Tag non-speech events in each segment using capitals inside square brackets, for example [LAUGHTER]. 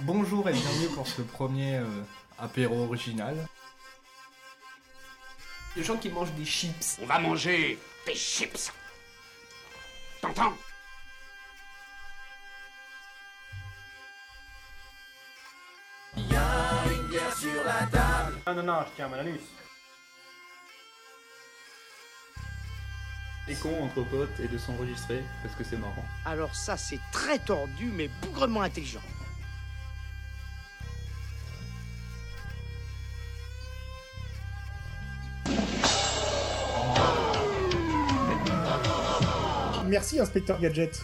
Bonjour et bienvenue pour ce premier euh, apéro original. Les gens qui mangent des chips. On va manger des chips. T'entends Ah, Non, non, non, je tiens mon anus. C'est con entre potes et de s'enregistrer parce que c'est marrant. Alors ça, c'est très tordu, mais bougrement intelligent. Merci, inspecteur Gadget.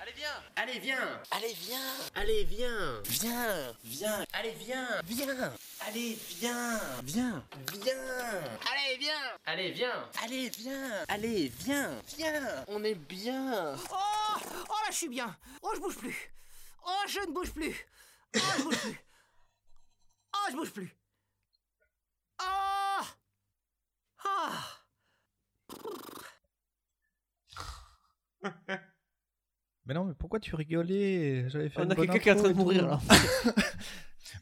Allez, viens Allez, viens Allez, viens Viens Viens Allez, viens Viens Allez, viens Viens Viens Allez, [LAUGHS] viens Allez, viens Allez, viens Allez, viens Viens On est bien Oh Oh là, je suis bien Oh, je bouge plus Oh, je ne bouge plus Oh, je bouge plus Oh, je bouge plus Oh Ah Mais non, mais pourquoi tu rigolais J'avais fait On une a bonne quelqu'un qui est en train de intro et tout. mourir là. [LAUGHS]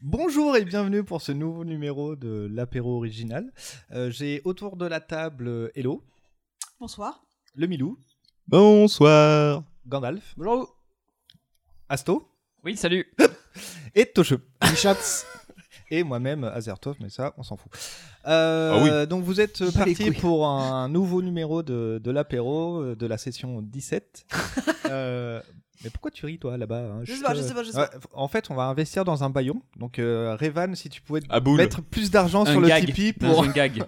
Bonjour et bienvenue pour ce nouveau numéro de l'apéro original. Euh, J'ai autour de la table euh, Hello, Bonsoir. le Milou, Bonsoir. Gandalf, Asto Oui, salut. [LAUGHS] et Toche. [LAUGHS] Et moi-même, Azertov, mais ça, on s'en fout. Ah Euh, Donc vous [LAUGHS] êtes les parti couilles. pour un nouveau numéro de, de l'apéro, euh, de la session [LAUGHS] 17. Euh, mais pourquoi tu ris, toi, là-bas hein Je sais Juste, pas, je sais pas, je sais Ouais, en fait, on va investir dans un baillon. Donc, euh, Revan, si tu pouvais À boule. mettre plus d'argent Un sur le gag. Tipeee Dans pour. un [LAUGHS] gag.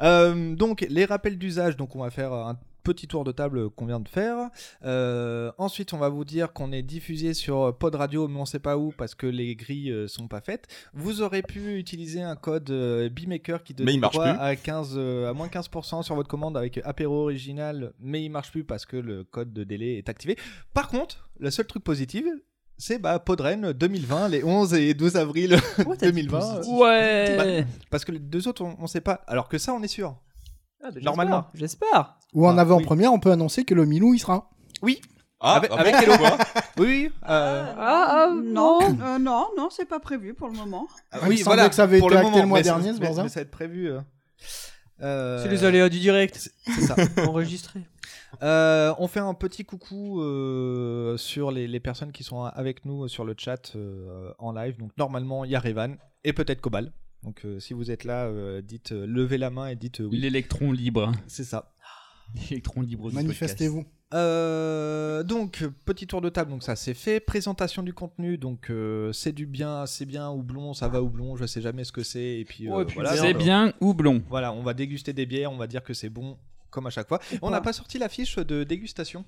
Euh, donc, les rappels d'usage. Donc, on va faire un petit tour de table qu'on vient de faire. Euh, ensuite, on va vous dire qu'on est diffusé sur Pod Radio, mais on sait pas où parce que les grilles euh, sont pas faites. Vous aurez pu utiliser un code euh, Bimaker qui donne Mais il marche droit plus. à 15 euh, à moins 15% sur votre commande avec apéro original, mais il marche plus parce que le code de délai est activé. Par contre, le seul truc positif, c'est bah, Podren 2020, les 11 et 12 avril 2020. euh, Ouais. Parce que les deux autres, on, on sait pas. Alors que ça, on est sûr. j'espère, Normalement. Ah, bah, J'espère. Ou en Ah, avant-première, on peut annoncer que le Milou, il sera. Ah, Avec- ah, avec bon, Hello. quoi Oui, oui, euh, Ah, ah, non, euh, non, non, c'est pas prévu pour le moment. ah, il semblait que ça avait été acté le mois mais dernier, ça- ce mais- bazar. mais ça va être prévu. euh. Euh, C'est les aléas du direct. c'est ça. [LAUGHS] Enregistré. Euh, on fait un petit coucou euh, sur les, les personnes qui sont avec nous sur le chat euh, en live. Donc normalement, il y a Revan et peut-être Cobal. Donc euh, si vous êtes là, euh, dites euh, levez la main et dites euh, oui. L'électron libre. C'est ça. L'électron libre du Manifestez-vous. Euh, donc petit tour de table, donc ça c'est fait. Présentation du contenu, donc euh, c'est du bien, c'est bien ou blond, ça va ou blond, je sais jamais ce que c'est. Et puis, euh, podcast. voilà, c'est bien ou blond. Voilà, on va déguster des bières, on va dire que c'est bon comme à chaque fois. On pas. n'a pas sorti la fiche de dégustation.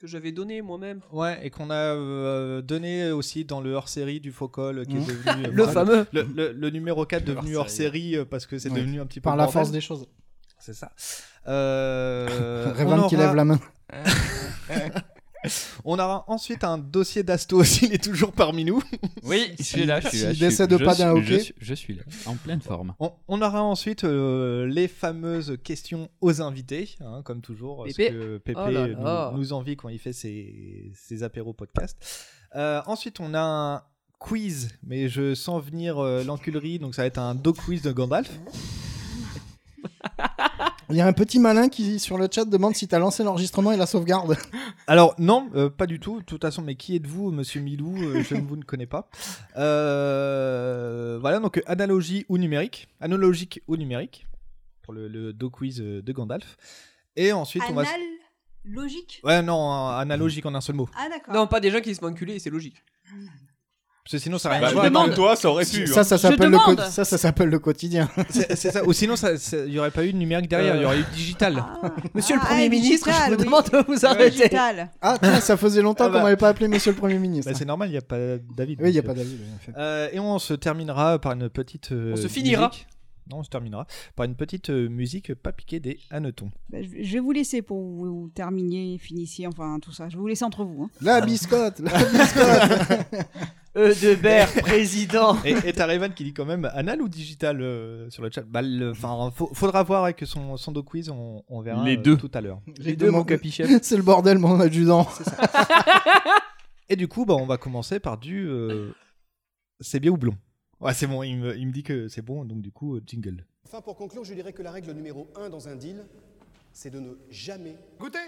Que j'avais donné moi-même. Ouais, et qu'on a euh, donné aussi dans le hors-série du faux col qui est Mhm. devenu euh, Le voilà, fameux [LAUGHS] le, le- le numéro 4 Le devenu hors-série. hors-série euh, parce que c'est Ouais. devenu un petit peu Par le la bordel. force des choses. C'est ça. Euh, [LAUGHS] Revan on qui aura- lève la main. On aura ensuite un dossier d'Asto s'il est toujours parmi nous. [LAUGHS] Oui, je suis là. Je suis là. S'il je suis- décède je pas suis- d'un je hockey. suis- Je suis là. En pleine forme. On, on aura ensuite euh, les fameuses questions aux invités, hein, comme toujours, ce Pépé. que Pépé Oh là nous, là. nous envie quand il fait ses, ses apéros podcasts. Euh, ensuite, on a un quiz, mais je sens venir euh, l'enculerie, donc ça va être un do quiz de [LAUGHS] Gandalf. Il y a un petit malin qui, sur le chat, demande si t'as lancé l'enregistrement et la sauvegarde. Alors non, euh, pas du tout. De toute façon, mais qui êtes-vous, Monsieur Milou Euh, Je ne vous ne connais pas. Euh, voilà, donc euh, analogie ou numérique, analogique ou numérique pour le, le do quiz euh, de Gandalf. Et ensuite, on va. Anal logique. Ouais, non, un- analogique en un seul mot. Ah d'accord. Non, pas des gens qui se font enculer, c'est logique. Parce que sinon, ça Bah, n'a rien à je voir. demande, toi, ça aurait pu. hein. Ça, ça Je s'appelle le, co- demande. ça, ça s'appelle le quotidien. C'est c'est ça. Ou sinon, ça- ça- il n'y aurait pas eu de numérique derrière, il y aurait eu digital. Ah. Monsieur le Ah, Premier et ministre, digital, je vous oui. demande de vous arrêter. Digital. [LAUGHS] Ah, tiens, ça faisait longtemps Ah bah. qu'on m'avait pas appelé monsieur le Premier ministre. Bah, c'est normal, il n'y a pas David. oui, il n'y a donc, pas d'avis. oui, en fait. euh, et on se terminera par une petite. euh, On se finira. musique. Non, on se terminera par une petite euh, musique pas piquée des hannetons. Bah, je vais- je vais vous laisser pour vous Ah. [LAUGHS] terminer, finissiez, enfin tout ça. Je vais vous laisser entre vous. hein. [LAUGHS] La biscotte la- Euh, Eudebert, président. Et, et t'as Raven qui dit quand même anal ou digital euh, sur le chat. Bah, le- enfin, faut- faudra voir avec son, son do quiz, on, on verra Les euh, deux. tout à l'heure. Les Les deux, deux, mon mon- capichef. [LAUGHS] C'est le bordel, mon adjudant. [LAUGHS] Et du coup, bah, on va commencer par du. euh, c'est bien ou blond Ouais, c'est bon, il me, il me dit que c'est bon, donc du coup, euh, jingle. Enfin, pour conclure, je dirais que la règle numéro 1 dans un deal, c'est de ne jamais. Goûter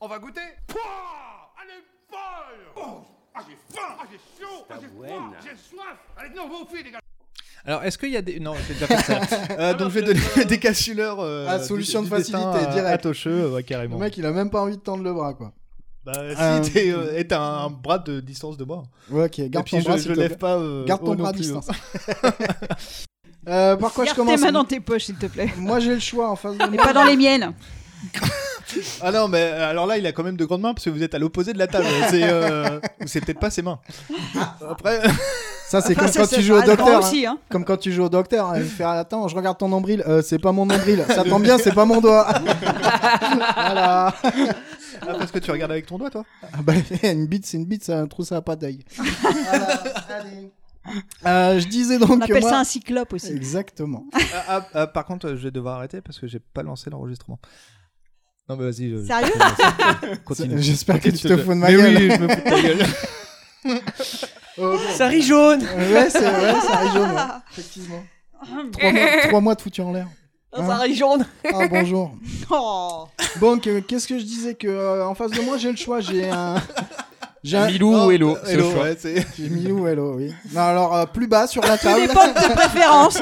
On va goûter Pouah Allez, folle Oh Ah, j'ai faim Ah, j'ai chaud Ah, j'ai froid J'ai soif Allez, non, vous au fil, les gars Alors, est-ce qu'il y a des. Non, j'ai déjà fait [LAUGHS] ça. Euh, donc, je vais donner des cassuleurs. euh, Ah, du- solution du de facilité, destin euh, à- direct. À Tocheux, ouais, carrément. Le mec, il a même pas envie de tendre le bras, quoi. Bah, Euh, si t'es euh, et t'as un bras de distance de moi. Ouais, ok, garde Et puis ton je, bras, Je s'il te lève plaît. pas. euh, Garde ton haut non bras à plus, hein. distance. [LAUGHS] Euh, par quoi Garde je commence tes mains dans tes poches, s'il te plaît. Moi, j'ai le choix en face de Et moi. pas dans les miennes. Ah non, mais alors là, il a quand même de grandes mains parce que vous êtes à l'opposé de [LAUGHS] la table. c'est euh, ou c'est peut-être pas ses mains. Après. Ça, c'est Enfin, comme ça, quand c'est tu joues au pas le docteur. grand aussi, hein. Comme quand tu joues au docteur. hein, Il fait Attends, je regarde ton nombril. Euh, c'est pas mon [LAUGHS] nombril. Ça tombe bien, c'est pas mon doigt. [LAUGHS] voilà. Ah, parce que tu regardes avec ton doigt, toi Ah bah, [LAUGHS] une bite, c'est une bite, c'est un trou, ça a pas [LAUGHS] d'œil. Euh, je disais donc. On que appelle moi- ça un cyclope aussi. Exactement. Ah, ah, ah, par contre, je vais devoir arrêter parce que j'ai pas lancé l'enregistrement. Non, mais vas-y. je- Sérieux [LAUGHS] Continue. J'espère que Continue, tu s'il te plaît. fous de ma Mais gueule. oui, je me fous de ta [LAUGHS] gueule. Ça rit jaune. Ouais, c'est vrai, ça rit jaune. ouais. Effectivement. [LAUGHS] Trois [LAUGHS] mois, trois mois de foutu en l'air. Dans Hein sa région. Ah, bonjour. Donc, euh, qu'est-ce que je disais que euh, en face de moi, j'ai le choix. [LAUGHS] J'ai un. Milou Oh, ou Hello, euh, c'est le choix. J'ai Milou ou Hello, oui. Non, alors euh, plus bas sur la table. dépend de tes préférences.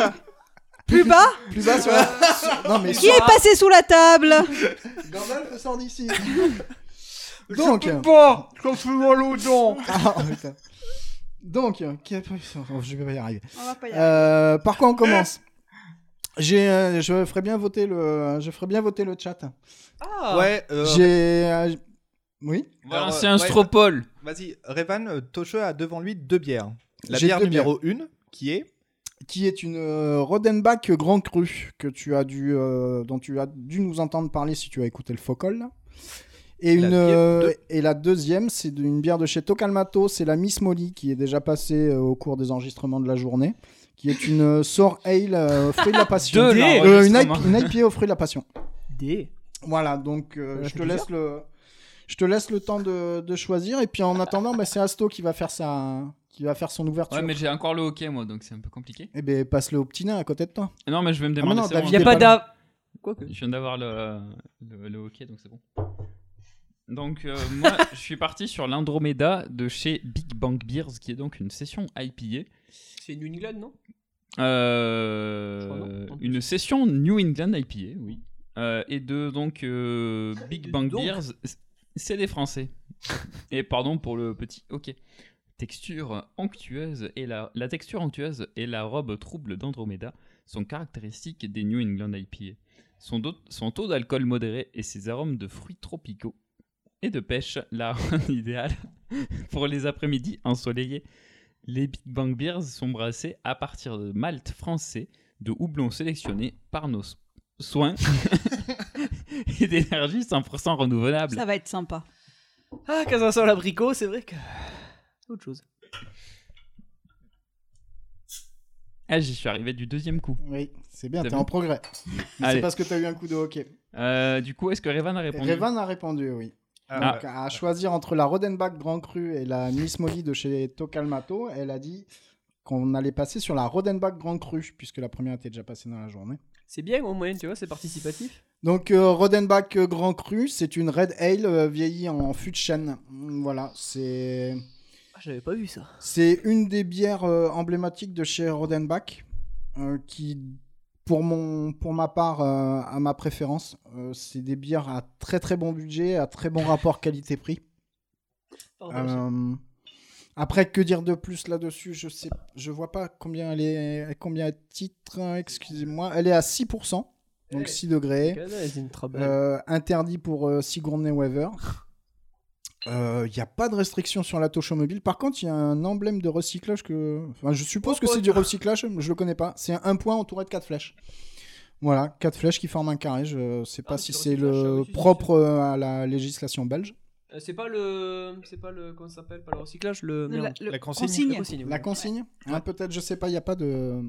Plus bas [LAUGHS] Plus bas sur la. [LAUGHS] sur- Non, mais Qui est passé sous la table Gandalf sort d'ici. Donc. euh, Bon, comme souvent l'odon. [LAUGHS] Ah, putain. Donc, euh, qui a- oh, je vais pas y arriver. On va pas y Euh, par quoi on [COUGHS] commence J'ai, euh, je ferais bien voter le, je ferais bien voter le chat. Ah. Ouais, euh, J'ai, euh, j- oui. Alors, Voilà, euh, c'est un ouais, stropole. Vas-y, Revan, euh, Tocheux a devant lui deux bières. La J'ai bière deux numéro bières. 1, qui est. Qui est une euh, Rodenbach Grand Cru que tu as dû, euh, dont tu as dû nous entendre parler si tu as écouté le Focol. là. Et, La une, bière euh, de- et la deuxième, c'est une bière de chez Tocalmato, c'est la Miss Molly qui est déjà passée euh, au cours des enregistrements de la journée, qui est une euh, Sour Ale euh, [LAUGHS] fruit de la passion. De Euh, une, IP, l'enregistrement. une IPA au fruit de la passion. Voilà, donc euh, je te laisse le, je te laisse le temps de, de choisir et puis en attendant, bah, c'est Asto qui va faire sa, qui va faire son ouverture. Ouais, mais j'ai encore le hockey, moi, donc c'est un peu compliqué. Eh ben passe-le au petit nain à côté de toi. Non, mais je vais me Ah, demander. mais non, c'est David bon, est je- pas là. Je viens d'avoir le, le, le hockey, donc c'est bon. Donc, euh, moi, je suis parti sur l'Andromeda de chez Big Bang Beers, qui est donc une session IPA. C'est New England, non Euh, Je crois, non En plus. une session New England IPA, oui. Euh, et de donc euh, Big Bang Donc. Beers, c'est des Français. [LAUGHS] et pardon pour le petit. Ok. Texture onctueuse et la, la texture onctueuse et la robe trouble d'Andromeda sont caractéristiques des New England IPA. Son, do- son taux d'alcool modéré et ses arômes de fruits tropicaux et de pêche, la [LAUGHS] ronde idéale pour les après-midi ensoleillés. Les Big Bang Beers sont brassés à partir de malt français, de houblons sélectionnés par nos so- soins et d'énergie 100% renouvelable. Ça va être sympa. Ah, quand ça sent l'abricot, c'est vrai que. Autre chose. Ah, j'y suis arrivé du deuxième coup. Oui, c'est bien, T'as t'es vu en progrès. Mais Allez. C'est parce que t'as eu un coup de hockey. Euh, du coup, est-ce que Revan a répondu Revan a répondu, oui. Ah. Donc, à choisir entre la Rodenbach Grand Cru et la Miss Molly de chez Tocalmato, elle a dit qu'on allait passer sur la Rodenbach Grand Cru, puisque la première était déjà passée dans la journée. C'est bien au moyenne, tu vois, c'est participatif. Donc, euh, Rodenbach Grand Cru, c'est une Red Ale euh, vieillie en fût de chêne. Mm, Voilà, c'est. Ah, J'avais pas vu ça. C'est une des bières euh, emblématiques de chez Rodenbach, euh, qui, pour, mon, pour ma part, euh, a ma préférence. Euh, c'est des bières à très très bon budget, à très bon rapport qualité-prix. Euh, après, que dire de plus là-dessus Je sais, je vois pas combien elle est, à combien elle titre. hein, Excusez-moi, elle est à 6%, donc 6 degrés. Canada, c'est une très belle. Euh, interdit pour euh, [LAUGHS] Sigourney Weaver. Il n'y a pas de restriction sur la touche mobile. Par contre, il y a un emblème de recyclage que. Enfin, je suppose Oh, que c'est du recyclage, je le connais pas. C'est un point entouré de 4 flèches. Voilà, Ah, 4 flèches qui forment un carré. Je sais pas si c'est le propre euh, à la législation belge. Euh, C'est pas le. C'est pas le. Comment ça s'appelle Pas le recyclage le... La- merde. le- La consigne. consigne. ouais. La consigne Ah, Peut-être, je sais pas, il n'y a, pas de...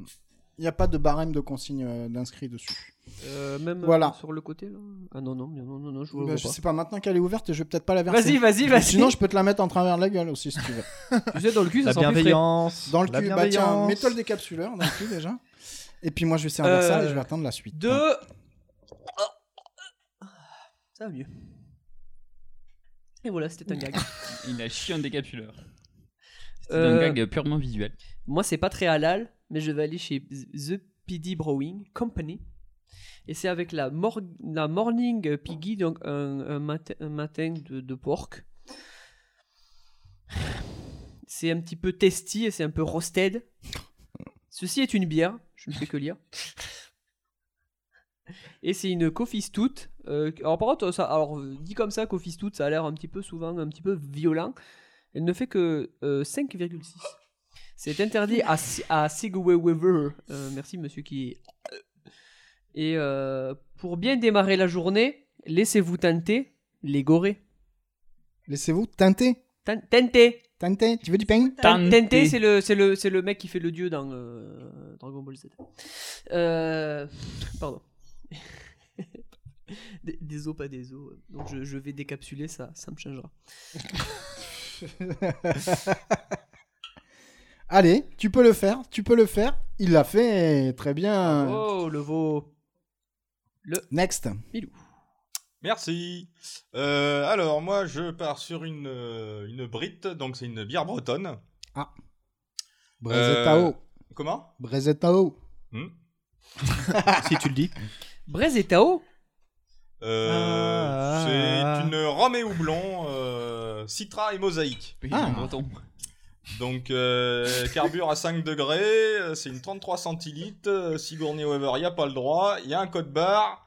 y a pas de barème de consigne euh, d'inscrit dessus. Euh, même euh, Voilà. sur le côté là Ah non, non, non, non, non je Bah, vois, je vois je pas. sais pas, maintenant qu'elle est ouverte, je vais peut-être pas la Vas-y, verser. vas-y, Mais vas-y. Sinon, je peux te la mettre en travers de la gueule aussi si [LAUGHS] tu veux. Tu sais, dans le cul, ça La sent plus frais. bienveillance. Dans le La cul, bah tiens, bienveillance. mets-toi le décapsuleur dans le cul déjà. Et puis moi, je vais servir ça et je vais attendre la suite. Euh, Hein. Deux. Ça va mieux. Et voilà, c'était un gag. Il a chié un décapsuleur. C'était Euh, un gag purement visuel. Moi, c'est pas très halal, mais je vais aller chez The PD Brewing Company. Et c'est avec la, mor- la Morning Piggy, donc un, un matin- un matin de, de porc. C'est un petit peu testy et c'est un peu roasted. Ceci est une bière, je ne fais que lire. Et c'est une coffee stout. euh, alors par contre, ça, alors, euh, dit comme ça, coffee stout, ça a l'air un petit peu souvent, un petit peu violent. Elle ne fait que euh, 5,6. C'est interdit à, Si- à Sigway Weaver. Euh, merci monsieur qui... euh, Et euh, pour bien démarrer la journée, laissez-vous tenter les gorées. Laissez-vous teinter. Tenter. Teinter, tu veux du pain Tente, c'est le, c'est le, c'est le mec qui fait le dieu dans euh, Dragon Ball Z. Euh, pardon. [LAUGHS] Des- des os, pas des os. Donc je, je vais décapsuler ça, ça me [LAUGHS] changera. Allez, tu peux le faire, tu peux le faire. Il l'a fait, très bien. Oh, le veau. Le... Next. Merci. Euh, alors moi je pars sur une euh, une brite, donc c'est une bière bretonne. Ah. Brezetao. Euh, comment Brezetao. Hmm. [LAUGHS] si tu le dis. Braise et Tao Euh, Ah. C'est une rhum et houblon, euh, citra et mosaïque. Ah. breton. Donc euh, carbure à 5 degrés, euh, c'est une 33 centilitres, euh, Sigourney Weaver, il a pas le droit, il y a un code barre.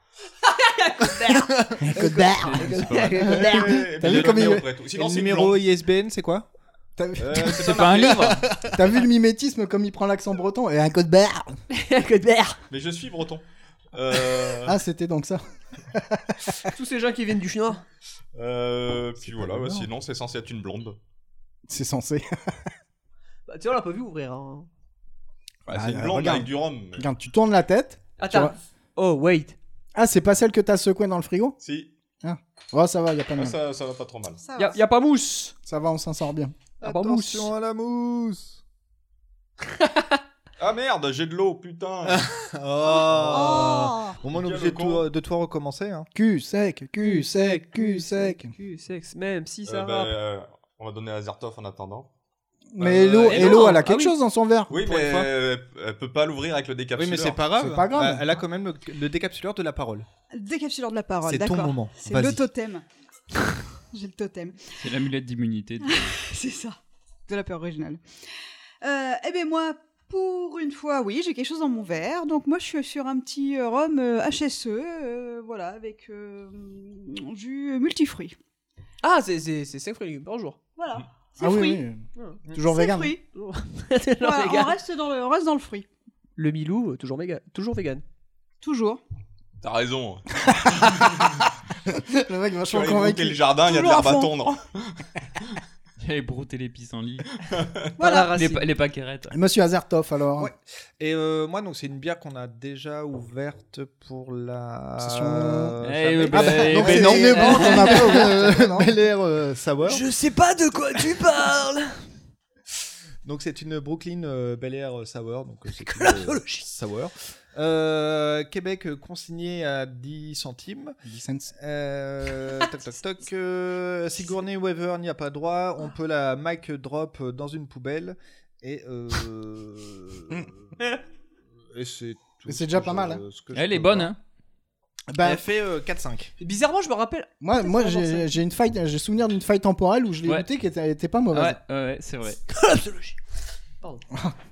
Code barre. C'est pas mal. Eh, T'as mais vu le comme il numéro près tout. Sinon, le c'est numéro blanc. ISBN, c'est quoi Euh, Euh, [LAUGHS] c'est pas marqué. [LAUGHS] T'as vu le mimétisme comme il prend l'accent breton Et un code barre Un code barre Mais je suis breton. Euh, Ah, c'était donc ça. [LAUGHS] [LAUGHS] Tous ces gens qui viennent du Chinois. euh, puis voilà, mal, ouais, non. sinon c'est censé être une blonde. C'est censé. Bah, tu vois, on l'a pas vu ouvrir. hein. Bah, c'est euh, une Ah, blonde regarde. avec du rhum. [LAUGHS] mais- Regarde, tu tournes la tête. tu Attends. vois- Oh, wait. Ah, c'est pas celle que t'as secouée dans le frigo Si. Ah. Oh, ça va, y a pas de Ah, mal. ça, ça va pas trop mal. Y'a y a pas mousse. Ah, Ça va, on s'en sort bien. Attention à la mousse Ah merde, j'ai de l'eau, [LAUGHS] putain. Oh, Bon, moi, on est Quel obligé de con. tout- de tout recommencer. Hein. Cul sec, cul sec, cul sec. Cul sexe, même si Euh, ça bah, rappe. euh, on va donner à Zertov en attendant. Mais Euh, l'eau, et et l'eau, non, elle a ah quelque oui. chose dans son verre. Oui, pour mais une fois. euh, elle peut pas l'ouvrir avec le Oui, décapsuleur. mais c'est pas grave. C'est pas grave. Euh, Elle a quand même le, le décapsuleur de la parole. Décapsuleur de la parole, C'est ton d'accord. moment, C'est vas-y. le totem. J'ai le totem. C'est l'amulette d'immunité. [LAUGHS] de- [LAUGHS] C'est ça, de la peur originale. Euh, eh bien moi, pour une fois, oui, j'ai quelque chose dans mon verre. Donc moi, je suis sur un petit euh, rhum euh, HSE, euh, voilà, avec euh, jus multifruit. Ah, c'est 5 fruits et légumes par jour. Voilà. Mmh. Ah oui, oui, Ouais. Toujours C'est vegan. fruit. C'est leur [LAUGHS] Voilà, vegan. on, reste dans le, on reste dans le fruit, Le Milou, euh, toujours, méga- toujours vegan. toujours. T'as raison. le mec Tu vachement vas écouter convaincu. le jardin, il y a de Toujours l'herbe à à fond. tondre. [LAUGHS] J'avais brouté les [LAUGHS] pissenlits. Voilà. Les, pa- les paquerettes. Monsieur Azertov, alors. Ouais. Et euh, moi, donc, c'est une bière qu'on a déjà ouverte pour la. C'est son- Eh, ben, jamais- bah, Ah bah, eh, donc bah, c'est- non. c'est bon, on a [LAUGHS] pas ouvert, non Bel Air euh, Sour. sais pas de quoi tu parles. Donc c'est une Brooklyn euh, Bel Air euh, Sour, donc euh, c'est une, euh, Colorologie. Sour. Euh, Québec euh, consigné à 10 centimes. Euh, toc toc toc. euh, Sigourney Weaver n'y a pas droit. On peut la mic drop euh, dans une poubelle et euh, et c'est tout Mais c'est ce déjà que pas je- mal, hein. ce que je Elle est peux bonne, voir. hein. Bah, Elle fait euh, 4-5. Bizarrement, je me rappelle. moi, moi Peut-être j'ai avancer. j'ai une faille, j'ai souvenir d'une faille temporelle où je l'ai Ouais. goûté qui était, elle était pas Ah mauvaise. Ah, Ouais, ouais, ouais, c'est [LAUGHS] vrai. Colorologie. Pardon.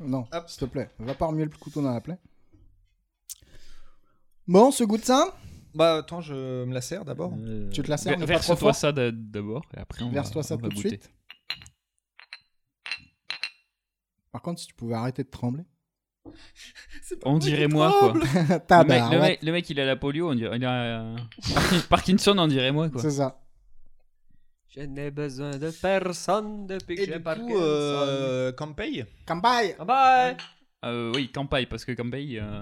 Non, Hop. s'il te plaît, va pas remuer le couteau dans la plaie. Bon, ce goût de ça, Bah attends, je me la sers d'abord. Tu te la sers, Ver- mais pas trop Euh, Verse-toi fort. ça d'a- d'abord et après on va- verse-toi ça on va tout de goûter. suite. Par contre, si tu pouvais arrêter de [LAUGHS] trembler. On dirait moi quoi. [LAUGHS] T'as [LAUGHS] le, mec, le, mec, [LAUGHS] le mec, il a la polio, on dirait. Il a. euh, Parkin- Parkinson, on dirait moi quoi. C'est ça. Je n'ai besoin de personne depuis que Et j'ai du Parkinson. coup, euh, Campagne Campagne Campagne Euh, oui, Campagne, parce que Campagne. euh,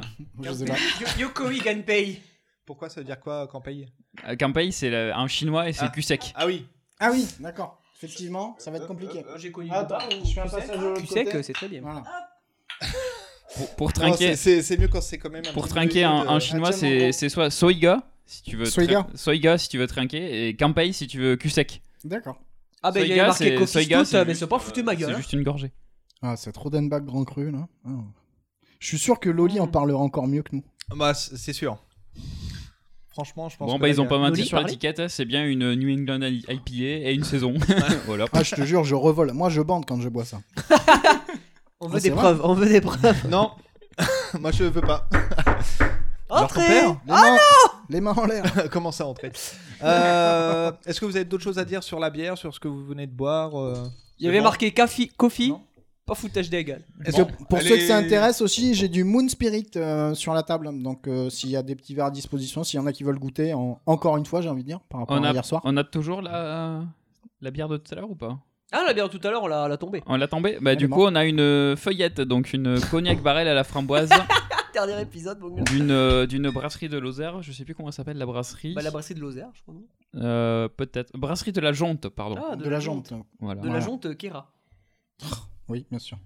Yoko Iganpei. Pourquoi ça veut dire quoi, Campagne euh, Campagne, c'est la- un chinois et c'est Ah. cul sec. Ah oui. Ah oui, d'accord. Effectivement, ça va être compliqué. J'ai connu. Attends, je fais un passage de l'autre Tu sais côté. que c'est très bien. Voilà. Pour, pour Non, trinquer, Ah, c'est- c'est c'est mieux quand c'est quand même. un pour petit trinquer peu un, de- un chinois, Ah, tiens, mon c'est gros. c'est soit Soiga, si tu veux. trin- Soiga. Soiga, si tu veux trinquer, et Campagne, si tu veux cul sec. D'accord. Ah, ben il y Soiga, avait marqué c'est- Coffee Soiga, Stout, mais juste, c'est pas foutu ma euh, gueule. hein. C'est juste une gorgée. Ah, c'est trop d'Enbach grand cru, là. Ah. Je suis sûr que Loli en parlera encore mieux que nous. Bah, c- c'est sûr. Franchement, je pense. Bon, que bah, là, ils ont y a- pas menti sur l'étiquette, hein, c'est bien une New England I- IPA et une saison. voilà. Ah, je te jure, je revole. Moi, je bande quand je bois ça. Ah, On veut des preuves, on veut des preuves. Non. [LAUGHS] Moi, je [LAUGHS] veux pas. Alors, ton Entrez père Les Ah mains- non Les mains en l'air. [LAUGHS] Comment ça, entrer Euh, Est-ce que vous avez d'autres choses à dire sur la bière, sur ce que vous venez de boire euh, Il y avait c'est bon marqué Café, Coffee, pas foutage des gueules. Parce que pour ceux que ça intéresse aussi, j'ai du Moon Spirit euh, sur la table. Donc, euh, s'il y a des petits verres à disposition, s'il y en a qui veulent goûter, en- encore une fois, j'ai envie de dire, par rapport On à a, hier soir. on a toujours la, la bière de tout à l'heure ou pas Ah, la bière tout à l'heure, on l'a on l'a tombée. On l'a tombée Bah, Elle est du coup, morte. on a une euh, feuillette, donc une cognac barrel à la framboise [LAUGHS] Dernier épisode, mon gars. d'une euh, d'une brasserie de Lozère. Je sais plus comment elle s'appelle la brasserie. Bah, la brasserie de Lozère, je crois. non Euh, Peut-être. Brasserie de la Jonte, pardon. Ah, de De la la Jonte. Jonte. Voilà. De la jonte Kera. Oui, bien sûr.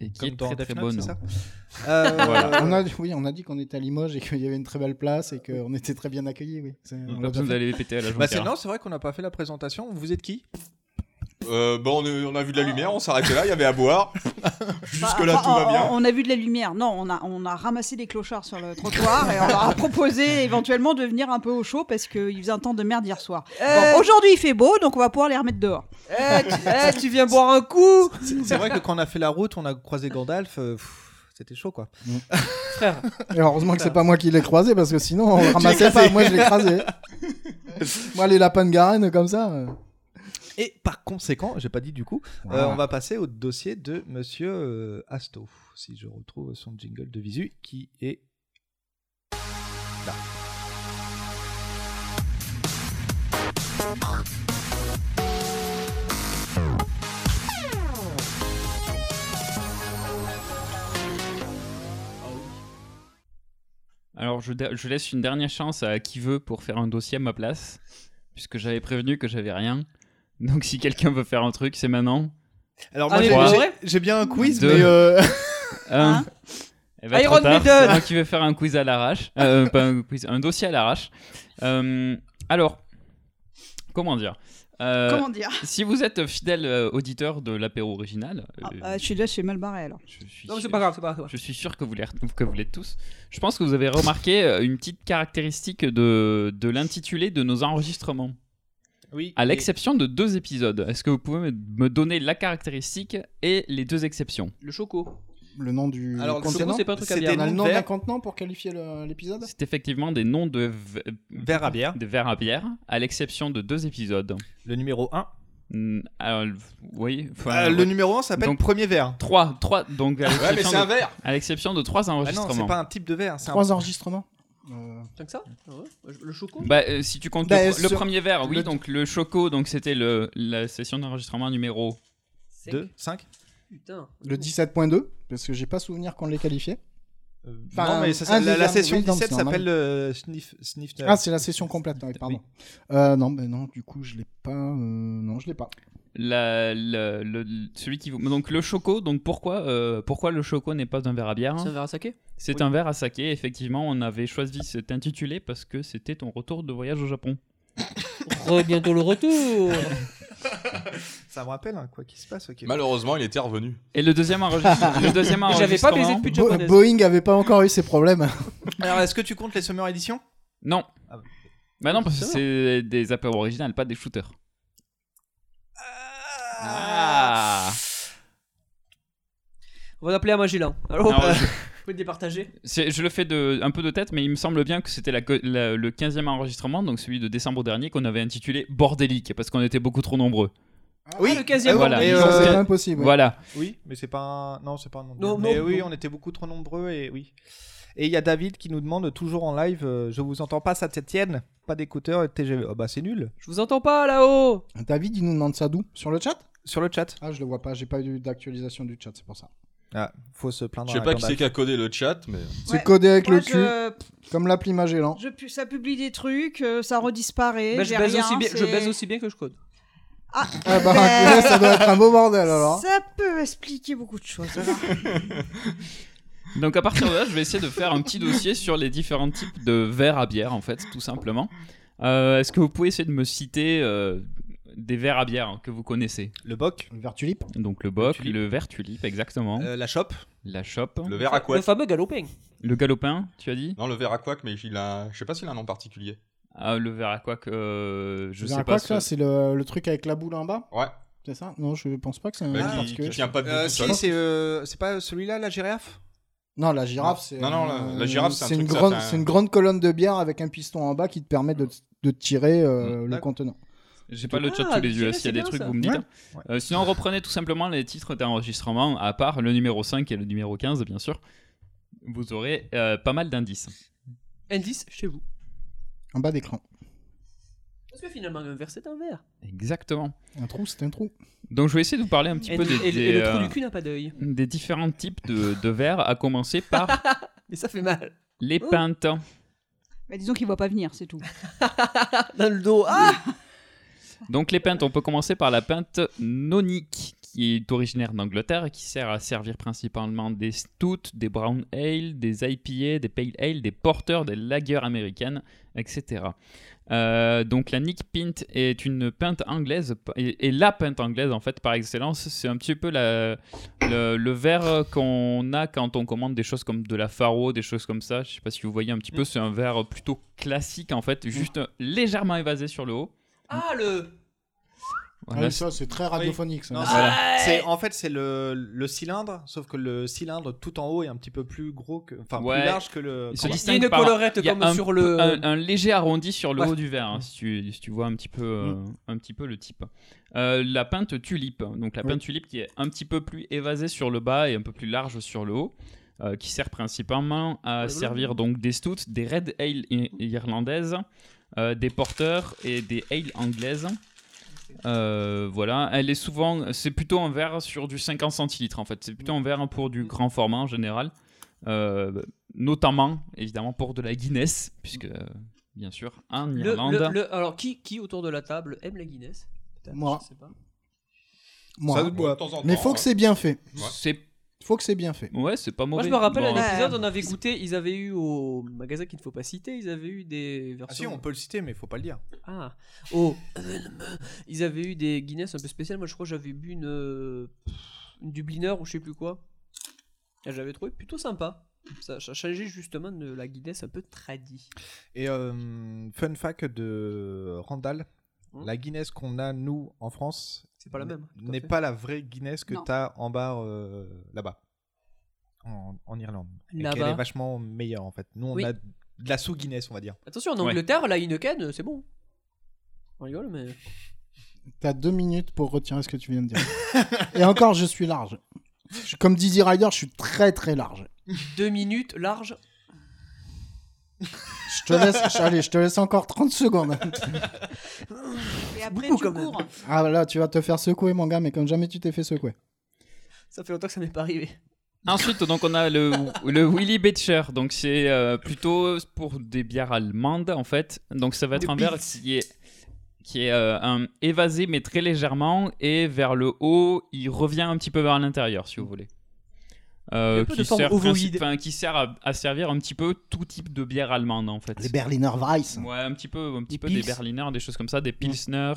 Et qui Comme est dans très très Death Note, bonne. Ah, c'est ça Euh, hein. Voilà. on a, oui, on a dit qu'on était à Limoges et qu'il y avait une très belle place et qu'on était très bien accueillis. Oui. C'est- on l'a bien fait. Bah, c'est- Non, c'est vrai qu'on n'a pas fait la présentation. Vous êtes qui Euh, bon, on a- on a vu de la lumière, on s'arrêtait là, il y avait [LAUGHS] à boire. Jusque-là, Enfin, tout va on- bien. ah, On a vu de la lumière. Non, on a, on a ramassé des clochards sur le trottoir et on leur [LAUGHS] a proposé éventuellement de venir un peu au chaud parce qu'il faisait un temps de merde hier soir. Euh. Bon, Aujourd'hui, il fait beau, donc on va pouvoir les remettre dehors. Eh, tu, eh, tu viens boire un coup C'est vrai que quand on a fait la route, on a croisé Gandalf. euh, pff, C'était chaud, quoi. [LAUGHS] Frère. Mm. Et heureusement que c'est pas moi qui l'ai croisé parce que sinon on le Tu ramassait l'as écrasé. pas. Moi, je l'ai [LAUGHS] écrasé. moi, les lapins de Garenne comme ça. euh. Et par conséquent, j'ai pas dit du coup, euh, Voilà. on va passer au dossier de Monsieur euh, Asto, si je retrouve son jingle de visu qui est là. Alors, je, da- je laisse une dernière chance à qui veut pour faire un dossier à ma place, puisque j'avais prévenu que j'avais rien. Donc, si quelqu'un veut faire un truc, c'est maintenant. Alors, moi, Ah, mais j'ai- pour j'ai- vrai j'ai bien un quiz, Deux. mais, euh, [LAUGHS] Un. Hein Eh ben, Iron trop tard, Maiden. c'est moi qui veux faire un quiz à l'arrache. Euh, [LAUGHS] pas un quiz, un dossier à l'arrache. Euh, alors, comment dire Euh, Comment dire Si vous êtes fidèle euh, auditeur de l'apéro original, Ah. euh, Euh, je suis déjà chez mal barré alors. Non, mais c'est pas grave, c'est pas grave. je suis sûr que vous l'êtes que vous l'êtes tous. Je pense que vous avez remarqué euh, une petite caractéristique de, de l'intitulé de nos enregistrements. Oui. À et- l'exception de deux épisodes. Est-ce que vous pouvez me- me donner la caractéristique et les deux exceptions Le choco. Le nom du Alors, le Euh, contenant. choco, c'est pas un truc à C'était bière. On a le Nom de nom d'un verre. contenant pour qualifier le- l'épisode. C'est effectivement des noms de verres à bière. De verres à bière, à l'exception de deux épisodes. Le numéro 1 oui. enfin, Euh, le ouais. numéro un s'appelle Donc, Premier verre. Trois, trois. Donc à Ouais, mais l'exception c'est un de- verre. À l'exception de trois Ah non, enregistrements. c'est pas un type de verre. c'est un- Trois enregistrements. Tant que ça Ah ouais. Le choco Bah, euh, si tu comptes Bah, le, euh, le sur- premier verre, oui, le- donc le choco, donc c'était le la session d'enregistrement numéro 2, 5 Putain. Le 17.2 parce que j'ai pas souvenir qu'on l'ait qualifié. Enfin, Euh, non, mais ça, un ça- la, la dixième, session oui, non, 17 c'est normal. s'appelle euh, Sniff. sniff [LAUGHS] Ah, c'est la session complète, oui, pardon. Euh, non, ben non, du coup, je l'ai pas. euh, non, je l'ai pas. La- la- le- le- celui qui vous- donc le choco donc pourquoi euh, pourquoi le choco n'est pas un verre à bière C'est un verre à saké c'est Oui. un verre à saké effectivement on avait choisi cet intitulé parce que c'était ton retour de voyage au [LAUGHS] Japon bientôt le retour Ça me rappelle hein, quoi qui se passe. ok. Malheureusement, il était revenu. et le deuxième Ah, [LAUGHS] enregistrement le [LAUGHS] deuxième enregistrement- Bo- Boeing avait pas encore eu ses problèmes. Alors, est-ce que tu comptes les Summer Edition non Ah, bah. bah non parce que Ça va. c'est des apéros originales pas des shooters ah, On va l'appeler à Magellan. Alors, Non, euh, je- [LAUGHS] vous pouvez le départager C'est- je le fais de, un peu de tête, mais il me semble bien que c'était la co- la- le 15e enregistrement, donc celui de décembre dernier, qu'on avait intitulé Bordélique, parce qu'on était beaucoup trop nombreux. Ah Oui, le 15e. Voilà. mais, euh, Ils ont fait- Voilà. Oui, mais c'est pas un. Non, c'est pas un nom. de Non, bière. mais non, oui, non. on était beaucoup trop nombreux et oui. Et il y a David qui nous demande toujours en live euh, Je vous entends pas, ça tienne Pas d'écouteurs et TGV. Ah bah c'est nul. Je vous entends pas là-haut [LAUGHS] David, il nous demande ça d'où Sur le chat Sur le chat. Ah, je le vois pas, j'ai pas eu d'actualisation du chat, c'est pour ça. Ah, faut se plaindre. Je sais à pas qui Gandalf. c'est qui a codé le chat, mais. C'est codé avec Moi, le cul, je- comme l'appli Magellan. Je pu- ça publie des trucs, euh, ça redisparaît. Bah, je, j'ai baise rien, aussi bien, je c'est- baise aussi bien que je code. Ah, Ah bah, ouais, [LAUGHS] ça doit être un beau bordel alors. Ça peut expliquer beaucoup de choses. Donc à partir de là, je vais essayer de faire un petit dossier sur les différents types de verres à bière, en fait, tout simplement. Euh, Est-ce que vous pouvez essayer de me citer euh, des verres à bière hein, que vous connaissez Le boc. Le verre tulipe. Donc le boc, le verre tulipe, exactement. la chope. La chope. Le verre à couette. Le fameux galopin. Le galopin, tu as dit Non, le verre à couac, mais il a... je sais pas s'il a un nom particulier. Ah, le verre à couac, euh, je Le sais verre à pas. couac, là, ce- c'est le, le truc avec la boule en bas Ouais. C'est ça Non, je pense pas que c'est un Bah, verre qui- particulier. qui tient pas Euh, si, Je pense- c'est euh, c'est pas celui-là, la girafe Non, la girafe, c'est. Non, non, la- la girafe, c'est un une truc, ça, grande, c'est un- C'est une grande colonne de bière avec un piston en bas qui te permet de, de tirer Mm. euh, le contenant. J'ai pas le chat Ah, sous les yeux. tiens, S'il y a des c'est bien, trucs, ça. vous me dites. Ouais. Euh, sinon, reprenez tout simplement les titres d'enregistrement, à part le numéro 5 et le numéro 15, bien sûr. Vous aurez euh, pas mal d'indices. Indice chez vous. En bas d'écran. Parce que finalement, un verre, c'est un verre. Exactement. Un trou, c'est un trou. Donc, je vais essayer de vous parler un petit Et peu le- des, et le- des, et le trou euh, du cul n'a pas d'œil. des différents types de, de verres, à commencer par [LAUGHS] Mais ça fait mal. les Oh. pintes. [LAUGHS] Bah, disons qu'il voit pas venir, c'est tout. [LAUGHS] Dans le dos. Ah Donc les pintes, on peut commencer par la pinte nonique, qui est originaire d'Angleterre et qui sert à servir principalement des stouts, des brown ale, des IPA, des pale ale, des porteurs, des lagers américaines, etc. Euh, donc la Nick Pint est une pinte anglaise, et, et la pinte anglaise en fait par excellence, c'est un petit peu la- le, le verre qu'on a quand on commande des choses comme de la Faro, des choses comme ça, je sais pas si vous voyez un petit peu, c'est un verre plutôt classique en fait, juste légèrement évasé sur le haut. Ah, le. Voilà, Ah oui, ça, c'est très radiophonique. Ça. Non, c'est- Voilà. c'est- En fait, c'est le, le cylindre, sauf que le cylindre tout en haut est un petit peu plus gros, que, enfin Ouais. plus large que le. Il se qu'en bas. distingue par- il y a un- un, un léger arrondi sur le haut du verre, hein, si, tu, si tu vois un petit peu, euh, un petit peu le type. Euh, la pinte tulipe, hein. donc la Oui. pinte tulipe qui est un petit peu plus évasée sur le bas et un peu plus large sur le haut, euh, qui sert principalement à Mmh. servir donc des stouts, des red ale i- irlandaises, euh, des porteurs et des ale anglaises. Euh, voilà, elle est souvent, c'est plutôt un verre sur du 50 centilitres en fait. C'est plutôt un verre pour du grand format en général, Euh, notamment évidemment pour de la Guinness, puisque euh, bien sûr en Le- Irlande. le- le- alors, qui, qui autour de la table aime la Guinness Peut-être, Moi. Je sais pas. Moi. Ça se boit de hein. temps en Mais temps, faut que ouais. c'est bien fait. Ouais. C'est- Faut que c'est bien fait. Ouais, c'est pas Moi, mauvais. je me rappelle Bon. un épisode, on avait goûté, ils avaient eu au magasin qu'il ne faut pas citer, ils avaient eu des versions. Ah si, on peut le citer, mais faut pas le dire. Ah, oh, ils avaient eu des Guinness un peu spéciales. Moi, je crois que j'avais bu une, euh, une Dubliner ou je sais plus quoi. Et j'avais trouvé plutôt sympa. Ça, ça changeait justement de la Guinness un peu tradie. Et euh, fun fact de Randall, Hmm. la Guinness qu'on a nous en France, C'est pas la même, tout à N'est fait. pas la vraie Guinness que Non. t'as en bar euh, là-bas, en, en Irlande. Et Là-bas. qu'elle est vachement meilleure en fait. Nous on Oui. a de la sous Guinness, on va dire. Attention, en Angleterre, la Heineken, c'est bon. On rigole, [LAUGHS] mais. T'as deux minutes pour retirer ce que tu viens de dire. [LAUGHS] Et encore, je suis large. Je- comme Dizzy Rider, je suis très très large. Deux minutes large. Je te laisse, allez, je te laisse encore 30 [LAUGHS] secondes. Et après, Beaucoup, tu quand même. cours. Ah là, tu vas te faire secouer, mon gars, mais comme jamais tu t'es fait secouer. Ça fait longtemps que ça m'est pas arrivé. Ensuite, donc on a le, le Willy Becher, donc c'est euh, plutôt pour des bières allemandes en fait. Donc ça va être Des un verre Pils. qui est qui est euh, un évasé mais très légèrement et vers le haut, il revient un petit peu vers l'intérieur si vous voulez. Il y a Euh, un peu qui, de forme sert ovoïde. princi- enfin, qui sert à, à servir un petit peu tout type de bière allemande en fait. Les Berliner Weiss. Ouais, un petit peu, un petit peu Pils. des Berliner, des choses comme ça, Mm. des Pilsner,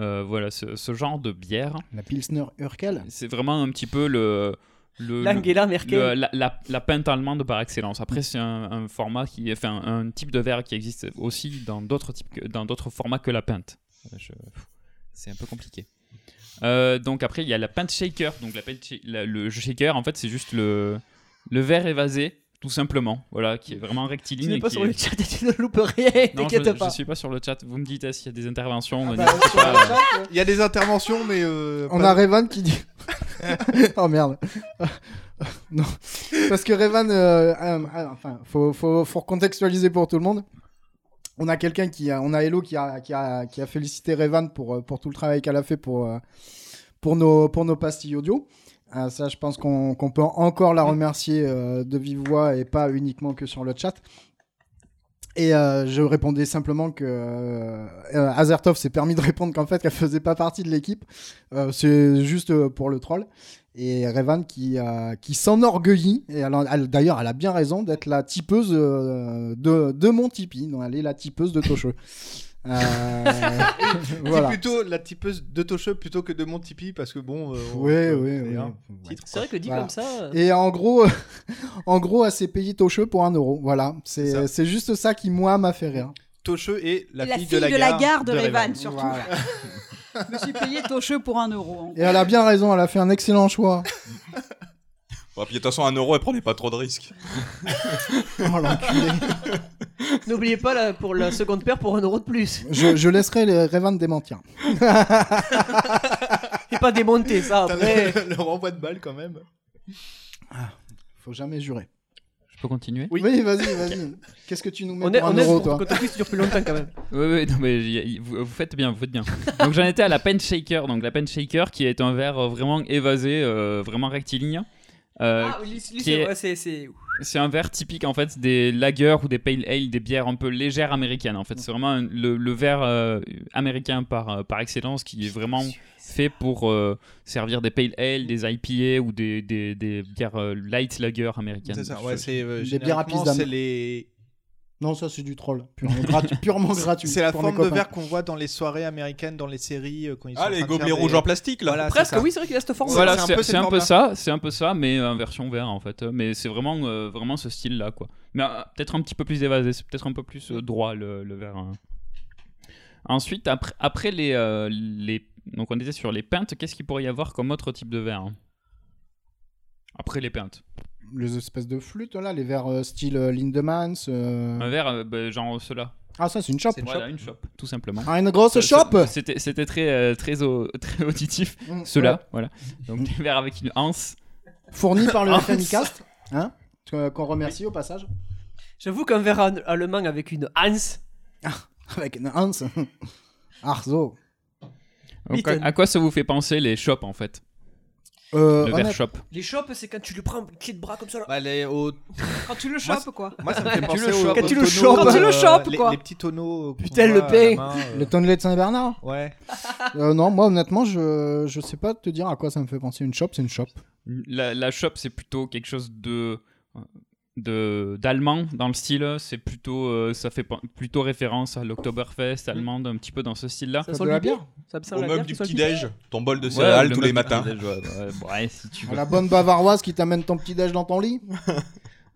euh, voilà ce, ce genre de bière. La Pilsner Urkel. C'est vraiment un petit peu le. le L'Angela le- Merkel. le- la, la, la pinte allemande par excellence. Après, c'est un, un format qui. Enfin, un type de verre qui existe aussi dans d'autres types que- dans d'autres formats que la pinte. Euh, je- pff, C'est un peu compliqué. Euh, donc après, il y a la pinte shaker. Donc la pinte sha- la- le shaker, en fait, c'est juste le, le verre évasé, tout simplement. Voilà, qui est vraiment rectiligne. Tu n'es et pas qui sur est- le chat et tu ne loupes rien, Non, t'inquiète je, pas. je suis pas sur le chat. Vous me dites eh, s'il y a des interventions. Ah euh, bah, n'hésitez sur le pas. chat, Il y a des interventions, mais. euh, On pas- [LAUGHS] a Revan qui dit [LAUGHS] oh merde. [LAUGHS] non. Parce que Revan, euh, euh, euh, enfin, faut, faut, faut recontextualiser pour tout le monde. On a quelqu'un qui a, on a Hello qui a, qui a, qui a félicité Revan pour, euh, pour tout le travail qu'elle a fait pour, euh, pour, nos, pour nos pastilles audio. Euh, ça, je pense qu'on qu'on peut encore la remercier euh, de vive voix et pas uniquement que sur le chat. Et euh, je répondais simplement que euh, euh, Azertov s'est permis de répondre qu'en fait, elle faisait pas partie de l'équipe. Euh, c'est juste euh, pour le troll. Et Revan qui, euh, qui s'enorgueillit. Et elle en- elle- d'ailleurs, elle a bien raison d'être la typeuse euh, de, de mon Tipeee. Non, elle est la typeuse de Tocheux. Euh, [LAUGHS] C'est plutôt la typeuse de Tocheux plutôt que de mon Tipeee parce que bon. euh, on- oui, euh, oui, c'est oui. un Ouais. titre, C'est vrai quoi. que dit Voilà. comme ça. euh, Et en gros, [LAUGHS] en gros, elle s'est payée Tocheux pour un euro. Voilà, c'est c'est juste ça qui, moi, m'a fait rire. Tocheux et la, La fille, fille de, la de la gare gare de Revan. Revan, surtout. Je me suis payé Tocheux pour un euro. hein. en Et elle a bien raison, elle a fait un excellent choix. Bon, puis de toute façon, un euro, elle prenait pas trop de [LAUGHS] risques. [LAUGHS] Ah, Oh, l'enculé. N'oubliez pas là, pour la seconde paire pour un euro de plus. Je, je laisserai les Revan démentir. [LAUGHS] Et pas démonter ça après. Le renvoi de balle quand même. Faut jamais jurer. Je peux continuer Oui, vas-y, vas-y. Qu'est-ce que tu nous mets On est- pour un on est euro, pour- toi quand on glisse, dure plus longtemps quand même. Oui, oui, non, mais y a- y- vous, vous faites bien, vous faites bien. Donc j'en étais à la pen shaker, donc la pen shaker qui est un verre euh, vraiment évasé, euh, vraiment rectiligne. euh, Ah, oui, lui, lui, qui c'est- est- ouais, c'est- c'est- c'est un verre typique en fait des lagers ou des pale ale, des bières un peu légères américaines. En fait, c'est vraiment un- le, le verre euh, américain par, euh, par excellence qui est vraiment fait pour euh, servir des pale ale, des IPA ou des, des, des bières euh, light lager américaines. C'est ça, ouais, c'est. euh, Des bières à généralement, pisse C'est d'âme. les. Non, ça c'est du troll, purement, [LAUGHS] gratu- purement gratuit. C'est la pour mes forme de copains. verre qu'on voit dans les soirées américaines, dans les séries. euh, Quand ils Ah, sont en les train de gobelets faire des- rouges en plastique, là. Voilà, Presque, c'est ça. oui, c'est vrai qu'il a cette forme. Voilà, peu c'est cette c'est un, peu forme-là. ça, c'est un peu ça, mais en version vert en fait. Mais c'est vraiment, euh, vraiment ce style-là, quoi. Mais euh, peut-être un petit peu plus évasé, c'est peut-être un peu plus euh, droit le, le vert. hein. Ensuite, après, après les, euh, les, donc on était sur les pintes. Qu'est-ce qu'il pourrait y avoir comme autre type de verre hein Après les pintes. Les espèces de flûtes, là, les verres euh, style euh, Lindemans. Hum. euh, Un verre, euh, bah, genre cela. Ah, ça, c'est une chope. C'est une Voilà, chope. une chope, tout simplement. Ah, une grosse Ça- chope ça- C'était c'était très, euh, très, au- [LAUGHS] très auditif, Mm, cela. ouais. Voilà. Donc des verres avec une anse. Fourni par le [LAUGHS] Anse. FMICast, hein, que- qu'on remercie au passage. J'avoue qu'un verre an- allemand avec une Hans. Ah, Avec une Hans. Arzo. Donc, à, Mitten. à quoi ça vous fait penser les shops en fait Euh, Le honnête- verre shop. Les chopes, c'est quand tu le prends clé de bras comme ça. Là. Quand tu le Moi, chopes, c'est- quoi. Bah, Moi, ça me fait Quand penser tu le aux- chopes. aux Quand tu le tonneaux, chopes. Quand tu le euh, chopes, les- quoi. Les petits tonneaux. euh. qu'on Putain, voit le à pain. la main, euh, Le tonnelet de Saint-Bernard Ouais. [LAUGHS] Euh, non, moi honnêtement, je, je sais pas te dire à quoi ça me fait penser. Une chope, c'est une [LAUGHS] chope. La, la shop, c'est plutôt quelque chose de de d'allemand dans le style. C'est plutôt euh, ça fait pen- plutôt référence à l'Oktoberfest allemande, un petit peu dans ce style-là. Mm. Ça sent le bière Ça me sent Au la meuble bière du qui sent le petit déj, ton bol de Ouais, céréales le tous les meuble du matins. petit-déj, ouais, ouais, ouais, si tu veux. [LAUGHS] La bonne bavaroise qui t'amène ton petit déj dans ton [LAUGHS] lit.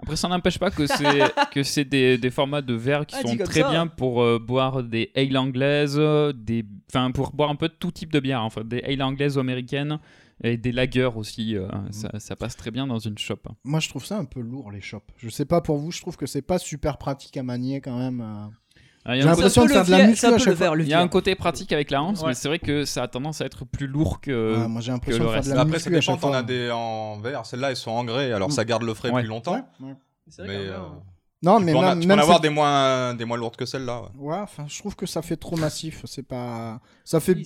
Après, ça n'empêche pas que c'est [LAUGHS] que c'est des, des formats de verre qui Ah, sont dit comme très ça. bien pour euh, boire des ale anglaises, euh, des enfin pour boire un peu tout type de bière, en fait, des ale anglaises ou américaines et des lagers aussi. euh, Mhm. ça, ça passe très bien dans une shop. Moi, je trouve ça un peu lourd les chopes. Je sais pas pour vous, je trouve que c'est pas super pratique à manier quand même. euh. Ah, il y J'ai a un- l'impression de faire de la muscu à chaque fois. Il y a un côté pratique avec la hanse, mais c'est vrai que ça a tendance à être plus lourd Euh, que. Ouais, moi, j'ai l'impression que le de faire de reste. la Après, ça dépend, t'en fois. as des en verre. Celles-là, elles sont en grès, alors Mm. ça garde le frais Ouais. plus longtemps. Ouais. Mais, euh, Non, tu mais peux en, a- même- tu peux en même avoir si- des moins, des moins lourdes que celles-là. ouais. Ouais, enfin, je trouve que ça fait trop massif. C'est pas. Ça fait.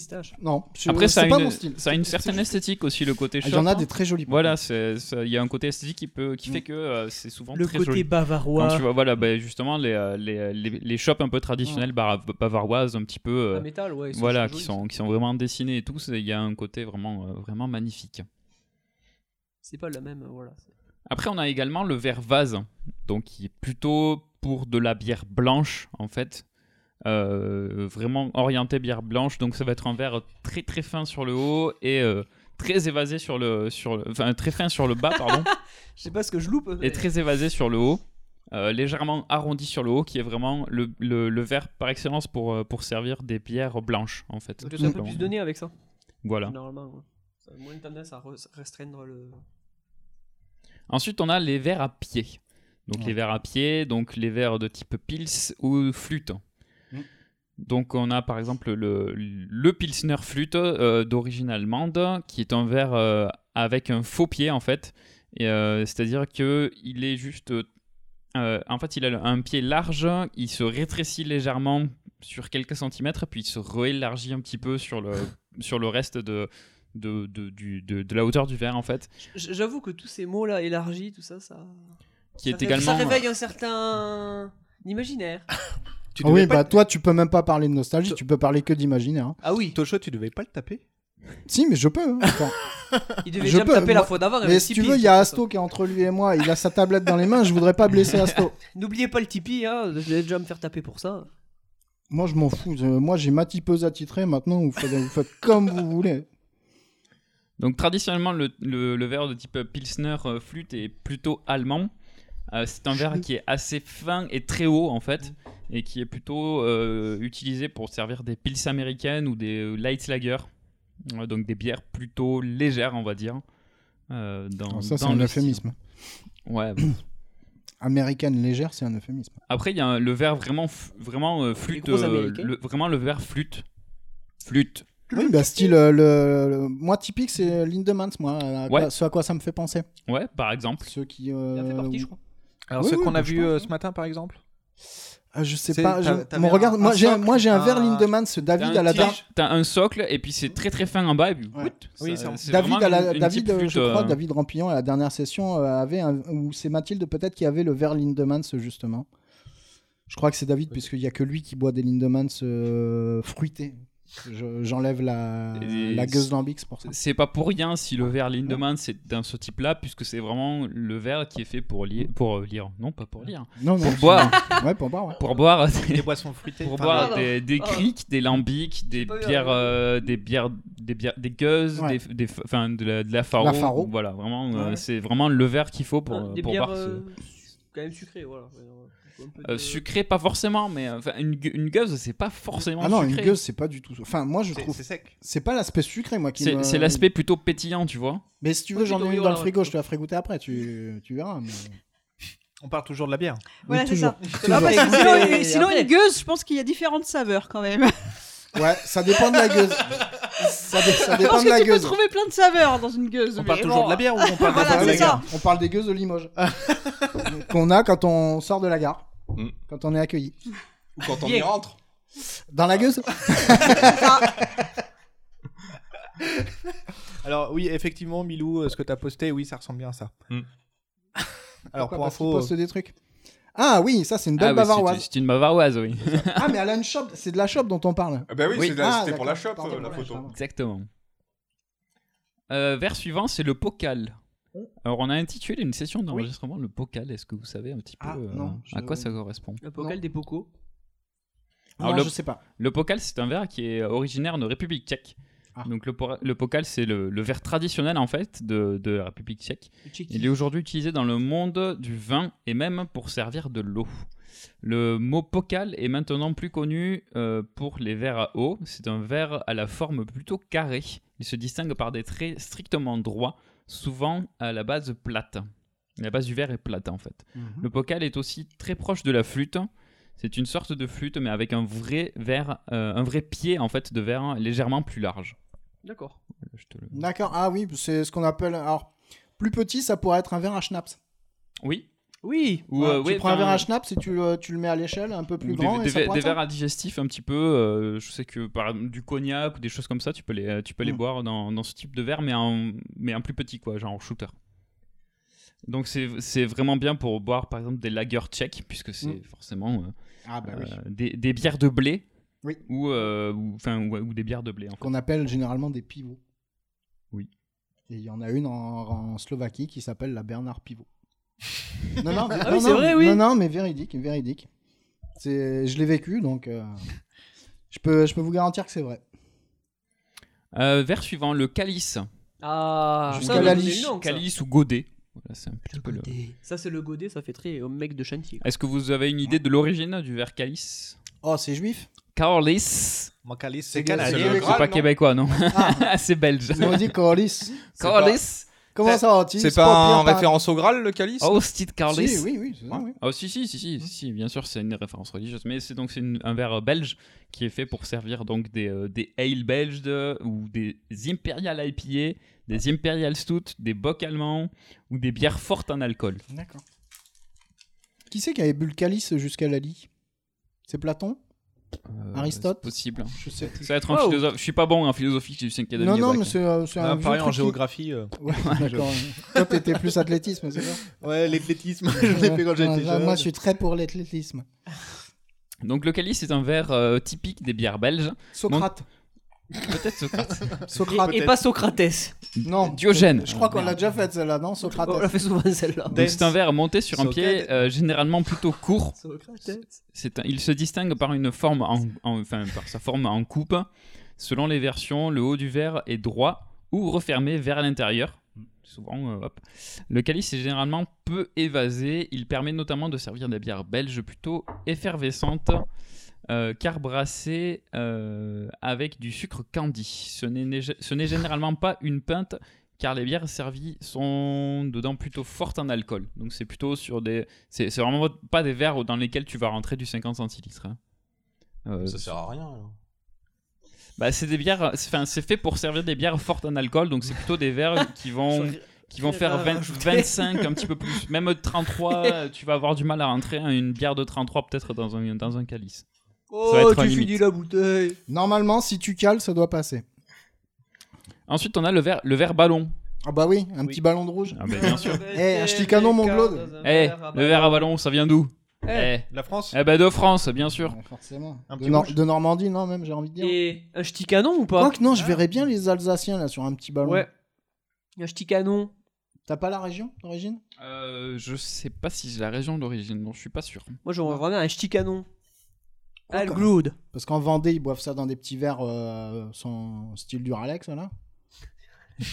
Non, c'est- Après, ça a, c'est pas une, mon style. ça a une certaine esthétique aussi, le côté Ah, shop. il y en a hein. des très jolis, par Mm. Voilà, c'est- ça- il y a un côté esthétique qui, peut, qui fait que euh, c'est souvent Le très côté joli. bavarois. Quand tu vois, voilà, bah, justement, les, euh, les, les, les shops un peu traditionnels Mm. bar- bavaroises, un petit peu. euh, En Ah, métal, ouais, ils sont- voilà, ils sont qui, jolis, sont, qui sont vraiment dessinés et tout. c'est- Il y a un côté vraiment, euh, vraiment magnifique. C'est pas la même, euh, voilà. Après, on a également le verre vase, donc qui est plutôt pour de la bière blanche en fait, Euh, vraiment orienté bière blanche. Donc ça va être un verre très très fin sur le haut et euh, très évasé sur le sur le- enfin très fin sur le bas pardon Je sais pas ce que je loupe. mais- et très évasé sur le haut, euh, légèrement arrondi sur le haut, qui est vraiment le, le, le verre par excellence pour euh, pour servir des bières blanches en fait. Tu tout dois un peu simplement. plus donner avec ça. Voilà. Normalement, ouais. Ça a moins de tendance à re- restreindre le. Ensuite, on a les verres à pied. Donc les verres à pied, donc les verres de type pils ou flûte. Mm. Donc on a par exemple le, le Pilsner flûte euh, d'origine allemande, qui est un verre euh, avec un faux pied en fait. Et, euh, C'est-à-dire que il est juste, euh, en fait, il a le- un pied large, il se rétrécit légèrement sur quelques centimètres, puis il se réélargit un petit peu sur le sur le reste de de, de- du- de- de la hauteur du verre en fait. J- J'avoue que tous ces mots-là, élargis, tout ça, ça. Qui est ça ré- également- Ça réveille un certain imaginaire. [LAUGHS] Ah oui, bah toi, tu peux même pas parler de nostalgie, tu peux parler que d'imaginaire. hein. Ah oui. Tosho, tu devais pas le taper Si, mais je peux. hein, attends. [LAUGHS] Il devait déjà me taper la fois d'avant avec Mais six si tu piles, veux, il de y a toute Asto qui est entre lui et moi, il a sa tablette dans les mains, je voudrais pas [LAUGHS] blesser Asto. N'oubliez pas le Tipeee, hein, vous allez déjà me faire taper pour ça. Moi, je m'en fous. je- Moi, j'ai ma tipeuse attitrée. Maintenant, vous faites, vous faites comme vous voulez. Donc traditionnellement, le, le- le verre de type Pilsner euh, flûte est plutôt allemand. Euh, c'est un verre qui est assez fin et très haut en fait, et qui est plutôt euh, utilisé pour servir des pils américaines ou des light lagers, Euh, donc des bières plutôt légères, on va dire. euh, dans, Alors Ah, ça, c'est dans un le style. euphémisme. Ouais. [CLEARS THROAT] Américaine légère, c'est un euphémisme. Après, il y a un- le verre vraiment, f- vraiment euh, flûte, gros euh, Américains. le- vraiment le verre flûte, flûte. Oui, bah, style. euh, le, le- moi, typique, c'est Lindemans, moi. à quoi- Ouais. ce à quoi ça me fait penser. Ouais, par exemple. Ceux qui. euh, Alors, Oui, ce oui, qu'on a bah, je vu pense, euh, ouais. ce matin, par exemple Ah, je sais C'est- pas. je- t'as- t'avais mon un- regard, un moi, j'ai, socle, moi, j'ai un un- verre Lindemans, ce David T'as à un la tige, dame. T'as un socle et puis c'est très très fin en bas et puis. whitt, Oui, ça- c'est David, vraiment à la- une- une David petite euh, je flûte, crois, euh, David Rampillon, à la dernière session, euh, avait un, ou c'est Mathilde peut-être qui avait le verre Lindemans, justement. Je crois que c'est David, puisqu'il n'y a que lui qui boit des Lindemans euh, fruités. Je- j'enlève la, Et- Euh, la gueuse lambix pour ça. C'est pas pour rien si le verre Lindemann c'est dans ce type-là, puisque c'est vraiment le verre qui est fait pour lire, pour euh, lire, non pas pour lire, Mm. Non, non, pour c'est- boire, ouais, pour boire, ouais. pour boire Des boissons fruitées. pour Enfin, boire pardon. des, des Oh. criques, des lambics, des Pas bien. bières, euh, des bières, des bières, des gueuses, Ouais. des, des- enfin de la, de la faro, La faro. voilà, vraiment, euh, Ouais. c'est vraiment le verre qu'il faut pour, Ah, Hein, euh, des pour bières boire. ce- euh, quand même sucrées, voilà. Un peu de- Euh, sucré, pas forcément, mais euh, enfin, une, gue- une gueuse, c'est pas forcément Ah non, sucré. une gueuse, c'est pas du tout. Enfin, moi, je trouve. C'est sec. C'est pas l'aspect sucré, moi, qui C'est me- c'est l'aspect hein. plutôt pétillant, tu vois. Mais si tu veux, j'en ai une dans le frigo, je te la ferai goûter après, tu, tu verras. On parle toujours de la bière. Voilà, Oui, c'est ça. toujours, Non, toujours. parce que sinon, Et une- sinon, après- une gueuse, je pense qu'il y a différentes saveurs quand même. Ouais, ça dépend de la [LAUGHS] gueuse. Ça, dé- ça je dépend pense de la que tu peux gueuse. trouver plein de saveurs dans une gueuse. mais bon. [LAUGHS] Voilà, c'est ça. On parle des gueuses de Limoges. Ah. Qu'on a quand on sort de la gare, Mm. quand on est accueilli. Ou quand on Bien. y rentre. Dans la gueuse [LAUGHS] Alors, oui, effectivement, Milou, euh, ce que t'as posté, oui, ça ressemble bien à ça. [LAUGHS] Hmm. Pourquoi Alors, pour Parce qu'ils info. postent euh, des trucs. Ah oui, ça c'est une belle Ah oui, c'est- bavaroise. C'est une bavaroise, oui. [LAUGHS] Ah mais Alan Shop, c'est de la shop dont on parle. Ah bah oui, Oui. c'est de la- Ah, c'était pour la d'accord, shop, pardon, euh, la voilà, photo. pardon. Exactement. Euh, vers suivant, c'est le Pocal. Alors, on a intitulé une session d'enregistrement le Pocal. Est-ce que vous savez un petit peu euh, non, à je- quoi ça correspond Le Pocal des Pocos. Alors, Non, le- je sais pas. Le Pocal, c'est un verre qui est originaire de République tchèque. Donc, le, pora- le Pocal, c'est le, le verre traditionnel en fait de, de la République tchèque. Tchéquie. Il est aujourd'hui utilisé dans le monde du vin et même pour servir de l'eau. Le mot Pocal est maintenant plus connu euh, pour les verres à eau. C'est un verre à la forme plutôt carrée. Il se distingue par des traits strictement droits, souvent à la base plate. La base du verre est plate en fait. Mhm. Le Pocal est aussi très proche de la flûte. C'est une sorte de flûte mais avec un vrai verre, euh, un vrai pied en fait de verre légèrement plus large. D'accord. Je te le- D'accord. Ah oui, c'est ce qu'on appelle alors plus petit, ça pourrait être un verre à schnapps. Oui. Oui. Ou Ouais, euh, tu oui, prends un enfin, verre à schnapps et tu le, tu le mets à l'échelle un peu plus ou des, grand des et ça hein. ver- pourrait des être verres ça. à digestif un petit peu. euh, je sais que par exemple, du cognac ou des choses comme ça, tu peux les, tu peux les Mm. boire dans, dans ce type de verre, mais en, mais en plus petit, quoi, genre en shooter. Donc c'est c'est vraiment bien pour boire par exemple des lagers tchèques, puisque c'est Mm. forcément euh, Ah bah oui. euh, des, des bières de blé Oui. ou, euh, ou, enfin, ou- ou des bières de blé. En fait. qu'on appelle généralement des pivots. Oui. Et il y en a une en, en Slovaquie qui s'appelle la Bernard [LAUGHS] Pivot. non, non, Ah non, oui, non, c'est vrai, oui. Non, non, mais véridique, véridique. C'est, je l'ai vécu, donc euh, je peux, je peux vous garantir que c'est vrai. Euh, verre suivant, le calice. Ah, Jusqu'à ça, on a la donné liche. le nom, ça. Calice ou godet. Voilà, c'est un petit peu le- Ça, c'est le godet, ça fait très euh, mec de chantier. Est-ce que vous avez une idée de l'origine du verre calice Oh, c'est juif Carlis. Mon calice, c'est C'est canadien. pas québécois, non [LAUGHS] Ah. [LAUGHS] C'est belge. Ils ont dit Corliss. Corliss. Comment ça, Antille C'est pas en référence au Graal, le calice Oh, Steve Carlis. Si, oui, oui, c'est ça, oui. Oh, si, si, si, si, si, bien sûr, c'est une référence religieuse. Mais c'est donc c'est une- un verre euh, belge qui est fait pour servir donc des, euh, des ale belges de- ou des impérial IPA, des impérial stout, des bocs allemands ou des bières fortes en alcool. D'accord. Qui c'est qui avait bu le calice jusqu'à la lie C'est Platon Aristote Euh, C'est possible. Je sais plus. Ça va être un Oh. philosophe. Je suis pas bon en philosophie, j'ai eu 5 académies Non, au non, bac. mais c'est, euh, c'est un vieux pareil, en truc qui- géographie, euh. [LAUGHS] [LAUGHS] Ouais, Ouais, d'accord. je- Toi, t'étais plus athlétisme, c'est ça Ouais, l'athlétisme, [LAUGHS] je l'ai fait quand j'étais Ouais, jeune. Moi, je suis très pour l'athlétisme. Donc le calice est un verre euh, typique des bières belges. Socrate. Mon- Peut-être [LAUGHS] Socrate. Socrate. Et- et pas Socrates. Non. Diogène. Je crois qu'on Merde. l'a déjà faite, celle-là, non Socrate. On l'a fait souvent, celle-là. Donc, C'est un verre monté sur un pied, euh, généralement plutôt court. Socrates. C'est un- il se distingue par une forme, en, en- enfin par sa forme en coupe. Selon les versions, le haut du verre est droit ou refermé vers l'intérieur. Souvent, euh, hop. Le calice est généralement peu évasé. Il permet notamment de servir des bières belges plutôt effervescentes, euh, car brassées euh, avec du sucre candy. Ce n'est nég- ce n'est généralement pas une pinte, car les bières servies sont dedans plutôt fortes en alcool. Donc c'est plutôt sur des. C'est c'est vraiment pas des verres dans lesquels tu vas rentrer du 50 centilitres. hein. Euh, Ça sert à rien. alors. bah, c'est des bières. c'est- Enfin, c'est fait pour servir des bières fortes en alcool, donc c'est plutôt des verres qui vont qui vont faire rien à 20 rajouter. 25, un petit peu plus, même 33. [LAUGHS] euh, tu vas avoir du mal à rentrer hein, une bière de 33 peut-être dans un dans un calice. Ça va Oh, être tu limite. finis la bouteille. Normalement, si tu cales, ça doit passer. Ensuite, on a le verre le verre ballon. Ah bah oui, un petit ballon de rouge. Ah bah, bien sûr. [LAUGHS] Eh, un petit canon mongol. Eh, le verre à ballon, ça vient d'où Eh, la France. Eh ben de France, bien sûr. Forcément. Un De, petit Nor- rouge. de Normandie, non, même, j'ai envie de dire. Et un petit canon ou pas Ah. Quoique, non, je verrais bien les Alsaciens, là, sur un petit ballon. Ouais. Un petit canon. T'as pas la région d'origine Euh, je sais pas si c'est la région d'origine, non, je suis pas sûr. Moi, j'aurais vraiment un petit canon. Al Gloud. Parce qu'en Vendée, ils boivent ça dans des petits verres euh, sans style du Ralex, là. [LAUGHS]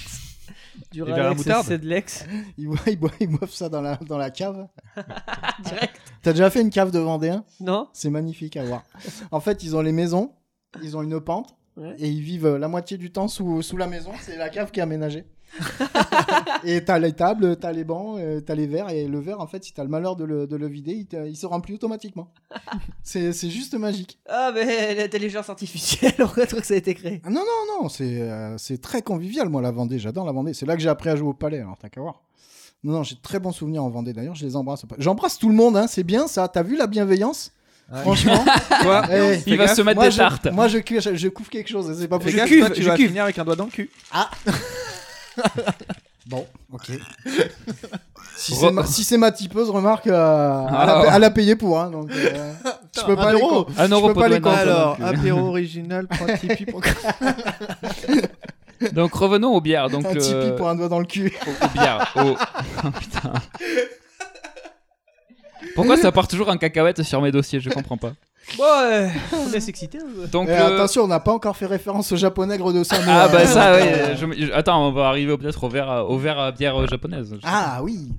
Du Les verres à Ralex, moutarde c'est de l'ex. [LAUGHS] Ils, boivent- ils boivent- ils boivent ça dans la, dans la [LAUGHS] cave. Direct. T'as déjà fait une cave de Vendéen Non. C'est magnifique à voir. En fait, ils ont les maisons, ils ont une pente, et ils vivent euh, la moitié du temps sous, sous la maison. C'est la cave qui est aménagée. et t'as les tables, t'as les bancs, euh, t'as les verres. Et le verre, en fait, si t'as le malheur de le, de le vider, il, te- il se [LAUGHS] remplit automatiquement. c'est c'est juste magique. Ah, mais [LAUGHS] l'intelligence artificielle, on croit que ça a été créé. Ah Non, non, non, c'est euh, c'est très convivial, moi, la Vendée. J'adore la Vendée. C'est là que j'ai appris à jouer au palais, alors t'as qu'à voir. Non, non, j'ai de très bons souvenirs en Vendée. D'ailleurs, je les embrasse. au palais. J'embrasse tout le monde, hein, c'est bien ça. T'as vu la bienveillance [LAUGHS] Franchement, Quoi Eh, Il fais va gaffe. se mettre moi, des je- tartes. Moi, je, cuve- je, je couvre quelque chose, c'est pas Fais possible. gaffe, toi, tu vas finir avec un doigt dans le cul. Ah [LAUGHS] Bon, [LAUGHS] ok. Si Re- c'est ma, si c'est ma typeuse, remarque, euh, elle, Ah, a, ouais. elle a payé pour. Hein, donc, euh, je peux pas les co- je peux pas les co- Alors, non plus. apéro original, point Tipeee, point com. [LAUGHS] Donc revenons aux bières. Donc euh, Un le... Tipeee pour un doigt dans le cul. Aux, aux [LAUGHS] bières. aux- [LAUGHS] Oh, putain. Pourquoi ça part toujours en cacahuète sur mes dossiers Je comprends pas. Ouais, on est excité. Donc, Eh, euh, Attention, on n'a pas encore fait référence au japonais gros de Samoa. Ah bah ça, Euh, ouais. je- je- attends, on va arriver peut-être au verre, à- au verre à bière euh, japonaise. Ah oui.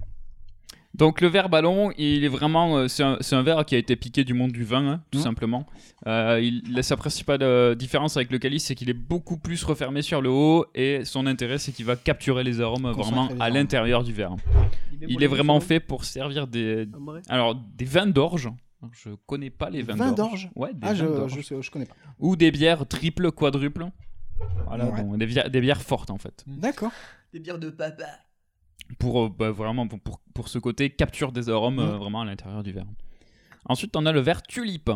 Donc le verre ballon, il est vraiment, euh, c'est un, c'est un verre qui a été piqué du monde du vin, hein, tout simplement. Euh, il, la- sa principale euh, différence avec le calice, c'est qu'il est beaucoup plus refermé sur le haut et son intérêt, c'est qu'il va capturer les arômes Concentrer vraiment les à arômes. l'intérieur du verre. est Il pour est les vraiment consommer fait pour servir des, Ah, ouais. alors des vins d'orge. Je connais pas les vins Vin d'orge. d'orge Ouais, des Ah, je, vins d'orge. je, sais- je connais pas. Ou des bières triples, quadruples. Voilà, Ouais. donc des, bières, des bières fortes en fait. D'accord. Des bières de papa. pour euh, bah, vraiment pour, pour, pour ce côté capture des arômes euh, Mhm. vraiment à l'intérieur du verre. Ensuite, on a le verre tulipe.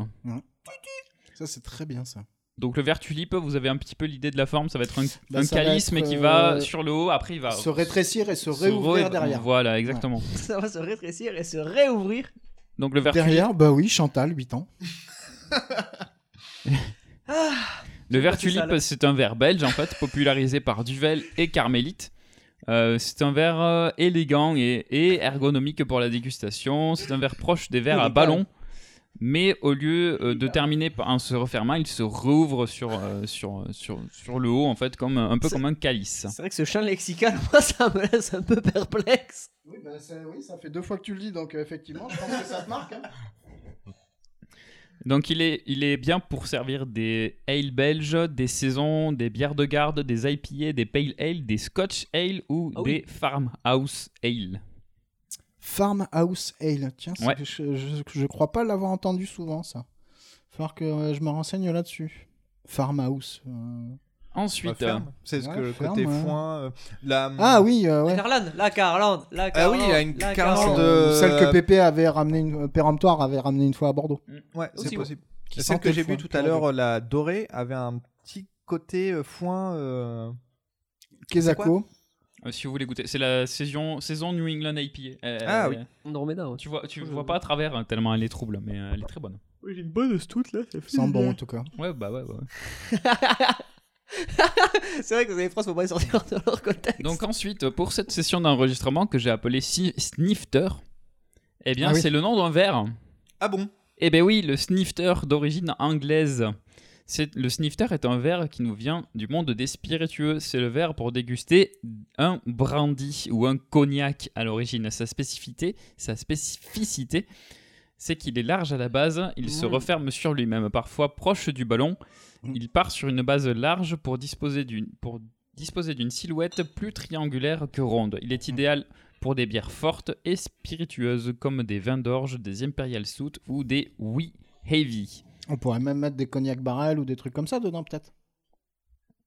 Ça, c'est très bien ça. Donc le verre tulipe, vous avez un petit peu l'idée de la forme, ça va être un, Bah, un ça va calice être, mais qui euh, va sur le haut, après il va se rétrécir et se se réouvrir re- derrière. Voilà, exactement. Ça va se rétrécir et se réouvrir. Donc le verre Derrière, bah oui, Chantal, 8 ans. Ah, Le verre c'est ça, tulipe, là. c'est un verre belge en fait, popularisé par Duvel et Carmélite. Euh, c'est un verre euh, élégant et, et ergonomique pour la dégustation. C'est un verre proche des verres à Élégant. ballon, mais au lieu euh, de terminer par- en se refermant, il se rouvre sur, euh, sur, sur, sur le haut en fait, comme un peu comme un calice. C'est vrai que ce champ lexical, [LAUGHS] moi, ça me laisse un peu perplexe. Oui, [LAUGHS] bah, ça, oui, ça fait deux fois que tu le dis, donc euh, effectivement, je pense que ça te marque. hein. Donc il est, il est bien pour servir des ale belges, des saisons, des bières de garde, des IPA, des pale ale, des scotch ale ou Ah oui. des farmhouse ale. Farmhouse Ale. Tiens, c'est- Ouais. je, je, je crois pas l'avoir entendu souvent, ça. Falloir que euh, je me renseigne là-dessus. Farmhouse. euh. Ensuite, euh, Ouais, ferme. c'est ce Ouais, que le ferme, côté ouais. foin, euh, la- Ah oui, euh, ouais. La Carlande, la Carlande, la Ah oui, Carlande, il y a une la Carlande Carlande. de- Euh, Celle que Pépé avait ramené une, euh, péremptoire avait ramené une fois à Bordeaux. Ouais, Mm. c'est Aussi, possible. ouais. Qui Celle sentait que j'ai le bu foin, tout à purée. l'heure, euh. la dorée, avait un petit côté euh, foin. Euh... Quesaco. Euh, si vous voulez goûter, c'est la saison, saison New England IPA. Euh, Ah oui. euh, Andromeda, ouais. Oh, Tu vois, tu Ouais, vois ouais. pas à travers hein, tellement elle est trouble, mais euh, elle est très bonne. Oui, j'ai une bonne stout là, ça fait Sent du bon bien. en tout cas. Ouais, bah ouais, ouais. ouais. [LAUGHS] C'est vrai que les phrases faut pas les sortir de leur contexte. Donc ensuite, pour cette session d'enregistrement que j'ai appelée si- Snifter, eh bien Ah oui. c'est le nom d'un verre. Ah bon Eh bien oui, le Snifter d'origine anglaise. C'est, le snifter est un verre qui nous vient du monde des spiritueux. C'est le verre pour déguster un brandy ou un cognac à l'origine. Sa spécificité, sa spécificité, c'est qu'il est large à la base. Il se Mm. referme sur lui-même, parfois proche du ballon. Mm. Il part sur une base large pour disposer d'une pour disposer d'une silhouette plus triangulaire que ronde. Il Mm. est idéal pour des bières fortes et spiritueuses comme des vins d'orge, des imperial stout ou des wee heavy. On pourrait même mettre des cognac barrel ou des trucs comme ça dedans peut-être.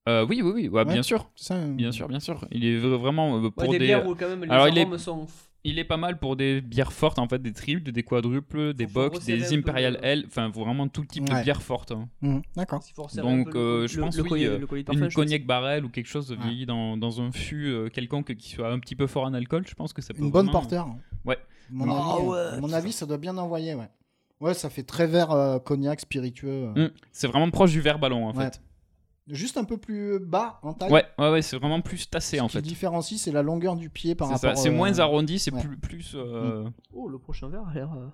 Euh, oui, oui, oui, ouais, Ouais, bien sûr. ça, euh, Bien sûr, bien sûr. Il est vra- vraiment euh, pour des des. bières où quand même les Alors, il est... arômes sont- il est pas mal pour des bières fortes, en fait, des triples, des quadruples, des box, resserrer un des peu imperial ale, enfin, vraiment tout type de Ouais. bières fortes. hein. Mhm, D'accord. S'il faut resserrer un Donc, peu le- euh, je le- pense le oui, collier- euh, le collier parfum, une je pense cognac barrel ou quelque chose vieilli dans, dans un fût euh, quelconque qui soit un petit peu fort en alcool, je pense que ça peut. Une bonne vraiment- porteur. Ah Ouais. Mon, Donc, avis, euh, mon avis, ça doit bien envoyer, ouais. Ouais, ça fait très vert euh, cognac spiritueux. euh. Mm. C'est vraiment proche du verre ballon en Ouais. fait. Juste un peu plus bas en taille. Ouais, ouais, ouais, c'est vraiment plus tassé en Ce qui fait. différencie, c'est la longueur du pied par C'est rapport. ça, c'est euh, moins arrondi, c'est ouais. plus. plus euh, Oh, le prochain verre a l'air. euh,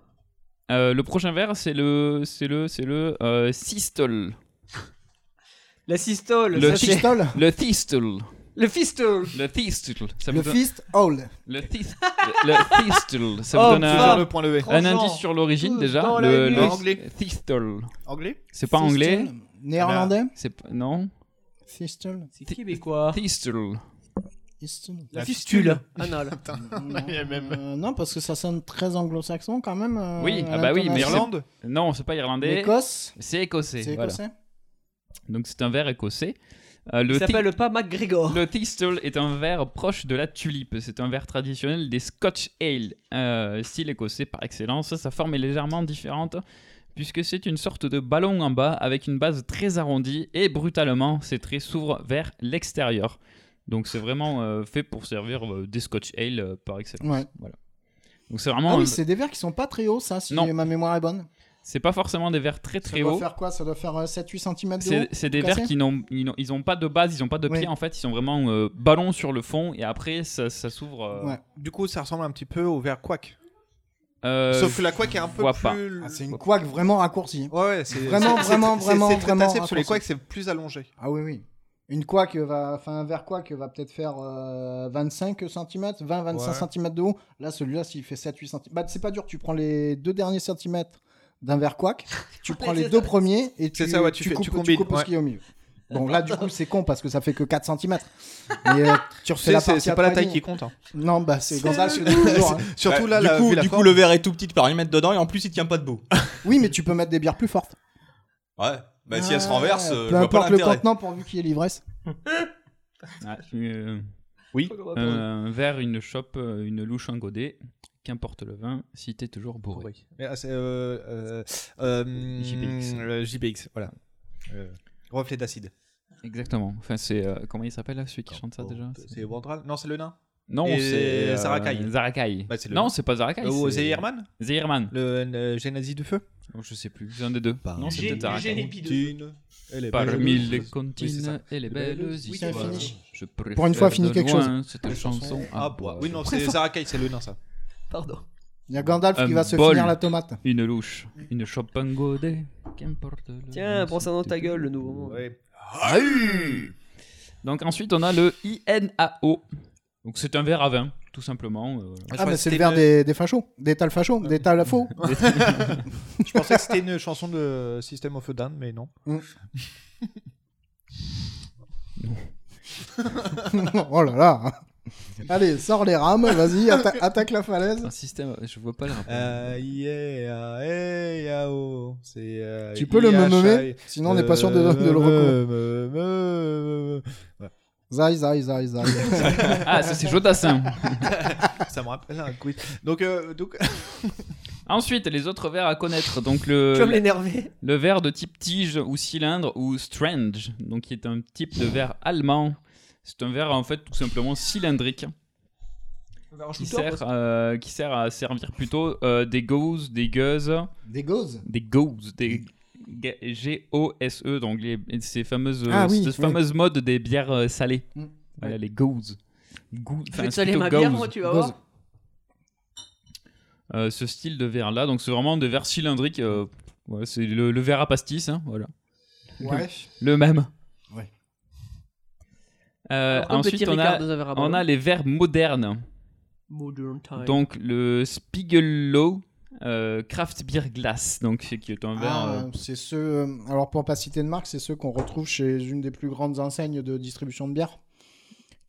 euh, le prochain verre, c'est le, c'est le, c'est le euh, systole. La systole. Le ça, c'est- systole. Le thistole. Le fistole. Le thistole. Ça Le vous donne- fist hole. [LAUGHS] Le thist- le thistole. Ça Oh, vous donne un, putain, le point levé. un tranchant. indice sur l'origine Tous déjà. dans la le nuit. le En anglais. Thistole. Anglais C'est pas Thistol. anglais. Néerlandais C'est pas- non. Thistol. C'est québécois. Thistole. Thistol. La La fistule. [LAUGHS] Anal. [LAUGHS] Euh, non, parce que ça sonne très anglo-saxon quand même. euh, Oui, à ah bah oui, mais l'intonation. Irlande Non, c'est pas irlandais. L'Écosse C'est écossais. C'est voilà. écossais Donc c'est un verre écossais. Euh, Il thi- s'appelle pas McGregor. Le Thistle est un verre proche de la tulipe. C'est un verre traditionnel des Scotch Ale, euh, style écossais par excellence. Sa forme est légèrement différente puisque c'est une sorte de ballon en bas avec une base très arrondie et brutalement ses traits s'ouvrent vers l'extérieur. Donc c'est vraiment euh, fait pour servir euh, des Scotch Ale euh, par excellence. Ouais. Voilà. Donc c'est vraiment Ah un- oui, c'est des verres qui sont pas très hauts, ça, si Non. ma mémoire est bonne. c'est pas forcément des verres très très ça doit hauts. faire quoi Ça doit faire euh, 7-8 cm de haut C'est c'est des verres cassé qui n'ont ils n'ont- ils ont pas de base, ils n'ont pas de Oui. pied en fait, ils sont vraiment euh, ballons sur le fond et après ça, ça s'ouvre. euh, Du coup, ça ressemble un petit peu au verre quack. Euh, Sauf que la couac est un peu vois plus. pas. Ah, c'est une couac vraiment raccourcie. Ouais, ouais, c'est vraiment, c'est- c'est- vraiment, c'est- vraiment, C'est très vraiment tassé, parce que les raccourci. couacs, c'est plus allongé. Ah oui, oui. Une couac va, enfin un verre couac va peut-être faire euh, 25 cm, 20-25 Ouais. cm de haut. Là, celui-là, s'il fait 7-8 cm, bah c'est pas dur. Tu prends les deux derniers centimètres d'un verre couac, tu prends les deux premiers et C'est tu, ça, ouais, tu fais- coupes, tu combines, coupes ouais. ce qui est au milieu. Bon, là, du coup, c'est con parce que ça fait que 4 cm. [LAUGHS] Mais euh, tu refais C'est- la c'est- partie c'est à pas la poignée. taille qui compte, hein. Non, bah c'est Gonzalez le- qui dit toujours, hein. Surtout Bah, là, du la- coup, vu la du coup, forme. le verre est tout petit, tu peux rien mettre dedans et en plus il tient [LAUGHS] pas debout. Oui, mais tu peux mettre des bières plus fortes. Ouais, bah si elle se renverse, Ouais, euh, je peu vois pas importe le l'intérêt. contenant pourvu qu'il y ait l'ivresse. Ah, euh, oui. Un, verre, une chope, euh, une louche, un godet. Qu'importe le vin, si t'es toujours bourré. Mais, ah, c'est, euh, euh, euh, JBX. le JBX, voilà. Euh, reflet d'acide. Exactement. Enfin, c'est euh, comment il s'appelle là, celui qui chante ça déjà C'est Wandral Non, c'est le nain Non, Et c'est euh, Zarakai. Zarakai. Bah, c'est le- Non, c'est pas Zarakai. Ou c'est- Zeirman Zeirman. Le, le génazie du feu Oh, Je sais plus, c'est un des deux. Ah non, c'est J'ai- peut-être j'ai les Zarakai. bideux. Elle est Parmi belle. les Oui, c'est ça. continents et les belles Oui, c'est un histoires. finish. Je Pour une fois, finis préfère de quelque chose. loin Cette chanson à boire. Ah, bah, Oui, non, c'est Zarakai, c'est le nain, ça. Pardon. Il y a Gandalf qui Euh, Un va se bol, finir la tomate. Une louche, une chope, un godet. Qu'importe le Tiens, Mmh, prends ça dans ta gueule, le nouveau monde. Donc ensuite, on a le INAO. Donc c'est un verre à vin, tout simplement. euh, voilà. Ah, mais c'est le verre des, des fachos, des tal fachos, des tal faux. [LAUGHS] [LAUGHS] Je pensais que c'était une chanson de System of a Down, mais non. Mm. oh là là. Allez, sors les rames, vas-y, atta- attaque la falaise. Un système, je vois pas le rapport. Euh, yeah, hey, yao. C'est, euh, Tu peux le IHI. nommer, sinon on n'est pas sûr de- de le Euh, reconnaître. me- Euh, me- me- Ouais. Zai, zai, zai, zai. Ah, ça, c'est Jodassin. [LAUGHS] ça me rappelle un quiz. Donc, euh, donc... [LAUGHS] Ensuite, les autres verres à connaître. Donc le, Tu vas me l'énerver. Le verre de type tige ou cylindre ou strange, donc qui est un type de verre allemand. C'est un verre en fait tout simplement cylindrique. verre en Qui shooter, sert, euh, qui sert à servir plutôt euh, des gauzes, des gueuses. Des gauzes Des gauzes, des ga- G-O-S-E, E, donc les- ces fameuses, Ah oui, cette oui. fameuse mode des bières euh, salées. Mm. Voilà, les gauzes. Gou- Je enfin, vais te c'est saler plutôt ma bière, gauzes. moi, tu vas voir. Euh, ce style de verre là. Donc c'est vraiment des verres cylindriques. euh, ouais, c'est le, le verre à pastis, hein, voilà. Ouais. Le, le même. Ouais. Euh, Alors, comme ensuite, petit on a, Ricard de Zaver à on a Ballon. les verres modernes. Modern time. Donc le Spiegelow euh, Craft Beer Glass, donc c'est- qui est un verre. Ah, euh, c'est ceux, euh, alors pour pas citer de marque, c'est ceux qu'on retrouve chez une des plus grandes enseignes de distribution de bière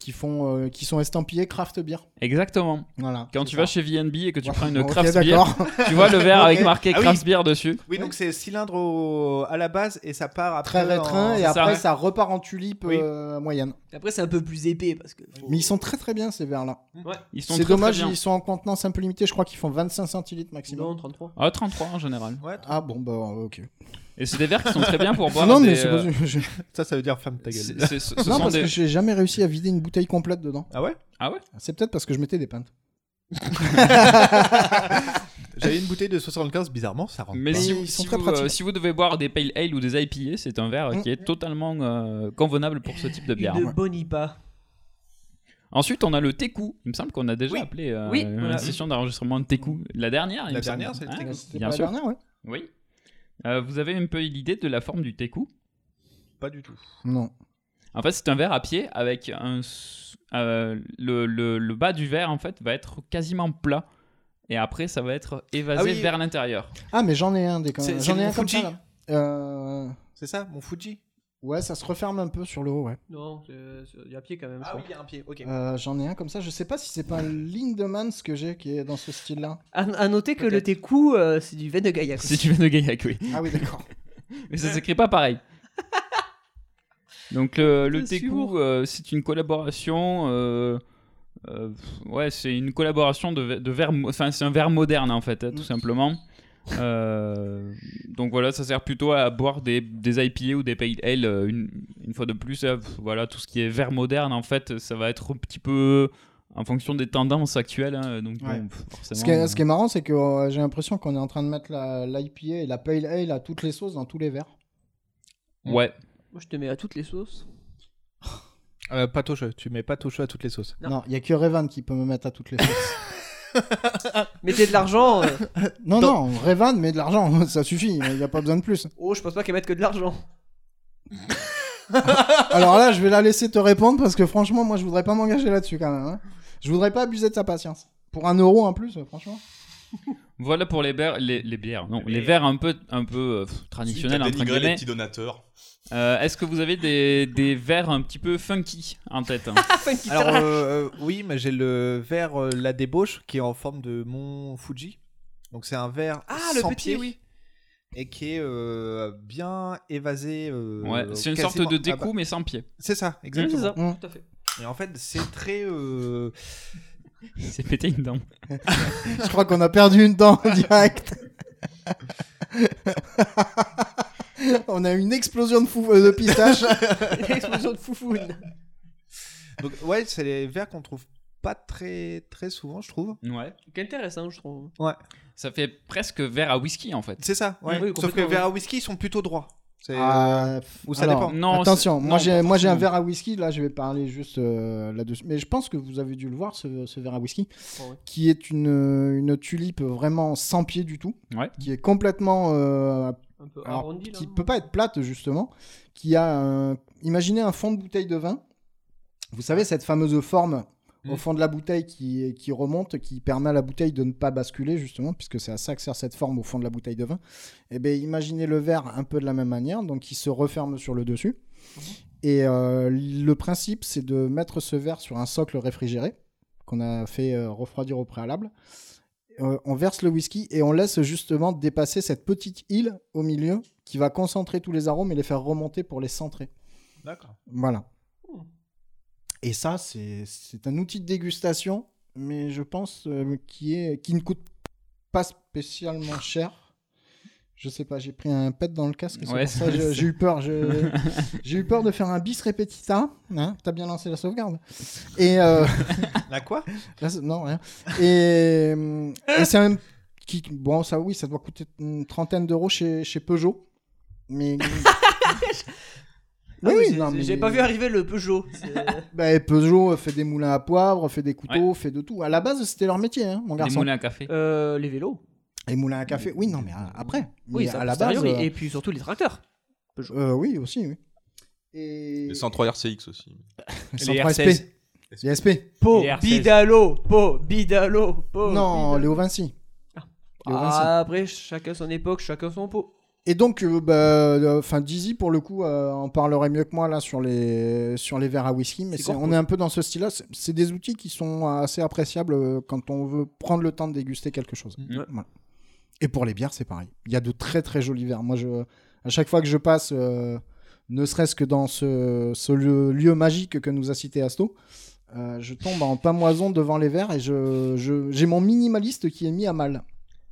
qui, font, euh, qui sont estampillés craft beer. Exactement. Voilà, Quand c'est tu ça. vas chez VNB et que tu Ouais, prends une [LAUGHS] ok, craft beer, d'accord. tu vois le verre avec Ok. marqué Ah oui. craft beer dessus. Oui, donc c'est cylindre au- à la base et ça part après. Très en- rétreint et après ça repart en tulipe Oui. euh, moyenne. Après, c'est un peu plus épais parce que. Mais ils sont très très bien ces verres-là. Ouais, ils sont C'est très, dommage, très bien. ils sont en contenance un peu limitée. Je crois qu'ils font 25 centilitres maximum. Non, 33. Ah, 33 en général. Ah bon, bah ok. Et c'est des verres qui sont très bien [LAUGHS] pour boire. Non, mais des, c'est euh, pas- je- Ça, ça veut dire ferme ta gueule. C'est- c'est- ce- ce non, sont parce des- que j'ai jamais réussi à vider une bouteille complète dedans. Ah ouais Ah ouais C'est peut-être parce que je mettais [LAUGHS] des pintes. J'avais une bouteille de 75, bizarrement, ça rentre. Mais pas. Bah, si, vous- si vous, euh, si vous devez boire des pale ale ou des IPA, c'est un verre Mm. qui est totalement euh, convenable pour ce type de bière. De Bonipa. Ensuite, on a le Teku. Il me semble qu'on a déjà appelé euh, Oui, une voilà. session d'enregistrement de Teku. La dernière, il La me semble. dernière, c'est le Hein, Teku. C'était bien pas la sûr. dernière, ouais. Oui. Euh, vous avez un peu l'idée de la forme du Teku Pas du tout. Non. En fait, c'est un verre à pied avec un. s- euh, le, le- le bas du verre, en fait, va être quasiment plat. Et après, ça va être évasé Ah oui. vers l'intérieur. Ah, mais j'en ai un des C'est- c'est J'en ai mon un comme Fuji. ça. là. Euh, C'est ça, mon Fuji Ouais, ça se referme un peu sur le haut, ouais. Non, c'est- c'est- il y a un pied quand même. Ah oui, il y a un pied, ok. Euh, J'en ai un comme ça. Je sais pas si c'est pas un Lindemann ce que j'ai qui est dans ce style-là. À, à noter que le Teku, euh, c'est du vin de Gaillac. C'est du vin de Gaillac, oui. Ah oui, [LAUGHS] d'accord. Mais ça s'écrit pas pareil. Donc le, le Putain, c'est Teku, euh, c'est une collaboration. euh, euh, pff, ouais, c'est une collaboration de, ve- de verre. mo- Enfin, c'est un verre moderne en fait, hein, tout simplement. Euh, donc voilà, ça sert plutôt à boire des, des IPA ou des pale ale. euh, Une, une fois de plus, euh, pff, voilà, tout ce qui est verre moderne en fait, ça va être un petit peu en fonction des tendances actuelles. hein, donc Ouais. bon, pff, forcément. Ce qui, est, ce qui est marrant, c'est que euh, j'ai l'impression qu'on est en train de mettre la- l'IPA et la Pale Ale à toutes les sauces dans tous les verres. euh, Ouais. Moi, je te mets à toutes les sauces. Euh, patouche, tu mets patouche à toutes [LAUGHS] les sauces. Non, il y a que Revan qui peut me mettre à toutes les sauces. Mettez de l'argent. euh. non, Dans- non, Revan met de l'argent, [LAUGHS] ça suffit, il n'y a pas besoin de plus. Oh, je pense pas qu'elle mette que de l'argent. [LAUGHS] Alors là, je vais la laisser te répondre parce que franchement, moi, je voudrais pas m'engager là-dessus quand même. hein. Je voudrais pas abuser de sa patience. Pour un euro en plus, franchement. Voilà pour les, bières, les, les bières, non, les verres un peu, un peu euh, pff, traditionnels. t'as entre dénigré les guillemets. petits donateurs. Euh, Est-ce que vous avez des, des verres un petit peu funky en [LAUGHS] tête hein Alors, euh, euh, oui, mais j'ai le verre euh, La Débauche qui est en forme de Mont Fuji. Donc, c'est un verre Ah, le sans petit, pied oui. Et qui est euh, bien évasé. euh, Ouais, c'est une sorte quasiment- de décou, ah bah- mais sans pied. C'est ça, Mm, exactement. c'est ça, Mmh. Mm. tout à Et en fait, c'est très. [LAUGHS] euh, Il s'est pété une [LAUGHS] dent. je crois qu'on a perdu une dent en direct. [LAUGHS] On a eu une explosion de, fou- euh, de pistache. Explosion de foufoune. Donc, ouais, c'est les verres qu'on trouve pas très, très souvent, je trouve. Ouais. Qu'intéressant, je trouve. Ouais. Ça fait presque verre à whisky en fait. C'est ça, Ah, ouais. Sauf que les verres à whisky, ils sont plutôt droits. C'est, Ah, euh, Ou ça alors, dépend. Non, attention, c'est- moi non, j'ai pas moi j'ai un forcément. verre à whisky. Là, je vais parler juste euh, là-dessus. Mais je pense que vous avez dû le voir ce, ce verre à whisky, Oh, ouais. qui est une, une tulipe vraiment sans pied du tout, Ouais. qui est complètement euh, peu alors, arrondie, là, qui peut pas être plate justement, qui a un- imaginez un fond de bouteille de vin. Vous savez cette fameuse forme au fond de la bouteille qui, qui remonte, qui permet à la bouteille de ne pas basculer, justement, puisque c'est à ça que sert cette forme au fond de la bouteille de vin. Et bien, imaginez le verre un peu de la même manière, donc il se referme sur le dessus. Et euh, le principe, c'est de mettre ce verre sur un socle réfrigéré, qu'on a fait euh, refroidir au préalable. Euh, on verse le whisky et on laisse justement dépasser cette petite île au milieu qui va concentrer tous les arômes et les faire remonter pour les centrer. D'accord. Voilà. Et ça, c'est c'est un outil de dégustation, mais je pense euh, qui, est, qui ne coûte pas spécialement cher. Je sais pas, j'ai pris un pet dans le casque, c'est Ouais, pour ça c'est- j'ai j'ai eu peur. je- J'ai eu peur de faire un bis repetita. Hein, T'as bien lancé la sauvegarde. Et euh, La quoi Là, c'est- Non, rien. Et, euh, et c'est un qui, bon, ça oui, ça doit coûter une trentaine d'euros chez, chez Peugeot, mais. [LAUGHS] Ah Ah Ah Oui, oui, oui, j'ai- non, mais- J'ai pas vu arriver le [LAUGHS] Peugeot. c'est- Bah, Peugeot fait des moulins à poivre, fait des couteaux, fait de tout. À la base, c'était leur métier, hein, mon Les garçon. moulins à café. euh, les vélos. Les moulins à café, oui, non, mais euh, après. Oui, Mais ça, à la base. posteriori, euh, Et puis surtout les tracteurs. euh, oui, aussi, oui. Les 103 RCX aussi. [LAUGHS] Sans trois SP. Les SP. Po, Bidalo, Po, Bidalo, Po. Non, Bidalo. Léo Vinci. Léo Vinci. Ah, après, chacun son époque, chacun son pot. Et donc, euh, bah, euh, enfin, Dizzy, pour le coup, euh, en parlerait mieux que moi là sur les sur les verres à whisky, mais C'est c'est- corpo. on est un peu dans ce style-là. C'est- C'est des outils qui sont assez appréciables euh, quand on veut prendre le temps de déguster quelque chose. Mm. Voilà. Et pour les bières, c'est pareil. Il y a de très très jolis verres. Moi, je, à chaque fois que je passe, euh, ne serait-ce que dans ce, ce lieu, lieu magique que nous a cité Asto. euh, je tombe en pamoison devant les verres et je- je- j'ai mon minimaliste qui est mis à mal.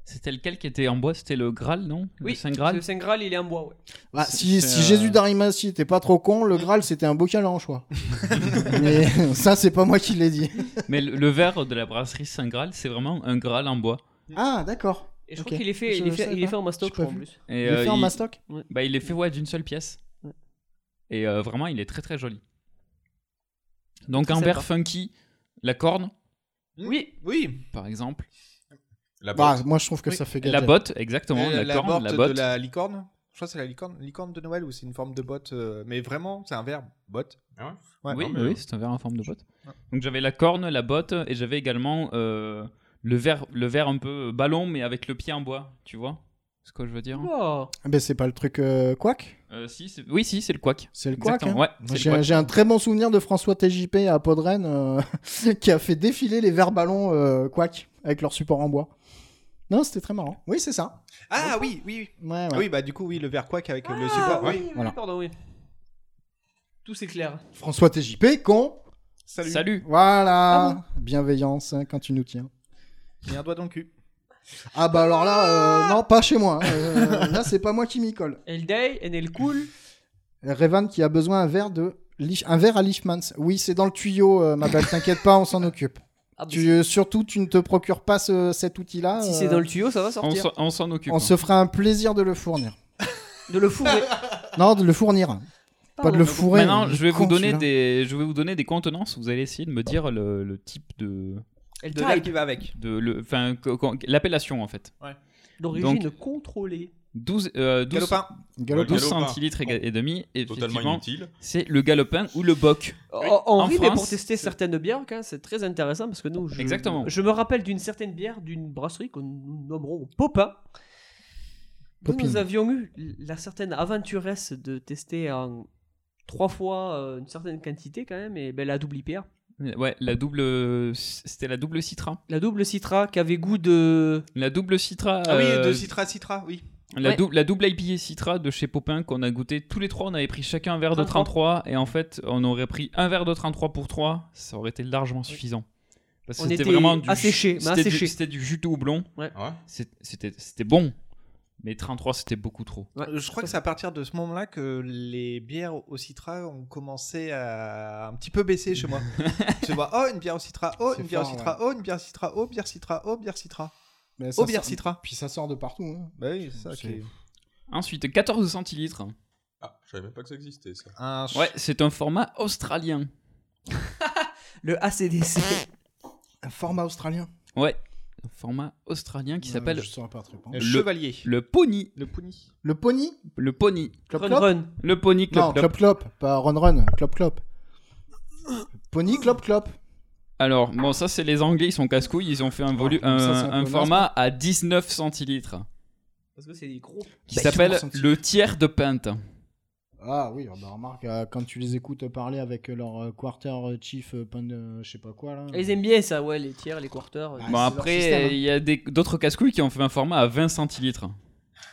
C'était lequel qui était en bois C'était le Graal, non Oui, Le Saint Graal Le Saint Graal, il est en bois, ouais. Bah, C'est- si c'est, si euh, Jésus d'Arimathie était pas trop con, le Graal c'était un bocal en choix. [LAUGHS] Mais ça, c'est pas moi qui l'ai dit. Mais le, le verre de la brasserie Saint Graal, c'est vraiment un Graal en bois. [LAUGHS] Ah, d'accord. Et je Ok. crois qu'il est fait, il Je- est je fait, savais il est pas. fait en mastoc, je J'ai crois, pas en vu. plus. Et, euh, Il est fait en il- mastoc bah, Il est fait ouais, d'une seule pièce. Et euh, vraiment, il est très très joli. Donc Très un verre sympa. funky, la corne, Oui, oui. par exemple. La Bah, botte. moi, je trouve que ça fait La gadget. botte, exactement. Euh, la, corne, botte la botte. de la licorne. Je crois que c'est la licorne, licorne de Noël ou c'est une forme de botte. euh, mais vraiment, c'est un verbe, botte. oui, Ah non, mais, Ah, oui, euh, c'est un verre en forme de botte. Donc j'avais la corne, la botte, et j'avais également euh, le verre, le verre un peu euh, ballon, mais avec le pied en bois. Tu vois ce que je veux dire Oh. Ah Ben, c'est pas le truc euh, quack Euh, si, c'est- Oui, si, c'est le couac. C'est le quack. Exactement, hein ouais, c'est le J'ai- couac. J'ai un très bon souvenir de François TJP à Podren euh, [LAUGHS] qui a fait défiler les verres ballons euh, quack avec leur support en bois. Non, c'était très marrant. Oui, c'est ça. Ah oui, oui, oui. Ouais, ouais. Ah oui, bah du coup, oui, le verre quack avec le Ah, support. oui, ouais. oui, Voilà. pardon, oui. Tout s'éclaire. François TJP, con. Salut. Voilà. Ah Bienveillance hein, quand tu nous tiens. J'ai un doigt dans le cul. Ah bah alors là, euh, non, pas chez moi. hein. Euh, [LAUGHS] là, c'est pas moi qui m'y colle. El Day, and El Cool. Revan qui a besoin d'un verre de Lich- un verre à Lichmans. Oui, c'est dans le tuyau, euh, ma belle. T'inquiète pas, on s'en [LAUGHS] occupe. Tu- euh, surtout, tu ne te procures pas ce- cet Ah outil-là. bah Si euh, c'est dans le tuyau, ça va sortir. s'en- on s'en occupe, On hein. se fera un plaisir de le fournir. De le [LAUGHS] fourrer. Non, de le fournir. Pas de le fourrer. Maintenant, le je vais, vous con, donner celui-là. des, je vais vous donner des contenances. Vous allez essayer de me dire le, le type de. Et le de type l'app- qui va avec. de le- Enfin, co- co- l'appellation en fait. D'origine Donc, contrôlée. 12, euh, 12, Galopin. Galopin. 12 Galopin. centilitres et, et demi. Et Totalement effectivement, inutile. C'est le galopin ou le boc. On En on rit, Oh, mais pour France, tester certaines bières, quand même, c'est très intéressant parce que nous, je, Exactement. je me rappelle d'une certaine bière d'une brasserie que nous nommerons Popin. dont Popin. Nous avions eu la certaine aventuresse de tester en trois fois euh, une certaine quantité quand même, et ben, la double IPA. Ouais, la double. C'était la double citra. La double citra qui avait goût de. La double citra. Ah oui, de euh, Citra Citra, oui. La, Ouais. dou- la double IPA Citra de chez Popin qu'on a goûté tous les trois, on avait pris chacun un verre de 33 et en fait on aurait pris un verre de 33 pour 3, ça aurait été largement suffisant. Parce que On c'était était vraiment du jus- asséchés, mais c'était du, asséchés. c'était du jus de houblon. Ouais. C'est- C'était c'était bon, mais 33 c'était beaucoup trop. Euh, Je crois que c'est à partir de ce moment-là que les bières au citra ont commencé à un petit peu baisser [LAUGHS] chez moi. Je vois, oh, une bière au citra, oh, C'est une bière au fort, citra, oh, une bière citra, oh, bière citra, oh, bière citra. Mais ça Oh, bière sort- citra. Puis ça sort de partout. hein. Bah oui, c'est ça C'est- qui est- Ensuite 14 centilitres. Ah, je savais même pas que ça existait ça. Ouais, c'est un format australien. [LAUGHS] Le ACDC. Un format australien. Ouais, un format australien qui Ouais, s'appelle je saurais pas trop, hein. le Chevalier. Le pony. Le pony. Le pony Le pony. Clop, Run, clop run. Le pony clop, non, clop. clop clop, pas run run, clop clop. Pony clop clop. Alors, bon, ça, c'est les Anglais, ils sont casse-couilles, ils ont fait un, volu- Ah, un, ça, c'est un peu un naze, format à 19 centilitres Parce que c'est des gros. qui Bah, s'appelle 19 centilitres. le tiers de pinte. Ah oui, bah remarque, euh, quand tu les écoutes parler avec euh, leur euh, quarter euh, chief, euh, pun- euh, je sais pas quoi là. Ils aiment bien ça, ouais, les tiers, les Ah, quarters. euh, c'est bon, leur après, système. hein. il y a des- d'autres casse-couilles qui ont fait un format à 20 centilitres.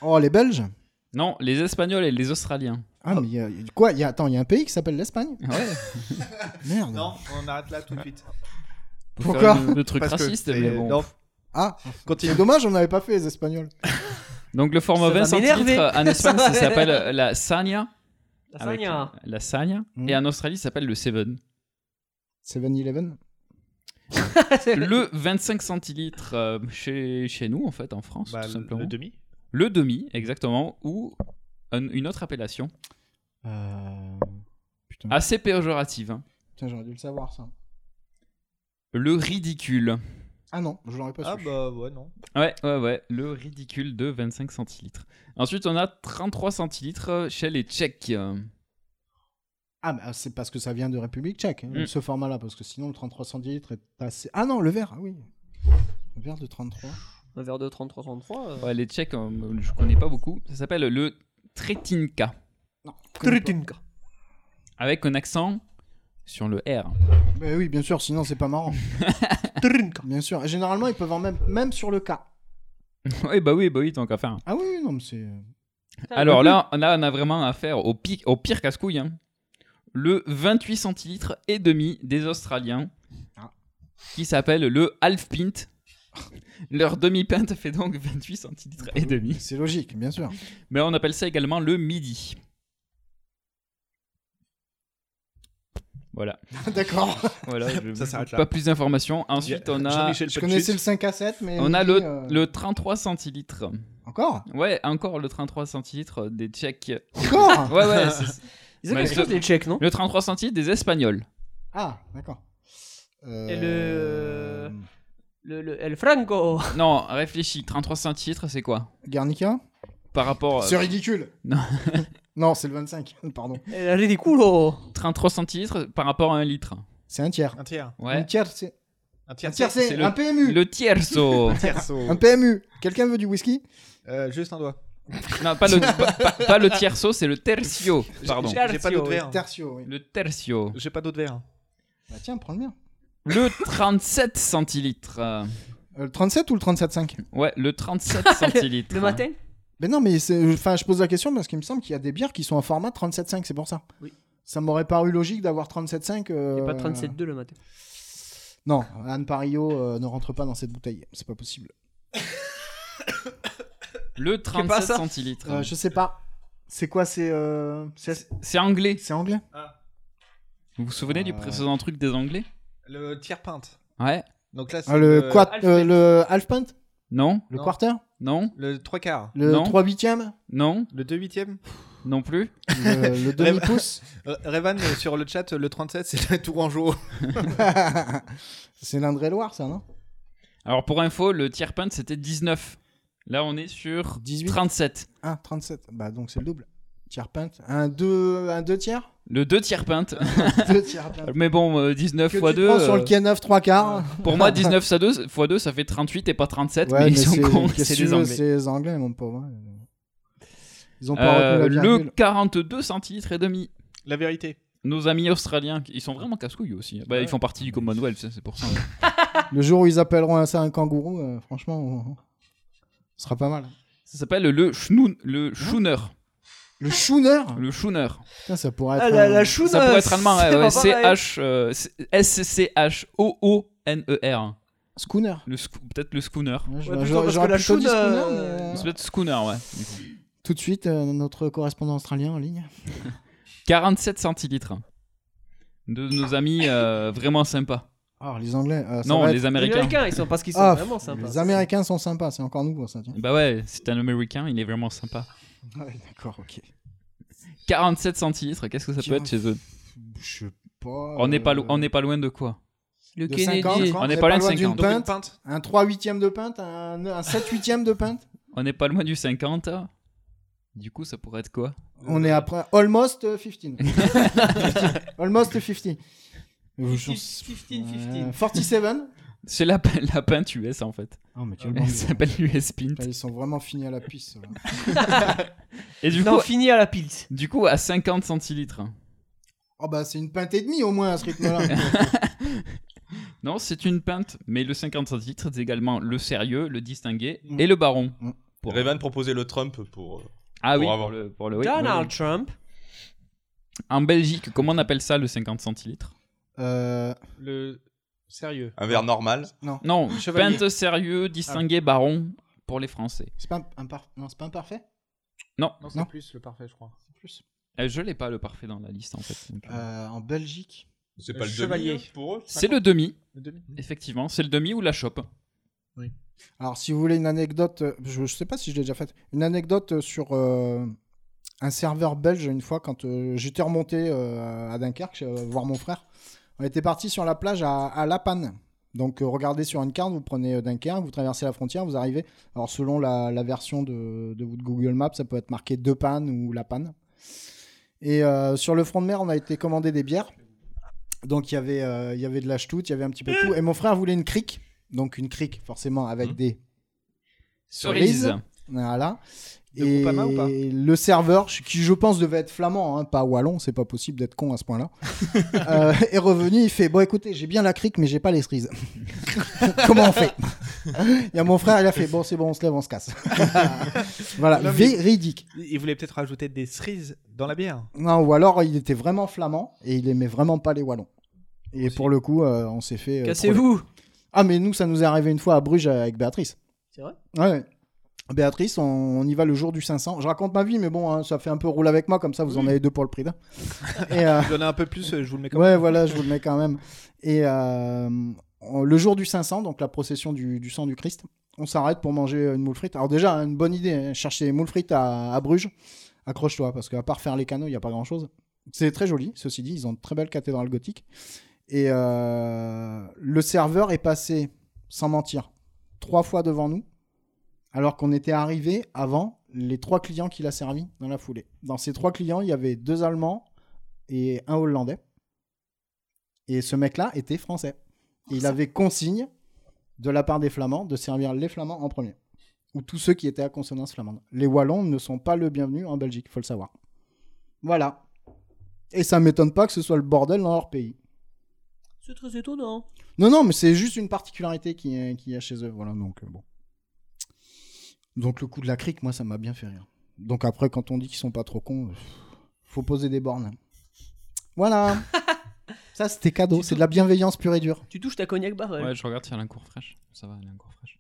Oh, les Belges Non, les Espagnols et les Australiens. Ah, mais euh, quoi il y a, Attends, il y a un pays qui s'appelle l'Espagne Ah [LAUGHS] Ouais. Merde. Non, on arrête là tout de suite. Pourquoi faire le- le truc Parce que raciste, c'est- mais bon. non. Ah, c'est dommage, on n'avait pas fait [LAUGHS] les Espagnols. Donc, le format Ça va 20 m'énerver. centilitres euh, en Espagne, Ça [LAUGHS] ça va s'appelle euh, la Sagna. La avec- euh, Sagna. La Sagna. Mm. Et en Australie, ça s'appelle le [LAUGHS] Seven. 7-Eleven Ah, le 25 centilitres euh, chez, chez nous, en fait, en France, Bah, tout le- simplement. le demi Le demi, exactement, ou un- une autre appellation. Euh, Assez péjorative. hein. Putain, j'aurais dû le savoir ça. Le ridicule. Ah non, je l'aurais pas Ah su. bah ouais, non. Ouais, ouais, ouais, le ridicule de 25 centilitres. Ensuite, on a 33 centilitres chez les Tchèques. euh. Ah, mais euh, c'est parce que ça vient de République tchèque, hein, Mm. ce format-là, parce que sinon le 33 centilitres est assez. Ah non, le verre, ah oui. Le verre de 33. Un verre de 33-33. euh, Ouais, les Tchèques, euh, je connais pas beaucoup. Ça s'appelle le Tretinka. Tretinka. Avec un accent sur le R. Bah oui, bien sûr, sinon c'est [LAUGHS] pas marrant. bien sûr, Et généralement ils peuvent en même, même sur le cas. oui, bah oui, bah oui, tant qu'à faire. Ah oui, non, mais c'est. Ah, Alors là, là, on a vraiment affaire au, pic, au pire casse-couille. hein. Le 28 centilitres et demi des Australiens, qui s'appelle le half pint. Leur demi-pinte fait donc 28 centilitres et demi. C'est logique, bien sûr. Mais on appelle ça également le midi. Voilà. [LAUGHS] D'accord. Voilà, je- Ça s'arrête là. Pas plus d'informations. Ensuite, on a. Je connaissais le 5 à 7, mais. On a midi, le, euh, le 33 centilitres. Encore Ouais, encore le 33 centilitres des Tchèques. Encore Ouais, ouais. c'est- Ils ont Mais quelque le- chose, les Tchèques, non Le 33 centilitres des Espagnols. Ah, d'accord. Euh, Et le... le. le- El Franco Non, réfléchis. 33 centilitres, c'est quoi Guernica Par rapport. euh, C'est ridicule Oh, Non. [LAUGHS] Non, c'est le 25, [LAUGHS] pardon. Elle est ridicule 33 centilitres par rapport à un litre. C'est un tiers. Un tiers. Ouais. Un tiers, c'est. Un tiers, c'est le- un PMU. Le tierso. Un [LAUGHS] tierso. Un PMU. Quelqu'un veut du whisky Euh, juste un doigt. Non, pas le, pas, pas- pas le tierso, c'est le [LAUGHS] tertio. Pardon. J'ai- j'ai pas d'autre verre. Tertio, oui. Le tertio. J'ai pas d'autre verre. Bah tiens, prends le mien. Le 37 centilitres. euh. Euh, le 37 ou le 37,5 Ouais, le 37 centilitres. Mais non, mais c'est- enfin, je pose la question parce qu'il me semble qu'il y a des bières qui sont en format 37,5, c'est pour ça. Oui. Ça m'aurait paru logique d'avoir 37,5. euh, Pas 37-2 le matin. Non, Anne Pario euh, ne rentre pas dans cette bouteille. C'est pas possible. Le C'est 37 pas ça centilitres. Euh, je sais pas. C'est quoi C'est euh, c'est c'est anglais. C'est anglais. Vous vous souvenez du Euh, précédent truc des Anglais Le tiers peinte. Ouais. Donc là, c'est Ah, le, quart- euh, le half pint Non. Le Non. quarter Non. Le trois quarts. Le Non. 3 huitièmes Non. Le 2 huitièmes Non plus. Le- le demi-pouce [LAUGHS] Euh, Revan, euh, sur le chat, le 37, c'est [LAUGHS] le Tourangeau. C'est l'Indre-et-Loire, ça, non Alors pour info, le tiers pint c'était 19. Là on est sur 37. Ah, 37. Bah donc c'est le double. Tiers pint. Un 2 un deux tiers Le 2 tiers pint. [LAUGHS] Deux tiers pint. Mais bon, euh, 19 Que fois tu 2. prends sur le K9 3 quarts. Pour [LAUGHS] moi, 19 ça deux- fois 2, ça fait 38 et pas 37. Ouais, mais ils mais sont c'est- cons, qu'est-ce c'est que tu des veux, Anglais. C'est les Anglais, mon pauvre. Ils ont pas Euh, retenu la le virgule. 42 centilitres et demi. La vérité. Nos amis australiens, ils sont vraiment casse-couilles aussi. Bah, Ils font partie du Commonwealth, ça, c'est pour ça. Le jour où ils appelleront ça un kangourou, euh, franchement, on- ce sera pas mal. ça s'appelle le schnoun, le schooner. Le schooner Le schooner. Putain, ça pourrait être. Ah, la- la Ça pourrait être allemand, ouais, ouais, c'est pas pareil. C-H, euh, C- S-C-H-O-O-N-E-R. Schooner. E Le sco- peut-être le schooner. j'aurais- plutôt parce j'aurais que la plutôt dit schooner, schooner, mais, euh, C'est peut-être schooner, ouais. du coup. Tout de suite, euh, notre correspondant australien en ligne. 47 centilitres. De nos amis euh, vraiment sympas. Alors, les Anglais. euh, ça Non, va les être- Américains. Les Américains, ils sont- parce qu'ils sont Ah, vraiment pff, sympas. Les Américains sont sympas, c'est encore nouveau ça, tiens. Bah ouais, c'est un américain, il est vraiment sympa. Ouais, d'accord, ok. 47 centilitres, qu'est-ce que ça peut être chez eux Je sais pas. euh, On n'est pas, lo- on n'est pas loin de quoi Le De 50, On n'est pas loin de d'une 50. pinte, un 3 huitième de pinte, un, un 7 huitième de pinte. On n'est pas loin du 50. Du coup, ça pourrait être quoi On est après almost euh, 15. almost 50. Euh, je- 15-15. Euh, 47 [LAUGHS] C'est la, pe- la peinte US en fait. Non, mais Elle s'appelle US Pint. Ils sont vraiment finis à la pisse. hein. [LAUGHS] Et du Non, coup, fini à la pilte. Du coup, à 50 centilitres. Oh bah c'est une pinte et demie au moins à ce rythme-là. Non, c'est une pinte, mais le 50 centilitres c'est également le sérieux, le distingué Mm. et le baron. Pour... Revan proposait le Trump pour. euh, Ah oui, pour pour avoir- le, pour le- oui, Donald oui, oui. Trump. En Belgique, comment on appelle ça le 50 centilitres Euh, Euh, Le sérieux. Un verre normal. Non. Ah. Non, Chevalier. pinte sérieux, distingué, baron pour les Français. C'est pas un par- Non, c'est pas un parfait Non. Non, c'est plus le parfait, je crois. C'est plus. Euh, Je l'ai pas le parfait dans la liste en fait. donc, euh, Euh, en Belgique C'est Le pas le chevalier. demi pour eux C'est le demi. Le demi. Effectivement, c'est le demi ou la chope. Alors, si vous voulez une anecdote, euh, je ne sais pas si je l'ai déjà faite, une anecdote euh, sur euh, un serveur belge une fois quand euh, j'étais remonté euh, à Dunkerque euh, voir mon frère. On était parti sur la plage à, à La Panne. Donc, euh, regardez sur une carte, vous prenez euh, Dunkerque, vous traversez la frontière, vous arrivez. Alors, selon la, la version de, de votre Google Maps, ça peut être marqué De Panne ou La Panne. Et euh, sur le front de mer, on a été commandé des bières. Donc il y avait euh, il y avait de la ch'toute, il y avait un petit peu de tout. Et mon frère voulait une crique, donc une crique forcément avec des Cerises. Voilà. Et le serveur, je- qui je pense devait être flamand, hein, pas wallon, c'est pas possible d'être con à ce [LAUGHS] point-là, euh, est revenu. Il fait Bon, écoutez, j'ai bien la crique, mais j'ai pas les [LAUGHS] cerises. Comment on fait Il y a mon frère, il a fait Bon, c'est bon, on se lève, on se [LAUGHS] casse. Ah, [LAUGHS] voilà, Non, mais- véridique. Il voulait peut-être rajouter des cerises dans la bière. Non, ou alors il était vraiment flamand et il aimait vraiment pas les Wallons. Et pour le coup, euh, on s'est fait. euh, Cassez-vous troller. Ah, mais nous, ça nous est arrivé une fois à Bruges euh, avec Béatrice. C'est vrai Ouais, ouais. Béatrice, on, on y va le jour du 500. Je raconte ma vie, mais bon, hein, ça fait un peu roule avec moi, comme ça vous en avez deux pour le [LAUGHS] prix d'un. Et, [LAUGHS] euh, J'en ai un peu plus, euh, je vous le mets comme Ouais, voilà, [LAUGHS] je vous le mets quand même. Et euh, on- le jour du 500, donc la procession du, du sang du Christ, on s'arrête pour manger une moule frite. Alors déjà, une bonne idée, hein, chercher des moules frites à, à Bruges. Accroche-toi, parce qu'à part faire les canaux, il n'y a pas grand-chose. C'est très joli, ceci dit, ils ont une très belle cathédrale gothique. Et euh, le serveur est passé, sans mentir, trois fois devant nous, alors qu'on était arrivé avant les trois clients qu'il a servi dans la foulée. Dans ces trois clients, il y avait deux Allemands et un Hollandais. Et ce mec-là était français. Et il avait consigne de la part des Flamands de servir les Flamands en premier. Ou tous ceux qui étaient à consonance flamande. Les Wallons ne sont pas le bienvenu en Belgique, faut le savoir. Voilà. Et ça m'étonne pas que ce soit le bordel dans leur pays. C'est très étonnant. Non, non, mais c'est juste une particularité qui est- qu'il y a chez eux. Voilà, donc euh, bon. Donc le coup de la crique, moi, ça m'a bien fait rire. Donc après, quand on dit qu'ils sont pas trop cons, euh, faut poser des bornes. Voilà. ça, c'était cadeau. C'est de la bienveillance pure et dure. Tu touches ta cognac barrel. Ouais, je regarde si elle a un cours fraîche. Ça va, elle a un cours fraîche.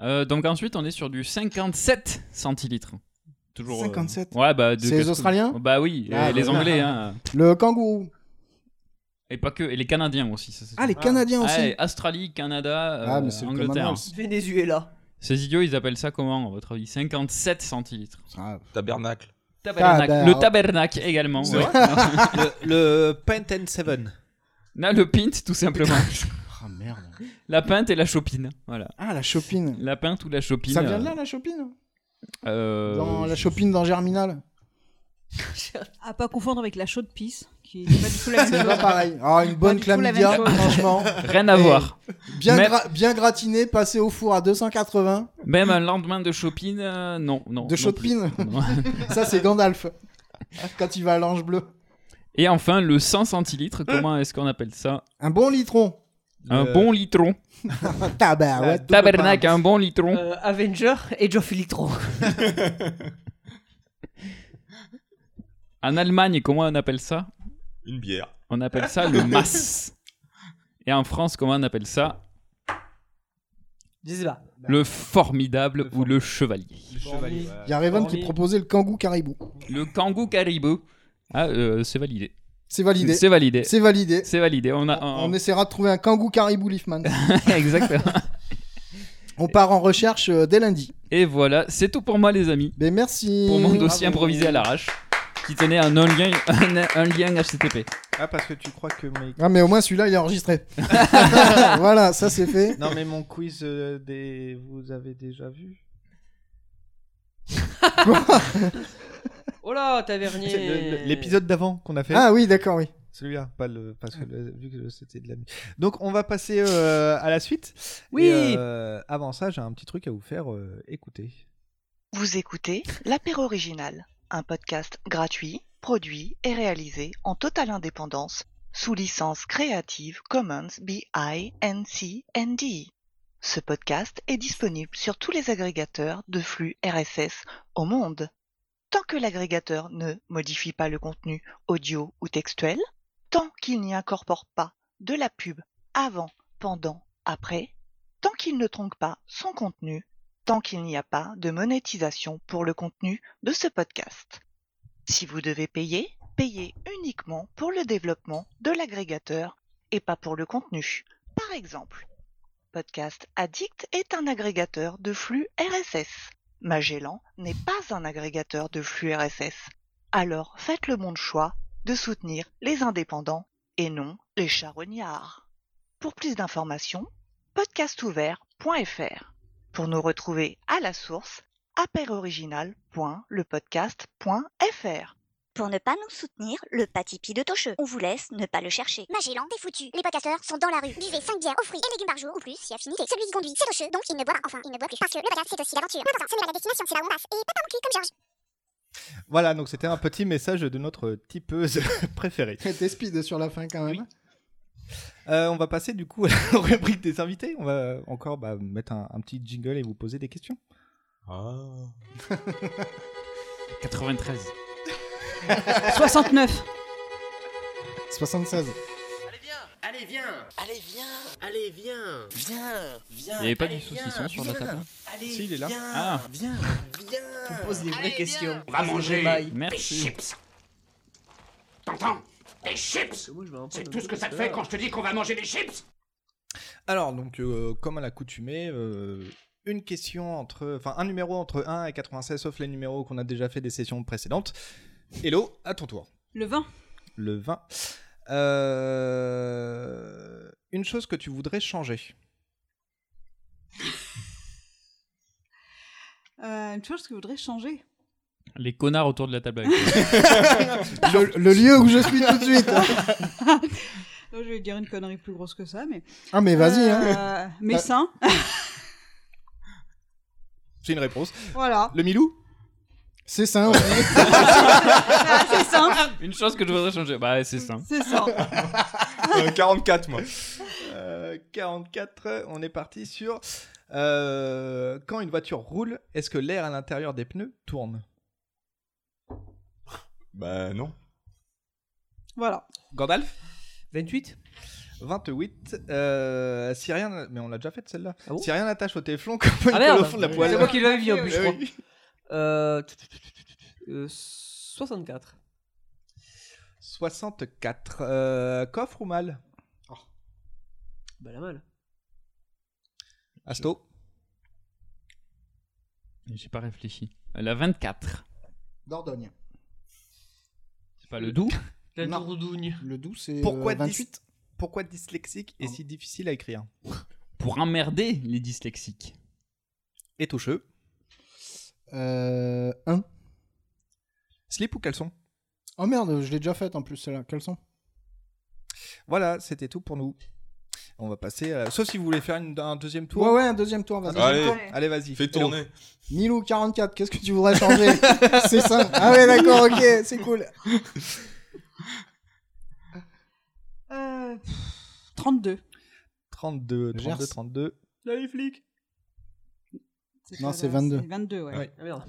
Euh, donc ensuite, on est sur du 57 centilitres. Toujours, euh, 57? Ouais, bah. de- C'est les Australiens Bah oui, et Ah, les bah. Anglais. hein. Le kangourou. Et pas que, et les Canadiens aussi. ça, c'est Ah, les sûr. Canadiens Ah, aussi. et Australie, Canada, euh, Ah, mais c'est le Angleterre. Commonwealth. Venezuela. Ces idiots, ils appellent ça comment, à votre avis 57 centilitres. Ah, Tabernacle. Tabernacle. Taber- Le tabernacle également. C'est ouais. vrai [LAUGHS] le, le Pint and Seven. Non, le pint, tout simplement. Ah merde. La pinte et la chopine. Voilà. Ah, la chopine. La pinte ou la chopine. Ça vient de là, la chopine euh, euh, Dans la chopine dans Germinal. À pas confondre avec la chaude pisse, qui n'est pas du tout la même C'est chose. pas pareil. Ah, une Pas bonne du tout la même chlamydia, chose. franchement. [LAUGHS] [LAUGHS] Rien à Et voir. Bien, Même- gra- bien gratiné, passé au four à 280. Même un lendemain de Chopin, euh, non, non. De non plus. chopine. [LAUGHS] [LAUGHS] Non. Ça, c'est Gandalf. Quand il va à l'ange [LAUGHS] bleu. Et enfin, le 100 centilitres, comment est-ce qu'on appelle ça Un bon litron. Un Euh, bon litron. Tabarouette. Tabernacle, un bon litron. Euh, Avenger et [LAUGHS] Geoff Litron. En Allemagne, comment on appelle ça Une bière. On appelle ça le masse. Et en France, comment on appelle ça Je sais pas. Le formidable ou le chevalier. Oh. Le chevalier. Il y a Raven qui proposait le kangou caribou. Le kangou caribou. Ah, euh, c'est validé. C'est validé. C'est validé. C'est validé. Ah, C'est validé. On a. on- On essaiera de trouver un kangou caribou Leafman. [LAUGHS] Exactement. On part en recherche euh, dès lundi. Et voilà, c'est tout pour moi, les amis. Mais Ben, merci. Pour mon dossier Bravo. improvisé à l'arrache, qui tenait un non lien, un, un lien HTTP. Ah, parce que [LAUGHS] tu crois que mes. Ah, mais au moins celui-là, il est [LAUGHS] enregistré. [LAUGHS] voilà, ça c'est fait. Non, mais mon quiz euh, des. Vous avez déjà vu Oh là, C'est le- tavernier. Oh le- L'épisode d'avant qu'on a fait. Ah oui, d'accord, oui. Celui-là, pas le. Parce que le- vu que c'était de la. Donc, on va passer euh, à la suite. Oui. Et, euh, Avant ça, j'ai un petit truc à vous faire euh, écouter. Vous écoutez L'Apéro Original, un podcast gratuit, produit et réalisé en totale indépendance sous licence Creative Commons by NC-ND. Ce podcast est disponible sur tous les agrégateurs de flux RSS au monde. Tant que l'agrégateur ne modifie pas le contenu audio ou textuel, tant qu'il n'y incorpore pas de la pub avant, pendant, après, tant qu'il ne tronque pas son contenu, tant qu'il n'y a pas de monétisation pour le contenu de ce podcast. Si vous devez payer, payez uniquement pour le développement de l'agrégateur et pas pour le contenu. Par exemple, Podcast Addict est un agrégateur de flux RSS. Magellan n'est pas un agrégateur de flux RSS. Alors faites le bon choix de soutenir les indépendants et non les charognards. Pour plus d'informations, podcastouvert.fr. Pour nous retrouver à la source, apéroriginal.lepodcast.fr. Pour ne pas nous soutenir, le Patipi de Tocheux. On vous laisse ne pas le chercher. Magellan est foutu. Les podcasteurs sont dans la rue. Buvez 5 bières aux fruits et légumes par jour ou plus si affinité. Celui qui conduit, c'est Tocheux, donc il ne boit pas. Enfin, il ne boit plus. Parce que le podcast, c'est aussi l'aventure. L'important, ce n'est pas la destination, c'est là où on passe. Et pas par mon cul comme Georges. Voilà, donc c'était un petit message de notre typeuse [LAUGHS] préférée. T'es speed sur la fin quand même. Euh, on va passer du coup [LAUGHS] à la rubrique des invités. On va encore bah, mettre un, un petit jingle et vous poser des questions. [LAUGHS] 93. 69. 76. Allez, viens Allez, viens Allez, viens Viens Viens Il n'y avait pas Allez, du saucisson viens, sur la viens. table Allez, Si, il est là. Viens, Ah. Viens Viens On pose des vraies questions. On va manger des Merci. chips T'entends Des chips C'est tout ce que ça te fait quand je te dis qu'on va manger des chips Alors, donc, euh, comme à l'accoutumée, euh, une question entre. Enfin, un numéro entre 1 et 96, sauf les numéros qu'on a déjà fait des sessions précédentes. Hello, à ton tour. Le vin. Le 20. Euh, Une chose que tu voudrais changer. Euh, une chose que je voudrais changer. Les connards autour de la [LAUGHS] table avec le, le lieu où [LAUGHS] je suis tout de suite. [LAUGHS] hein. [LAUGHS] Non, je vais dire une connerie plus grosse que ça, mais. Ah, mais vas-y, Euh, hein. Mes Bah- seins. C'est une réponse. Voilà. Le [LAUGHS] Milou C'est ça. on- Ah, c'est ça. Une chose que je voudrais changer. Bah, c'est ça. C'est ça. [LAUGHS] Euh, 44, moi. [LAUGHS] Euh, 44, on est parti sur. euh, quand une voiture roule, est-ce que l'air à l'intérieur des pneus tourne Bah non. Voilà. Gandalf 28 28. euh, si rien. n'a- Mais on l'a déjà fait celle-là. si rien n'attache au téflon, [LAUGHS] comme Ah une merde colle au fond de la poêle. C'est moi qui l'avais vu en plus, Eh je crois. oui. Euh, tu- tu- tu- tu- tu- tu- euh, 64. 64. euh, coffre ou mal Bah la mal. Asto J'ai pas réfléchi. La 24. Dordogne. C'est pas le doux La Non. Dordogne. Le doux, c'est. Pourquoi euh, Oh. dys- 28 Pourquoi dyslexique et si difficile à écrire Pour emmerder les dyslexiques. Et toucheux. Euh. 1. Slip ou caleçon Oh merde, je l'ai déjà faite en plus celle-là. Caleçon. Voilà, c'était tout pour nous. On va passer. à- Sauf si vous voulez faire une- un deuxième tour. Ouais, ouais, un deuxième tour, vas-y. Un deuxième Allez. tour Allez, vas-y. Fais Hello. tourner. Milou 44, qu'est-ce que tu voudrais [LAUGHS] changer C'est ça. Ah ouais, d'accord, ok, c'est cool. Euh, 32. 32, 32, Gers. 32. Là, les flics. Non, pas c'est vrai, 22. c'est 22, ouais. Ouais. Ah, merde.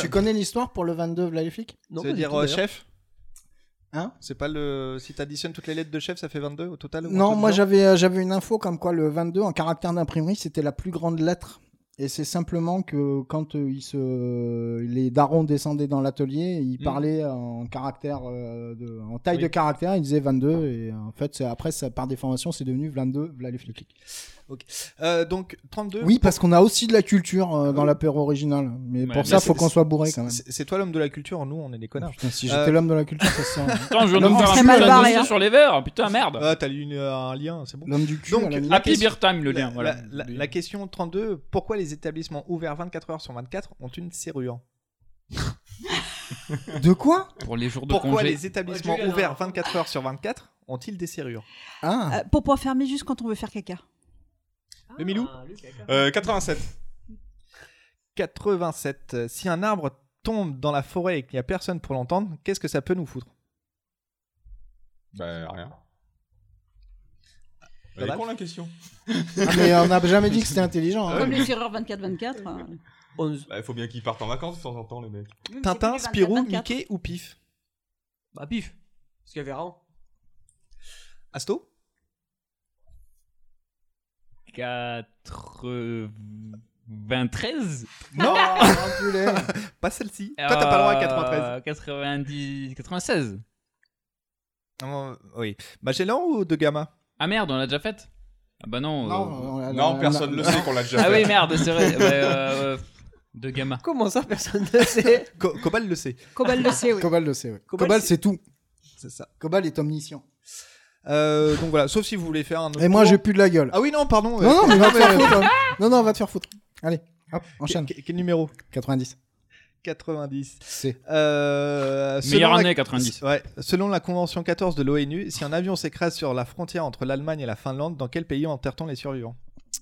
tu connais l'histoire pour le 22 de la flic ça veut dire euh, chef Hein C'est pas le. Si t'additionnes toutes les lettres de chef, ça fait 22 au total ou un Non, truc moi dedans j'avais euh, j'avais une info comme quoi le 22 en caractère d'imprimerie c'était la plus grande lettre. Et c'est simplement que quand euh, ils se... les darons descendaient dans l'atelier, ils Mm. parlaient en caractère, euh, de... en taille Oui. de caractère, ils disaient 22. Et en fait, c'est- après, ça, par déformation, c'est devenu 22, voilà les flics. Ok. Euh, donc 32. Oui, parce qu'on a aussi de la culture euh, dans l'apéro original. Mais Ah Ouais, pour mais ça, c'est- faut qu'on soit bourré c'est- quand même. C'est c'est toi l'homme de la culture, nous on est des connards. Euh, Putain, si j'étais l'homme de la culture, ça serait. [LAUGHS] Attends, je viens de me faire un peu un dossier sur les verres. Putain, merde. Ah, t'as lu une- un lien, c'est bon. L'homme du cul, à Donc, la limite. la Happy question- Beer Time, le lien, la- voilà. La, la- la question 32, pourquoi les établissements ouverts 24 heures sur 24 ont une serrure De quoi Pour les jours de Pourquoi congé. les établissements ouverts 24 heures sur 24 ont-ils des serrures Ah, Ah. Euh, pour pouvoir fermer juste quand on veut faire caca. Le Milou Euh, 87. 87. euh, Si un arbre tombe dans la forêt et qu'il n'y a personne pour l'entendre, qu'est-ce que ça peut nous foutre Bah, rien. Pas Elle est mal. con la question. Ah, mais on n'a jamais [LAUGHS] dit que c'était intelligent. Ah hein. Comme les serrures 24-24. euh. Bah, il faut bien qu'ils partent en vacances de temps en temps, les mecs. Tintin, Spirou, 24. Mickey ou Pif Bah, pif. Parce qu'il y avait Véran. Asto 93 [LAUGHS] Non Ah, Pas celle-ci. Euh, Toi, t'as pas le droit à 93. 90... 96 Euh, oui. Magellan ou De Gama Ah merde, on l'a déjà faite Ah bah non. Non, euh, on- Non, on- personne on- le sait qu'on l'a déjà ah faite. oui, merde, c'est vrai. [LAUGHS] bah, euh, de gamma. Comment ça, personne ne sait [LAUGHS] Co- Cobal le sait. Cobal le sait, oui. Cobal le sait, oui. Cobal, Cobal, c'est- c'est tout. C'est ça. Cobal est omniscient. Euh, donc voilà, sauf si vous voulez faire un autre Et moi, tour. j'ai plus de la gueule. Ah oui, [LAUGHS] non, pardon. Non, non, mais va te faire mais- euh, foutre. hein. Non, non, va te faire foutre. Allez, hop, enchaîne. Quel, quel numéro 90. 90. C'est. Euh, Meilleure selon la- année, 90. Ouais. Selon la convention 14 de l'ONU, si un avion s'écrase sur la frontière entre l'Allemagne et la Finlande, dans quel pays enterre-t-on les survivants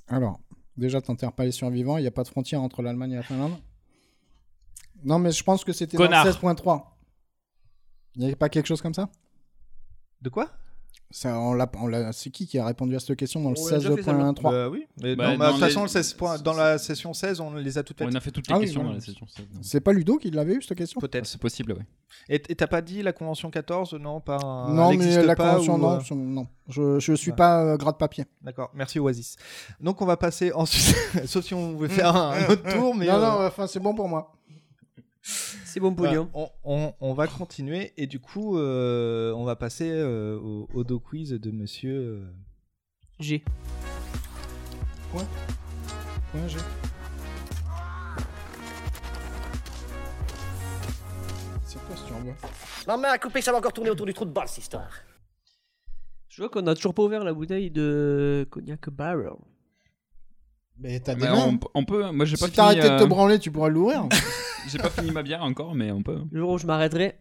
Alors, déjà, t'enterres pas les survivants. Il n'y a pas de frontière entre l'Allemagne et la Finlande. Non, mais je pense que c'était dans le Connard. 16.3. Il n'y avait pas quelque chose comme ça De quoi ça, on l'a- on l'a- C'est qui qui a répondu à cette question dans le On l'a déjà fait, celle-là. 16.3 Bah oui. Mais Bah, non, mais de dans toute façon, les- le 16 points- dans la session 16, on les a toutes faites. On a fait toutes les Ah oui, questions dans voilà. la session 16. C'est pas Ludo qui l'avait eu cette question Peut-être. C'est possible, ouais. Et et t'as pas dit la convention 14 Non, pas. un- Non, Euh, elle mais existe la pas, convention, ou, euh, non, je- non. Je, je suis Ouais. pas euh, gras de papier. D'accord, merci Oasis. [LAUGHS] Donc on va passer ensuite, [LAUGHS] sauf si on veut faire un autre tour, mais non, euh, non, enfin, c'est bon pour moi. C'est bon, voilà, pognon. Bah, on, on- on va continuer et du coup euh, on va passer euh, au, au do quiz de Monsieur euh, G. Quoi Quoi, j'ai C'est quoi ce turbo Ma main a coupé, ça va encore tourner autour du trou de balle, cette histoire. Je vois qu'on a toujours pas ouvert la bouteille de cognac barrel. Mais t'as des Bah, mains. on- on peut- moi, j'ai pas Si fini, t'arrêtais de euh, te branler, tu [LAUGHS] pourrais l'ouvrir. J'ai pas fini ma bière encore, mais on peut. hein. Le jour où je m'arrêterai,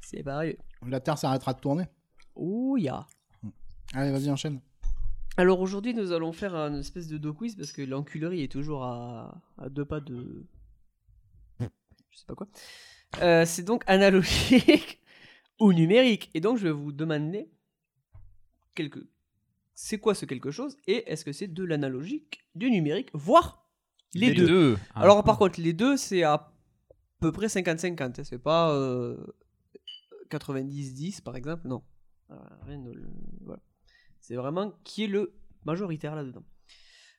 c'est pareil. La Terre s'arrêtera de tourner. Mm. Oh, ya. Allez, vas-y, enchaîne. Alors aujourd'hui, nous allons faire un espèce de do-quiz parce que l'enculerie est toujours à, à deux pas de. Je sais pas quoi. Euh, c'est donc analogique [LAUGHS] ou numérique. Et donc, je vais vous demander quelque... c'est quoi ce quelque chose et est-ce que c'est de l'analogique, du numérique, voire les, Les deux. deux. Ah. Alors, par contre, les deux, c'est à peu près 50-50. hein. C'est pas euh, 90-10 par exemple, non. Euh, rien de- voilà. C'est vraiment qui est le majoritaire là-dedans.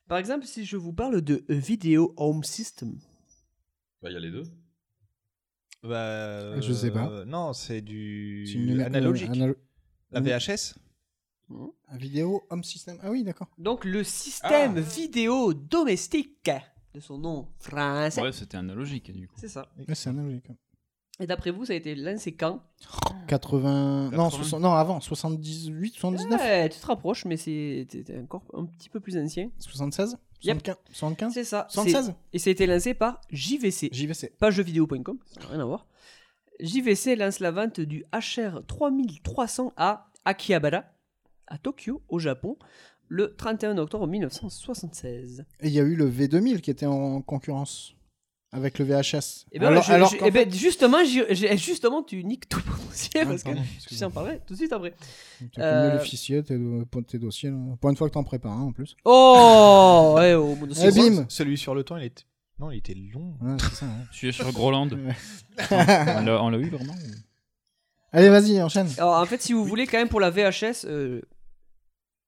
Par exemple, si je vous parle de Video Home System, Bah, il y a les deux. Bah, euh, Ah, Je sais pas. non, c'est du C'est une- analogique. euh, analo- La VHS Un vidéo Home System. Ah oui, d'accord. Hmm. donc le système vidéo domestique de son nom français. Ouais, c'était analogique, du coup. C'est ça. Ouais, c'est analogique. hein. Et d'après vous, ça a été lancé quand 80... Non, 80. 60... non, avant, 78, 79, Ouais, tu te rapproches, mais c'est t'es encore un petit peu plus ancien. 76 Yep. 75, 75 C'est ça. 76 C'est- Et ça a été lancé par JVC. JVC. Pas jeuxvideo.com, ça n'a rien à voir. JVC lance la vente du HR 3300 à Akihabara, à Tokyo, au Japon, le 31 octobre 1976. Et il y a eu le V2000 qui était en concurrence avec le VHS. Et ben, je- je- qu'en eh ben, fait- justement, j'y- j'ai- eh, justement, tu niques tout mon dossier Ah, parce que [LAUGHS] pardon, je t'en parlerai tout de suite après. Tu Euh, accumules le fichier, tes, do- pour tes dossiers. là. Pour une fois que t'en prépares un en plus. Oh ouais, au bout de Et Ah, bim Celui sur le temps, il était. Non, il était long. Ouais, c'est ça, ouais. Tu es sur Groland. Ouais. on l'a on l'a eu vraiment ou- Allez, vas-y, enchaîne. Alors, en fait, si vous voulez, quand même, pour la VHS, euh,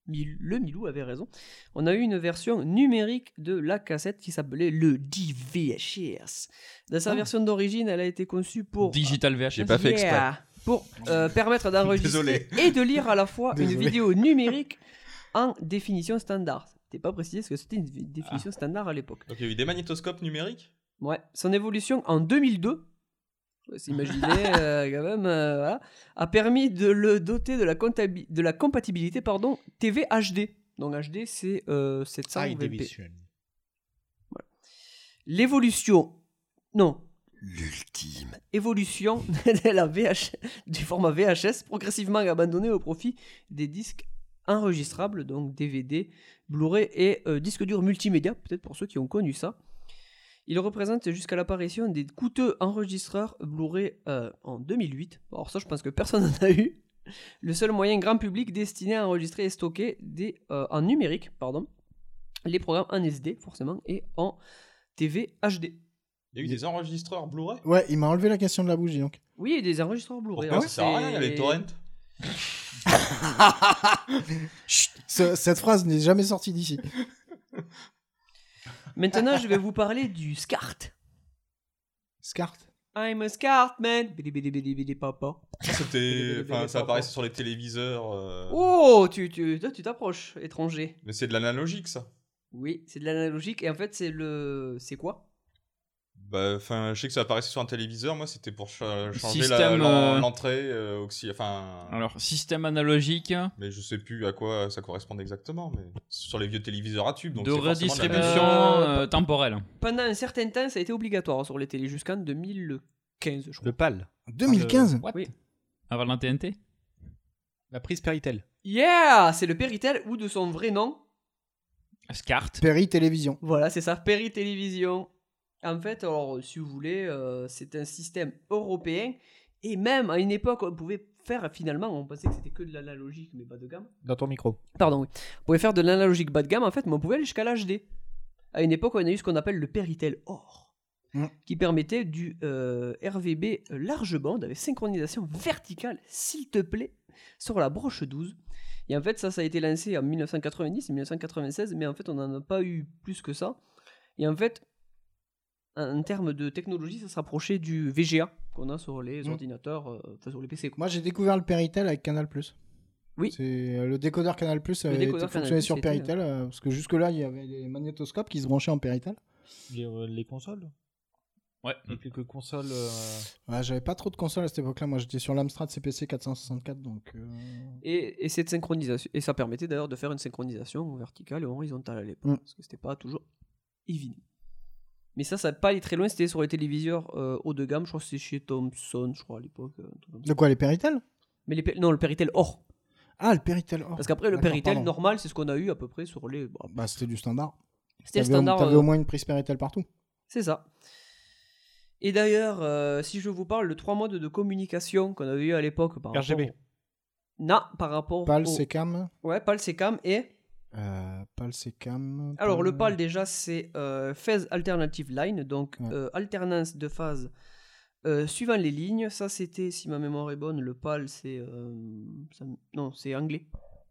Mil- le Milou avait raison. On a eu une version numérique de la cassette qui s'appelait le DVHS. Dans sa Ah. version d'origine, elle a été conçue pour. euh, Digital VHS. J'ai pas fait exprès. Pour euh, permettre [LAUGHS] d'enregistrer et de lire à la fois une Désolé. vidéo numérique en définition standard. T'es pas précisé ce que c'était une vi- définition standard à l'époque. Ah. Donc, il y a eu des magnétoscopes numériques Ouais, son évolution en 2002, faut s'imaginer euh, quand même, euh, voilà, a permis de le doter de la, comptabi- de la compatibilité pardon, TV HD. Donc HD, c'est euh, 720p. L'évolution, non, l'ultime évolution [LAUGHS] de la VH... du format VHS, progressivement abandonné au profit des disques enregistrables, donc DVD, Blu-ray et euh, disques durs multimédia, peut-être pour ceux qui ont connu ça. Il représente jusqu'à l'apparition des coûteux enregistreurs Blu-ray euh, en 2008. Alors ça, je pense que personne [LAUGHS] n'en a eu. Le seul moyen grand public destiné à enregistrer et stocker des, euh, en numérique, pardon, les programmes en SD forcément et en TV HD. Il y a eu des enregistreurs Blu-ray Ouais, il m'a enlevé la question de la bougie donc. Oui, et des enregistreurs Blu-ray. Pourquoi Alors, ça sert à rien, il y a les Ah c'est- torrents. [LAUGHS] Chut, ce- cette phrase n'est jamais sortie d'ici. Maintenant, je vais vous parler du SCART. SCART I'm a SCART man. Bidi, bidi, bidi, bidi, papa. C'était, enfin, ça apparaissait sur les téléviseurs. euh, Oh, tu tu- toi, tu t'approches, étranger. Mais c'est de l'analogique, ça. Oui, c'est de l'analogique et en fait, c'est le. C'est quoi Bah, enfin, je sais que ça apparaissait sur un téléviseur. Moi, c'était pour cha- changer la- Système, l'en- euh, l'entrée, euh, oxy- enfin. Alors, système analogique Mais je sais plus à quoi ça correspond exactement. Mais c'est sur les vieux téléviseurs à tube. Donc de c'est forcément de la- redistribution euh, temporelle. Pendant un certain temps, ça a été obligatoire sur les télés jusqu'en 2015, je crois. Le PAL. 2015 What Oui. Avant la TNT La prise Péritel. Yeah C'est le Péritel ou de son vrai nom, SCART. Perry Télévision. Voilà, c'est ça, Perry Télévision. En fait, alors, si vous voulez, euh, c'est un système européen. Et même à une époque, on pouvait faire finalement, on pensait que c'était que de l'analogique, mais pas de gamme. Dans ton micro. Pardon, oui. On pouvait faire de l'analogique bas de gamme, en fait, mais on pouvait aller jusqu'à l'HD. À une époque, on a eu ce qu'on appelle le Péritel Or, Mm. qui permettait du euh, RVB large bande avec synchronisation verticale, s'il te plaît, sur la broche 12. Et en fait, ça, ça a été lancé en 1990 et 1996, mais en fait, on n'en a pas eu plus que ça. Et en fait, en termes de technologie, ça se rapprochait du VGA qu'on a sur les Mm. ordinateurs, euh, enfin, sur les PC. quoi. Moi j'ai découvert le Péritel avec Canal Plus. Oui. C'est euh, le décodeur Canal Plus Le avait été décodeur Canal+, fonctionné sur c'était, Péritel euh, parce que jusque là il y avait les magnétoscopes qui se branchaient en Péritel. Les, euh, les consoles Ouais. Et quelques consoles. euh, Ouais, j'avais pas trop de consoles à cette époque-là. Moi j'étais sur l'Amstrad CPC 464 donc. euh, Et, et cette synchronisation, et ça permettait d'ailleurs de faire une synchronisation verticale et horizontale à l'époque, Mm. parce que c'était pas toujours évident. Mais ça, ça n'a pas allé très loin, c'était sur les téléviseurs euh, haut de gamme, je crois que c'était chez Thomson, je crois à l'époque. euh, un truc comme ça. De quoi les Péritel Mais les, Pé- non, le Péritel hors. Ah le Péritel. oh, Parce qu'après, le d'accord, Péritel pardon. normal, c'est ce qu'on a eu à peu près sur les. bah, Bah c'était du standard. C'était le T'avais au- standard, T'avais euh, au moins une prise Péritel partout. C'est ça. Et d'ailleurs, euh, si je vous parle de trois modes de communication qu'on avait eu à l'époque par RGB. rapport au- Non, par rapport PAL, au- SECAM. Ouais, PAL, SECAM et... Euh, PAL SECAM. Alors, le PAL- PAL, déjà, c'est euh, Phase Alternative Line, donc euh, alternance de phase euh, suivant les lignes. Ça, c'était, si ma mémoire est bonne, le PAL, c'est. euh, ça- non, c'est anglais.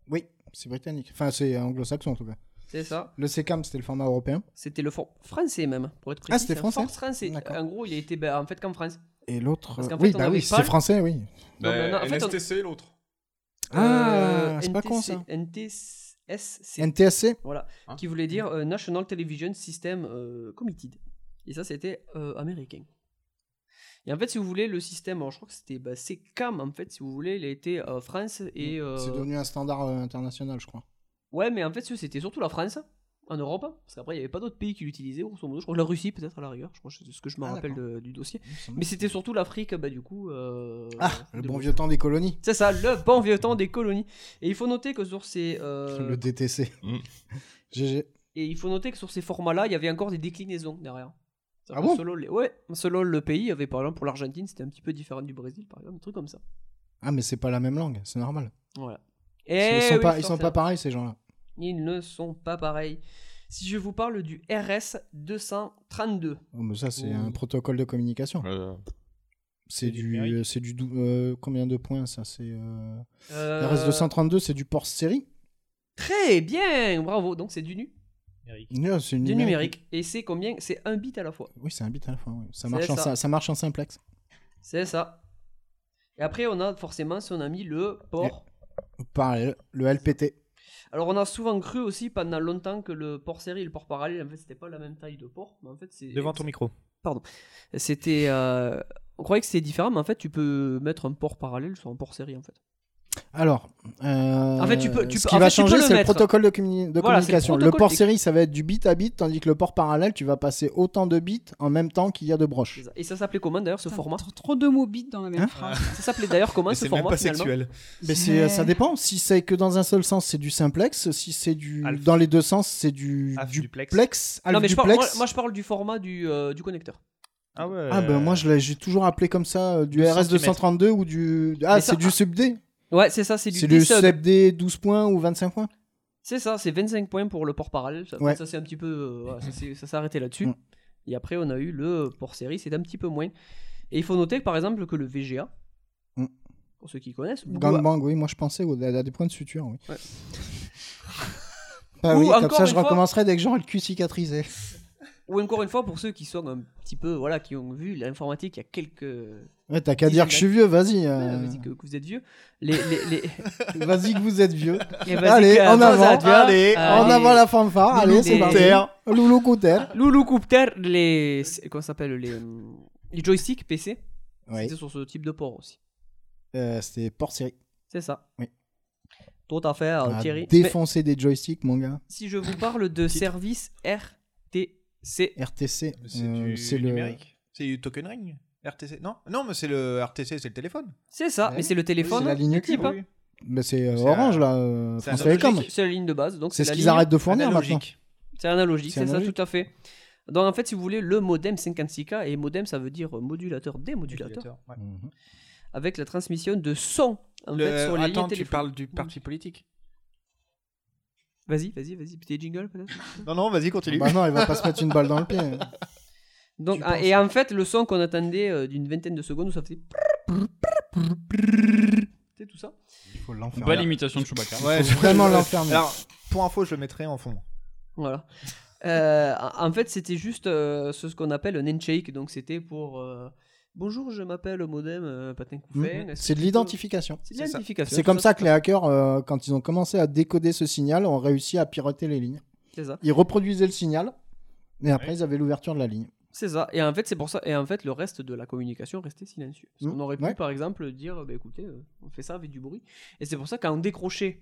Oui, c'est britannique. Enfin, c'est anglo-saxon en tout cas. C'est ça. Le CECAM, c'était le format européen. C'était le for- français, même, pour être précis. Ah, c'était c'est un français force français. En gros, il a été ben, en fait qu'en France. Et l'autre. Parce qu'en euh, fait, Oui, on bah avait oui, c'est PAL. français, oui. Bah, Ben, Non, mais non, en fait, on- NSTC, l'autre. Ah, Euh, c'est pas con NTC, ça. NTSC. NTSC. Voilà, qui voulait dire euh, National Television System euh, Committed. Et ça, c'était euh, américain. Et en fait, si vous voulez, le système, alors, je crois que c'était bah, CAM, en fait, si vous voulez, il a été euh, France et. euh, C'est devenu un standard euh, international, je crois. Ouais, mais en fait, c'était surtout la France, en Europe, hein, parce qu'après, il n'y avait pas d'autres pays qui l'utilisaient, grosso modo. Je crois que la Russie, peut-être, à la rigueur, je crois, c'est ce que je me Ah, rappelle d'accord. de- du dossier. semble. Mais c'était surtout l'Afrique, bah, du coup. euh, Ah, le de bon l'Ouest. vieux temps des colonies. C'est ça, le bon vieux temps des colonies. Et il faut noter que sur ces. euh, Le DTC. GG. Et il faut noter que sur ces formats-là, il y avait encore des déclinaisons derrière. Ah Que bon selon les- Ouais, selon le pays, il y avait par exemple pour l'Argentine, c'était un petit peu différent du Brésil, par exemple, un truc comme ça. Ah, mais c'est pas la même langue, c'est normal. Voilà. ils Eh sont, oui, pas, ils sont forcément. pas pareils, ces gens-là. Ils ne sont pas pareils. Si je vous parle du RS 232. Oh, mais ça, c'est Ouh. un protocole de communication. C'est du, euh, c'est du dou- euh, combien de points ça C'est euh, Euh, RS 232, c'est du port série. Très bien, bravo. Donc c'est du nu, Non, c'est une du numérique. numérique. Et c'est combien C'est un bit à la fois. Oui, c'est un bit à la fois. oui. Ça C'est marche en ça. ça. ça marche en simplex. C'est ça. Et après, on a forcément, si on a mis le port. Parallèle, le LPT. Alors on a souvent cru aussi pendant longtemps que le port série et le port parallèle, en fait, c'était pas la même taille de port, mais en fait c'est Devant ton micro. Pardon. C'était euh, on croyait que c'était différent, mais en fait tu peux mettre un port parallèle sur un port série en fait. Alors, euh, En fait, tu peux- tu ce peux- qui en va fait, tu peux changer, le c'est le mettre. protocole de, communi- de Voilà, c'est le communication. Le, protocole port qui- série, ça va être du bit à bit, tandis que le port parallèle, tu vas passer autant de bits en même temps qu'il y a de broches. Et ça s'appelait comment d'ailleurs ce format Trop de mots bits dans la même Hein phrase. [LAUGHS] Ça s'appelait d'ailleurs comment Et ce c'est même format pas finalement sexuel. euh, Mais c'est, euh, ça dépend. Si c'est que dans un seul sens, c'est du simplex. Si c'est du dans les deux sens, c'est du, du plex. Alf Non mais je du parle, moi, plex. moi, je parle du format du, euh, du connecteur. Ah ouais. Ah ben moi je l'ai, j'ai toujours appelé comme ça euh, du 12 RS centimètres. 232 ou du ah Mais ça- c'est du sub D. Ouais, c'est ça, c'est du C'est le D-sub. sub D 12 points ou 25 points. C'est ça, c'est 25 points pour le port parallèle. Ça, Ouais. Mm. ça, c'est un petit peu, euh, voilà, ça, s'est- ça s'est arrêté là-dessus. Et après on a eu le port série, c'est un petit peu moins. Et il faut noter par exemple que le VGA, Mm. pour ceux qui connaissent, ou- Gangbang, oui, moi je pensais au- à des points de suture, oui. Ouais. Bah Ou oui, comme encore ça je une fois- recommencerai dès que j'aurai le cul cicatrisé. ou encore une fois pour ceux qui sont un petit peu, voilà, qui ont vu l'informatique il y a quelques... Ouais, t'as qu'à dire que je suis vieux, vas-y. euh. Ouais, vas-y que, que vous êtes vieux. Les, les, les- [LAUGHS] Vas-y que vous êtes vieux. [LAUGHS] Et vas-y Allez, que- attends, en ça avant, te va allez, en Allez. avant la fanfare, Loulou allez, c'est des- parti. Loulou Couter. Loulou Coupter, les. c'est- Comment ça s'appelle les, hum, les joysticks PC Oui. C'était sur ce type de port aussi. Euh, C'était port série. C'est ça. Oui. Ah, Tout à fait, À Ah, Thierry. Défoncer des joysticks, mon gars. Mais si je vous parle de service RTC. RTC, C'est euh, du c'est le. numérique. C'est du token ring RTC Non, non, mais c'est le RTC, c'est le téléphone. C'est ça, mais c'est le téléphone. c'est la ligne le type. hein. cube. Bah, c'est euh, Orange là, euh, C'est France analogique, Télécom. C'est la ligne de base. donc C'est ce la qu'ils ligne arrêtent de fournir analogique. C'est analogique, C'est c'est ça, analogique. tout à fait. Donc en fait, si vous voulez, le modem 56K, et modem ça veut dire modulateur démodulateur, Mhm. Démodulateur, ouais. avec la transmission de son en Le- euh, fait, sur les Attends, lignes tu téléphones. parles du parti politique Vas-y, vas-y, vas-y, petit jingle peut-être. Non, non, vas-y, continue. Bah non, il va [LAUGHS] pas se mettre une balle dans le pied. Donc, ah, et en fait, le son qu'on attendait euh, d'une vingtaine de secondes, ça faisait. C'est tout ça. Il faut l'enfermer. Bonne imitation de Chewbacca. Ouais, Faut vraiment je- l'enfermer. Alors, pour info, je le mettrai en fond. Voilà. Euh, en fait, c'était juste euh, ce ce qu'on appelle un handshake. Donc, c'était pour. euh, Bonjour, je m'appelle Modem euh, Patin Couffin. Mhm. Est-ce C'est que tu de peux- l'identification. C'est de l'identification. C'est comme tout ça que les hackers, euh, quand ils ont commencé à décoder ce signal, ont réussi à pirater les lignes. C'est ça. Ils reproduisaient le signal, et après ils avaient l'ouverture de la ligne. C'est ça. Et en fait, c'est pour ça. Et en fait, le reste de la communication restait silencieux. Parce Mhm. qu'on aurait pu, Ouais. par exemple, dire bah, écoutez, euh, on fait ça avec du bruit. Et c'est pour ça qu'on décrochait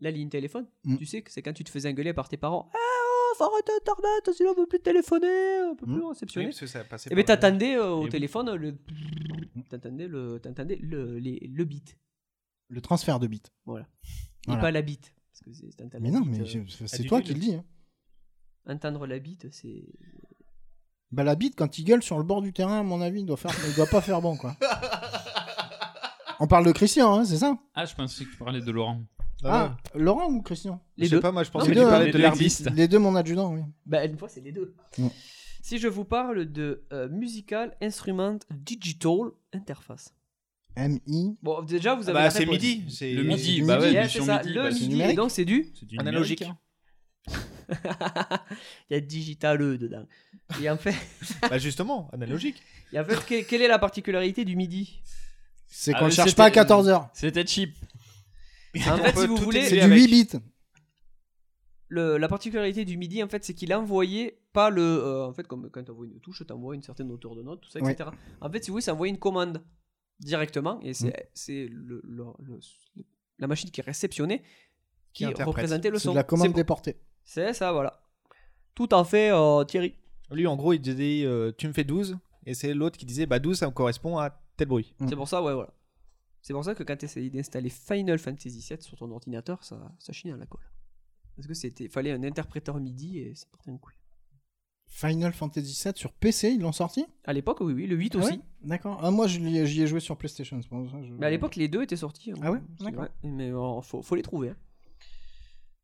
la ligne téléphone. Mhm. Tu sais que c'est quand tu te faisais engueuler par tes parents. Ah, oh, faut arrêter Internet, sinon on peut plus téléphoner, on peut Hmm. plus réceptionner. Oui, parce que ça passait et bien, par le- t'attendais euh, au Et- téléphone le. Mmh. T'attendais le, t'attendais le, les- le bit. Le transfert de bits. Voilà. Et Voilà. pas la bite. Parce que c'est Internet. Mais non, bit, mais euh, je- ah, c'est du toi nul. qui le dis. hein. Entendre la bite, c'est. Bah la bite, quand il gueule sur le bord du terrain, à mon avis, il doit, faire... il doit pas faire bon quoi. On parle de Christian, hein, c'est ça Ah, je pensais que tu parlais de Laurent. Ah, Laurent ou Christian Les deux. Non, Les mais deux, tu parlais hein. de Les- l'artiste. Les deux, mon adjudant, oui. Bah, une fois, c'est les deux. Mm. Si je vous parle de euh, Musical Instrument Digital Interface. MI. Bon, déjà, vous Ah avez. bah, la c'est réponse. midi, c'est- Le midi, bah ouais, Ouais, l'émission c'est ça, midi, le bah, c'est midi, numérique. et donc c'est du. C'est du numérique, Analogique. hein. [LAUGHS] Il y a digital E dedans. hein. Et en fait. [LAUGHS] bah, justement, analogique. Et en fait, que- quelle est la particularité du midi C'est Ah, qu'on le mais cherche c'était- pas à 14h. C'était cheap. En fait, si vous voulez. C'est du 8 bits. le- la particularité du MIDI, en fait, c'est qu'il envoyait pas le. euh, en fait, comme quand tu envoies une touche, tu envoies une certaine hauteur de note, tout ça, Ouais. etc. En fait, si vous voulez, ça envoie une commande directement et c'est Mm. c'est le- le- le- la machine qui réceptionnait qui interprète. représentait le C'est son. de la commande pour- déportée. C'est ça, voilà. Tout à fait, euh, Thierry. Lui, en gros, il disait euh, Tu me fais 12, et c'est l'autre qui disait Bah, 12, ça me correspond à tel bruit. Mm. C'est pour ça, ouais, voilà. C'est pour ça que quand tu essayes d'installer Final Fantasy VII sur ton ordinateur, ça, ça chine à la colle. Parce que c'était fallait un interpréteur MIDI et ça partait un coup. Final Fantasy VII sur PC, ils l'ont sorti À l'époque, oui, oui, le 8 Ah aussi. Bah, ouais D'accord. Ah, moi, je l'ai- j'y ai joué sur PlayStation. c'est pour ça que je- Mais à l'époque, les deux étaient sortis. hein. Ah ouais C'est D'accord. vrai. Mais euh, faut, faut les trouver. hein.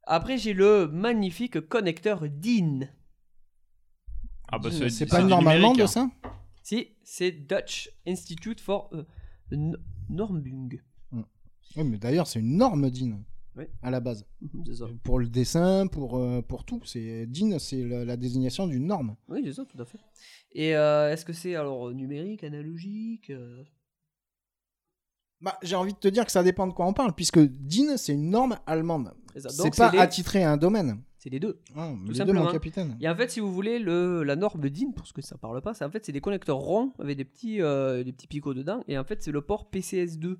Après, j'ai le magnifique connecteur DIN. Ah bah, Euh, C'est pas normalement de ça Si, c'est Dutch Institute for euh, N- Normung. Oui, mais d'ailleurs, c'est une norme DIN Ouais. à la base. Mhm, c'est ça. Euh, Pour le dessin, pour, euh, pour tout. C'est DIN, c'est la, la désignation d'une norme. Oui, c'est ça, tout à fait. Et euh, est-ce que c'est alors numérique, analogique euh, Bah, j'ai envie de te dire que ça dépend de quoi on parle, puisque DIN, c'est une norme allemande. C'est ça. Donc, C'est pas c'est les- attitré à un domaine. C'est les deux. Ah, tout les deux, simplement. hein. mon capitaine. Et en fait, si vous voulez, le, la norme DIN, pour ce que ça parle pas, c'est en fait c'est des connecteurs ronds avec des petits, euh, des petits picots dedans. Et en fait, c'est le port PCS2.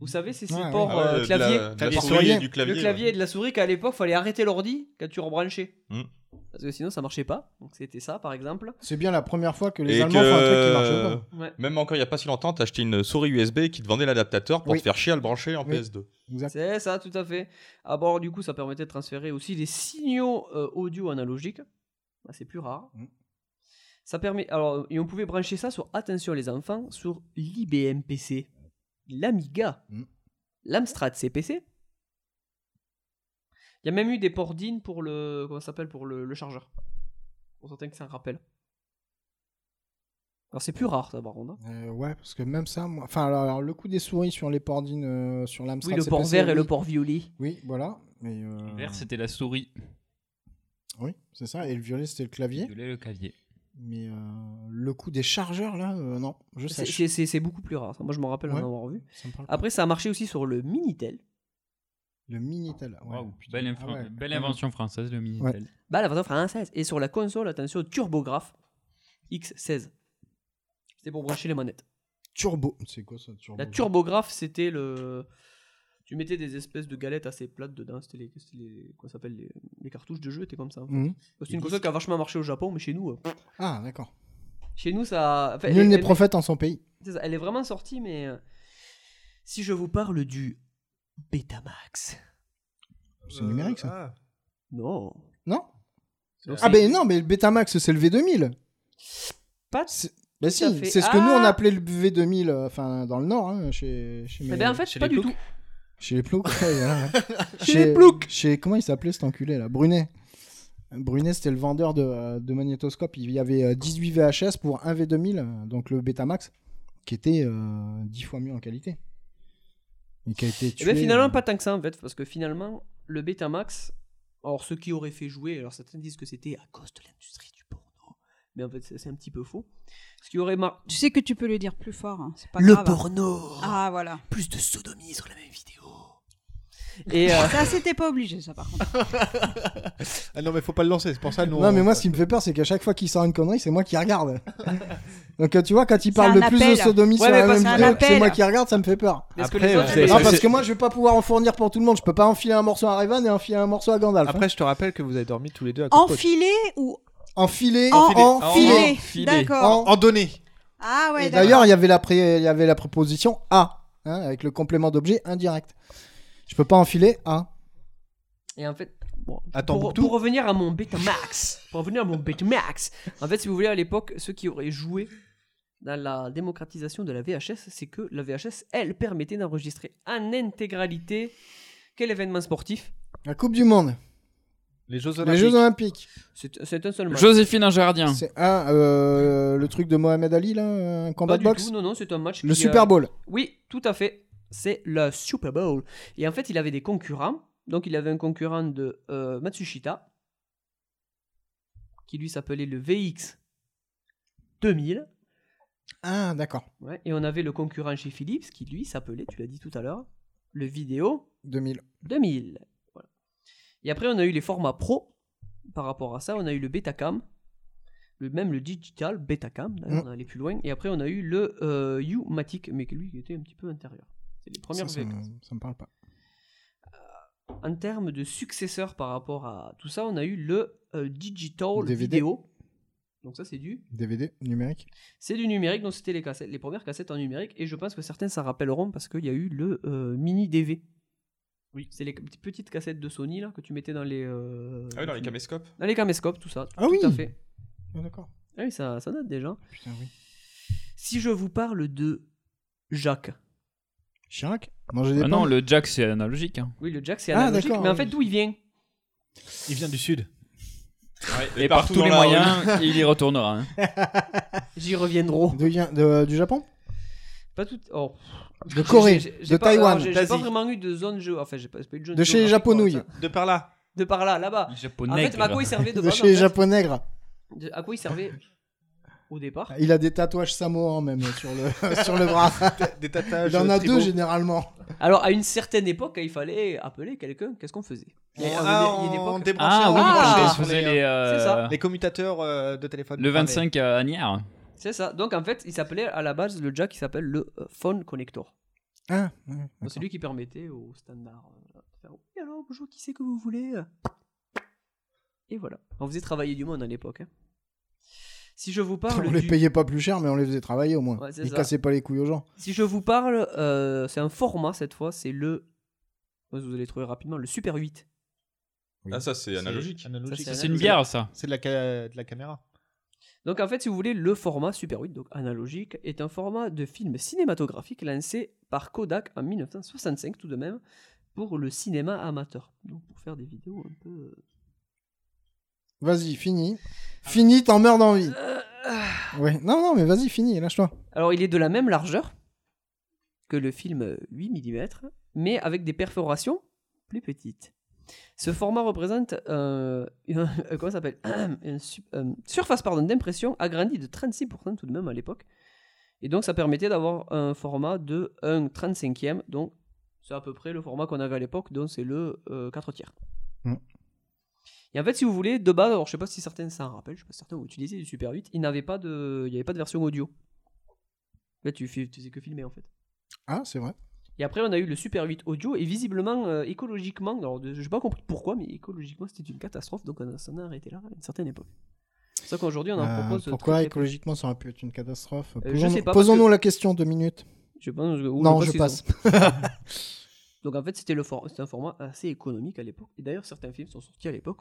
Vous savez, c'est ces Ouais, ports ouais. euh, Ah ouais, de clavier, la- de la souris et du clavier, le ouais. clavier et de la souris qu'à l'époque, fallait arrêter l'ordi quand tu rebranchais. Mm. Hmm. Parce que sinon, ça marchait pas. Donc c'était ça, par exemple. C'est bien la première fois que les Et Allemands font un truc qui marche que pas. Ouais. même encore il y a pas si longtemps, t'as acheté une souris USB qui te vendait l'adaptateur pour Oui. te faire chier à le brancher en PS2. C'est ça, tout à fait. Ah bon, du coup, ça permettait de transférer aussi des signaux euh, audio analogiques. Ah, c'est plus rare. Ça permet. Alors, et on pouvait brancher ça sur attention les enfants sur l'IBM PC, l'Amiga, l'Amstrad CPC. Il y a même eu des ports DIN pour le comment ça s'appelle pour le, le chargeur. Pour certains que ça rappelle. Alors c'est plus rare ça par contre. hein. Euh, ouais, parce que même ça, moi- enfin, alors, alors, le coup des souris sur les pordines, euh, sur l'Amstrad. Oui, le c'est port passé, vert et oui. le port violet. Oui, voilà. Mais euh, Vert, c'était la souris. oui, c'est ça. Et le violet, c'était le clavier. Violet, le clavier. Mais euh, le coup des chargeurs, là, euh, non, je C'est- sais. c'est- C'est c'est beaucoup plus rare. ça. Moi, je m'en rappelle Ouais, en avoir vu. ça me parle pas. Après, ça a marché aussi sur le Minitel. Le Minitel. ouais. Waouh, belle, infra- Ah ouais. belle invention française, le Minitel. Bah, la version française. Et sur la console, attention, Turbograph X16. C'était pour brancher les manettes. Turbo. C'est quoi ça, turbo La Turbograph, c'était le. Tu mettais des espèces de galettes assez plates dedans. C'était les. c'était les- Quoi ça s'appelle les... les cartouches de jeu, c'était comme ça. en fait. Mhm. C'est une console qui a vachement marché au Japon, mais chez nous. euh, Ah, d'accord. Chez nous, ça. enfin, Nul elle- n'est elle- prophète en son pays. C'est ça, Elle est vraiment sortie, mais euh, si je vous parle du Betamax. C'est numérique, ça. Ah. Non. Non Donc, Ah, c'est- ben non, mais le Betamax, c'est le V2000. Pas Bah tout si, à fait. c'est ce que nous on Ah appelait le V2000, euh, enfin dans le Nord, hein, chez, chez Eh mes- ben en fait, pas du tout. Chez les ploucs. ouais, [LAUGHS] voilà, ouais. Chez les ploucs. hein. Chez comment il s'appelait cet enculé là Brunet. Brunet, c'était le vendeur de, euh, de magnétoscopes. Il y avait euh, 18 VHS pour un V2000, euh, donc le Betamax, qui était euh, 10 fois mieux en qualité. Et qui a été Et Eh tué. ben, bien euh. Eh ben, finalement, pas tant que ça en fait, parce que finalement, le Betamax, alors ceux qui auraient fait jouer, alors certains disent que c'était à cause de l'industrie du porno, mais en fait c'est c'est un petit peu faux. Ce qui aurait mar... Tu sais que tu peux le dire plus fort, hein, c'est pas Le grave. porno. Ah voilà. Plus de sodomie sur la même vidéo. Et, euh, Ça, c'était pas obligé, ça par [LAUGHS] contre. Ah non, mais faut pas le lancer, [LAUGHS] c'est pour ça nous. Non, mais on- moi, ce qui me fait peur, c'est qu'à chaque fois qu'il sort une connerie, c'est moi qui [LAUGHS] regarde. Donc, euh, tu vois, quand il C'est parle un le plus de appel. sodomie Ouais, sur mais la parce même que- vidéo, un que c'est appel. moi qui regarde, ça me fait peur. Est-ce que les autres, c'est- Ah, c'est- parce que moi, je vais pas pouvoir en fournir pour tout le monde. Je peux pas enfiler un morceau à Revan et enfiler un morceau à Gandalf. hein. Après, je te rappelle que vous avez dormi tous les deux à côte Enfilé ou Enfilé, En- enfilé. Enfilé. D'accord. En, en donné. Ah ouais, Et d'accord. D'ailleurs, il y avait la pré- il y avait la préposition à, hein, avec le complément d'objet indirect. Je peux pas enfiler à. et en fait, bon, Attends, pour, Boutou. pour revenir à mon Betamax, pour revenir à mon Betamax, en fait, si vous voulez, à l'époque, ceux qui auraient joué dans la démocratisation de la VHS, c'est que la VHS, elle permettait d'enregistrer en intégralité quel événement sportif La Coupe du Monde. Les Jeux Les Jeux Olympiques. C'est c'est un seul match. Joséphine Ingardien. C'est un, euh, le truc de Mohamed Ali, là, un combat Pas de du boxe. tout, non, non, c'est un match. Le qui, Super euh, Bowl. Oui, tout à fait. C'est le Super Bowl. Et en fait, il avait des concurrents. Donc, il avait un concurrent de euh, Matsushita, qui lui s'appelait le VX 2000. Ah, d'accord. Ouais, et on avait le concurrent chez Philips, qui lui s'appelait, tu l'as dit tout à l'heure, le Vidéo 2000. 2000. Voilà. Et après, on a eu les formats pro. Par rapport à ça, on a eu le Betacam, le, même le digital Betacam, d'ailleurs, Mm. on est allé plus loin. Et après, on a eu le euh, U-Matic, mais que lui, il était un petit peu intérieur. C'est les premières ça, ça, VHS. me- ça me parle pas. En termes de successeur par rapport à tout ça, on a eu le euh, digital DVD. vidéo. Donc ça, c'est du, DVD numérique. c'est du numérique. Donc c'était les cassettes, les premières cassettes en numérique. Et je pense que certains s'en rappelleront parce qu'il y a eu le euh, mini DV. Oui. C'est les petites- petites cassettes de Sony là que tu mettais dans les. euh, Ah oui, dans les caméscopes. Dans les caméscopes, tout ça. Ah tout oui. à fait. Ah d'accord. Ah oui, ça, ça date déjà. Putain, oui. Si je vous parle de Jacques. Chirac Manger des Ah non, pains. le Jack, c'est analogique. hein. Oui, le Jack, c'est Ah, analogique, d'accord, mais en oui. fait, d'où il vient Il vient du sud. et, par tous les moyens, [LAUGHS] il y retournera. hein. Eh. J'y reviendrai. du Japon Pas tout. oh. De Corée, J'ai- j'ai- de j'ai pas- Taïwan, alors, J'ai j'ai pas d'Asie. vraiment eu de zone géo. Enfin, j'ai pas, j'ai pas eu de zone De chez les géographique, quoi, Japonouilles. ça. De par là. De par là, là-bas. En fait, Japonègre. à quoi il servait de, De chez les Japonègres. À quoi il servait au départ Il a des tatouages samoans même [LAUGHS] sur le, sur le bras. Des, tatouages Il en a tribaux. deux généralement. Alors, à une certaine époque, quand il fallait appeler quelqu'un, qu'est-ce qu'on faisait Il y a- Ah, il y a une on époque- débranchait, on Ah, débranchait on sur faisait les, les, euh, C'est ça. les commutateurs euh, de téléphone. Le Ah, mais- 25 à Agnières. C'est ça. Donc en fait, il s'appelait à la base le jack qui s'appelle le euh, phone euh, connector. Ah, ouais, Bon, c'est lui qui permettait au standard euh, de faire Oui, alors, bonjour, qui c'est que vous voulez Et voilà. On faisait travailler du monde à l'époque. hein. Si je vous parle. on les du- payait pas plus cher, mais on les faisait travailler au moins. Ouais, c'est Ils ça. cassaient pas les couilles aux gens. Si je vous parle, euh, c'est un format cette fois, c'est le. Vous allez trouver rapidement, le Super 8. Ah, ça, c'est analogique. Ça, c'est analogique. C'est de la, ca- de la caméra. Donc en fait, si vous voulez, le format Super 8, donc analogique, est un format de film cinématographique lancé par Kodak en 1965 tout de même pour le cinéma amateur. Donc pour faire des vidéos un peu... euh, Vas-y, fini. Fini, t'en meurs d'envie. Euh. Ouais. Non, non, mais vas-y, fini, lâche-toi. Alors, il est de la même largeur que le film euh, 8 mm, mais avec des perforations plus petites. Ce format représente euh, un, euh, comment ça s'appelle [CLEARS THROAT] Une su- euh, surface pardon, d'impression agrandie de 36% tout de même à l'époque. Et donc, ça permettait d'avoir un format de 1 35e. Donc, c'est à peu près le format qu'on avait à l'époque, donc c'est le 4 tiers. Mm. Et en fait, si vous voulez, de base, alors je sais pas si certains s'en rappellent, je sais pas si certains ont utilisé du Super 8, il n'avait pas de, il n'y avait pas de version audio. Là, tu fais, tu sais que filmer en fait. Ah, c'est vrai. Et après, on a eu le Super 8 audio, et visiblement, euh, écologiquement, alors je n'ai pas compris pourquoi, mais écologiquement, c'était une catastrophe, donc on s'en a arrêté là à une certaine époque. C'est pour ça qu'aujourd'hui, on en Euh, propose. très, pourquoi très peu. écologiquement ça aurait pu être une catastrophe Euh, je Posons- sais pas, parce Posons-nous que- la question deux minutes. Je pense que- ou non, je je pense passe. qu'ils [LAUGHS] ont- [LAUGHS] Donc en fait, c'était le for- c'était un format assez économique à l'époque. Et d'ailleurs, certains films sont sortis à l'époque.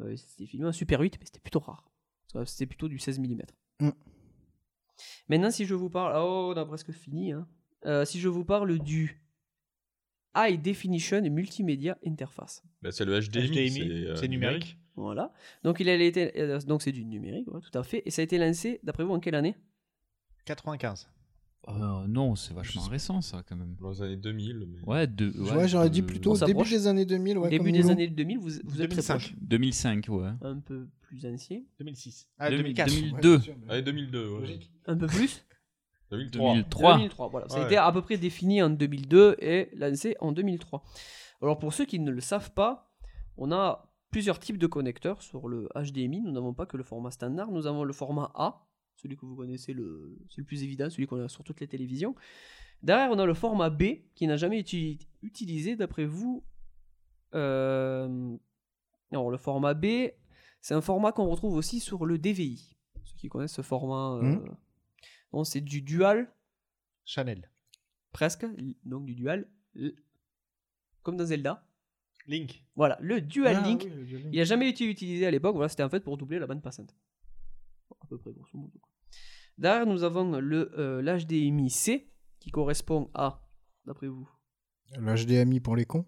Euh, c'était filmé en Super 8, mais c'était plutôt rare. Ça, C'était plutôt du 16 mm. Mm. Maintenant, si je vous parle. ah, Oh, on a presque fini. hein. Euh, si je vous parle du High Definition Multimedia Interface. Bah, c'est le HDMI. HDMI, euh, c'est numérique. Voilà. Donc, il a été... euh, donc c'est du numérique, ouais, tout à fait. Et ça a été lancé, d'après vous, en quelle année 95. Oh, non, c'est vachement récent ça quand même. Dans les années 2000. mais- Ouais, de, Ouais, j'aurais dit plutôt on début s'approche. des années 2000. Ouais, Début comme des nous. années 2000, vous, vous êtes très 2005. proche. 2005, ouais. Un peu plus ancien. 2006. Ah, 2004. 2002. Ouais, 2002. ouais. Un peu plus 2003. 2003. 2003, voilà. Ça a Ouais. été à peu près défini en 2002 et lancé en 2003. Alors pour ceux qui ne le savent pas, on a plusieurs types de connecteurs sur le HDMI. Nous n'avons pas que le format standard, nous avons le format A, celui que vous connaissez, le, c'est le plus évident, celui qu'on a sur toutes les télévisions. Derrière, on a le format B qui n'a jamais été utilisé d'après vous. Euh, Alors le format B, c'est un format qu'on retrouve aussi sur le DVI. Ceux qui connaissent ce format, euh, Mhm. non, c'est du dual Chanel. presque, donc du dual, l- comme dans Zelda. Link. Voilà, le dual Ah link, oui, le dual link. il n'a jamais été utilisé à l'époque, voilà, c'était en fait pour doubler la bande passante. À peu près, grosso modo. quoi. Derrière, nous avons le euh, l'HDMI C, qui correspond à, d'après vous, Le HDMI pour [LAUGHS] les cons.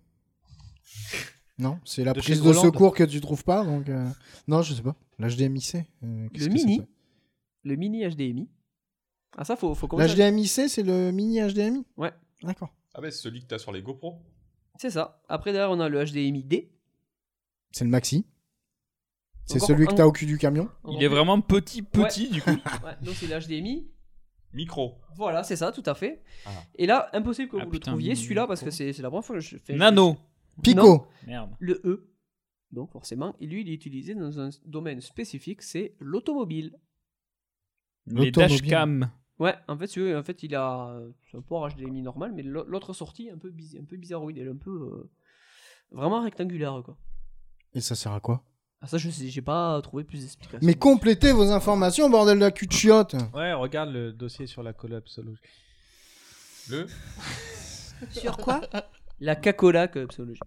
Non, c'est la De prise chez de Groland. secours que tu trouves pas. Donc euh, non, je sais pas. L'HDMI C. euh, qu'est-ce le que c'est mini, ça le mini HDMI. Ah ça, faut, faut commencer à- L'HDMI C, c'est le mini HDMI. Ouais. D'accord. Ah, bah, c'est celui que t'as sur les GoPro. C'est ça. Après, derrière, on a le HDMI D. C'est le maxi. C'est Encore celui que un- t'as au cul du camion. Il est vraiment petit, petit Ouais. du coup. [LAUGHS] Ouais, donc c'est le HDMI. Micro. Voilà, c'est ça, tout à fait. Ah. Et là, impossible que vous putain, le trouviez, micro. celui-là, parce que c'est c'est la première fois que je fais. Nano. Pico. Non. Merde. Le E. Donc forcément, et lui, il est utilisé dans un domaine spécifique, c'est l'automobile. Les L'automobile. dashcam. Ouais, en fait, si vous voulez, en fait, il a c'est un port HDMI normal, mais l'au- l'autre sortie est un peu, biz- un peu bizarroïde, elle est un peu euh, vraiment rectangulaire quoi. Et ça sert à quoi Ah, ça, je sais, j'ai pas trouvé plus d'explications. Mais complétez vos informations, bordel de la cul de chiotte. Ouais, regarde le dossier sur la collapsologie. Le Sur quoi La cacola collapsologie.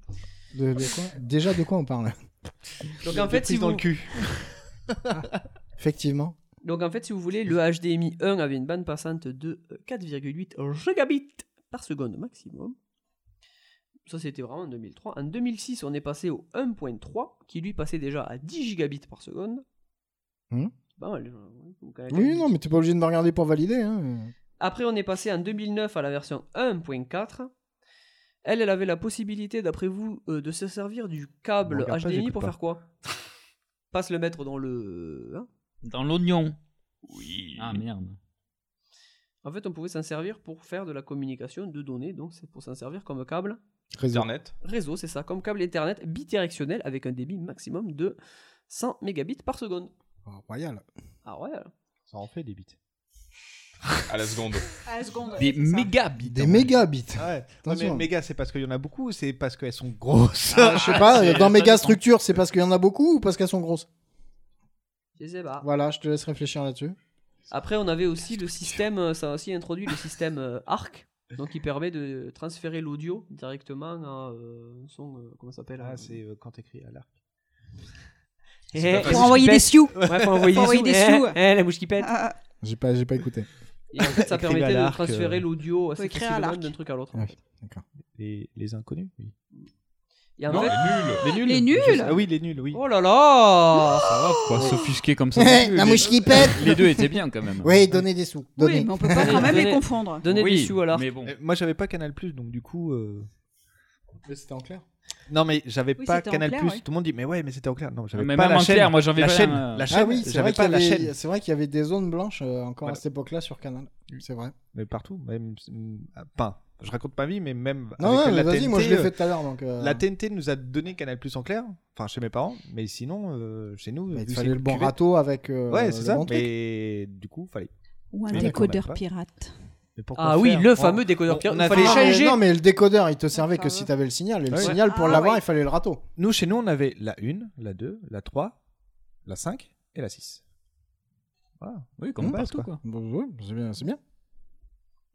De, de quoi Déjà de quoi on parle [LAUGHS] Donc en fait, si prise dans vous- le cul. Effectivement. Donc en fait, si vous voulez, le HDMI 1 avait une bande passante de euh, 4,8 gigabits par seconde maximum. Ça, c'était vraiment en 2003. En 2006, on est passé au 1.3, qui lui passait déjà à 10 gigabits par seconde. Hmm. C'est Pas mal, euh, ouais, donc, euh, Oui, non, mais t'es pas obligé de me regarder pour [LAUGHS] valider. hein. Après, on est passé en 2009 à la version 1.4. Elle, elle avait la possibilité, d'après vous, euh, de se servir du câble Bon, regarde pas, HDMI j'écoute pour pas. faire quoi Pas se le mettre dans le... hein Dans l'oignon. Oui. Ah merde. En fait, on pouvait s'en servir pour faire de la communication de données, donc c'est pour s'en servir comme câble. Réseau. Internet. Réseau, c'est ça, comme câble Ethernet bidirectionnel avec un débit maximum de 100 mégabits par seconde. royal. Ah ouais. Ça en fait des bits. à la seconde. À la seconde. Des mégabits. Des mégabits. Ouais. Ouais, mais Attention. méga, c'est parce qu'il y en a beaucoup ou c'est parce qu'elles sont grosses Ah, je sais [LAUGHS] pas, dans méga structure, c'est parce qu'il y en a beaucoup ou parce qu'elles sont grosses Je sais pas. Voilà, je te laisse réfléchir là-dessus. Après, on avait aussi le système, euh, ça a aussi introduit le système euh, ARC, donc qui permet de transférer l'audio directement à euh, un son, euh, comment ça s'appelle Ah, c'est euh, quand t'écris à l'arc. Eh, C'est pas eh, facile. la mouche qui pète. Ouais, faut pour envoyer des sous. eh, eh, la mouche qui pète. J'ai pas, j'ai pas écouté. Et en fait, ça Écrivez à permettait de l'arc, transférer euh, l'audio Faut assez écrire à facilement l'arc. d'un truc à l'autre. en fait. Les, les inconnus, oui. Et en Non, fait- les nuls. Les nuls. Je sais- Ah oui, les nuls, oui. Oh là là Ça va, faut pas Oh. s'offusquer comme ça. non Eh, plus. la Les- mouche qui pète. Les deux étaient bien quand même. Oui, donnez des sous. Donnez. mais on peut pas quand même les confondre. Donnez Oui, des sous à l'arc. Mais bon. Euh, Moi, j'avais pas Canal Plus, donc du coup. euh, [LAUGHS] Mais c'était en clair. Non, mais j'avais Oui, pas c'était en Canal clair, Plus. ouais. Tout le monde dit, mais ouais, mais c'était en clair. Non, j'avais Mais pas même la en chaîne. clair, moi, j'avais la pas chaîne. la- La Ah chaîne. Ah oui, c'est j'avais vrai, pas qu'il y la avait- chaîne. c'est vrai qu'il y avait des zones blanches euh, encore Voilà. Mm. à cette époque-là sur Canal. C'est vrai. Mais partout, même. euh, Enfin, je raconte ma vie, mais même. Non, avec non, la Ah mais vas-y, TNT, moi, je l'ai euh, fait tout à l'heure, donc, euh. La TNT nous a donné Canal Plus en clair, enfin chez mes parents, mais sinon, euh, chez nous. Mais il vu fallait ces le bon cuvettes- râteau avec, euh, ouais, c'est le ça, bon truc. mais du coup, fallait. Ou un Mais décodeur quand même pas. pirate. Mais pourquoi Ah oui, faire le On- fameux décodeur on- pirate. on Il a fallait fait- Ah, mais changer. Non, mais le décodeur, il te servait que si t'avais le signal. Et le Ouais. signal, pour Ah, l'avoir, ouais. il fallait le râteau. Nous, chez nous, on avait la 1, la 2, la 3, la 5 et la 6. Voilà. Oui, comme Hum, partout, quoi. Bah, ouais, c'est bien, c'est bien.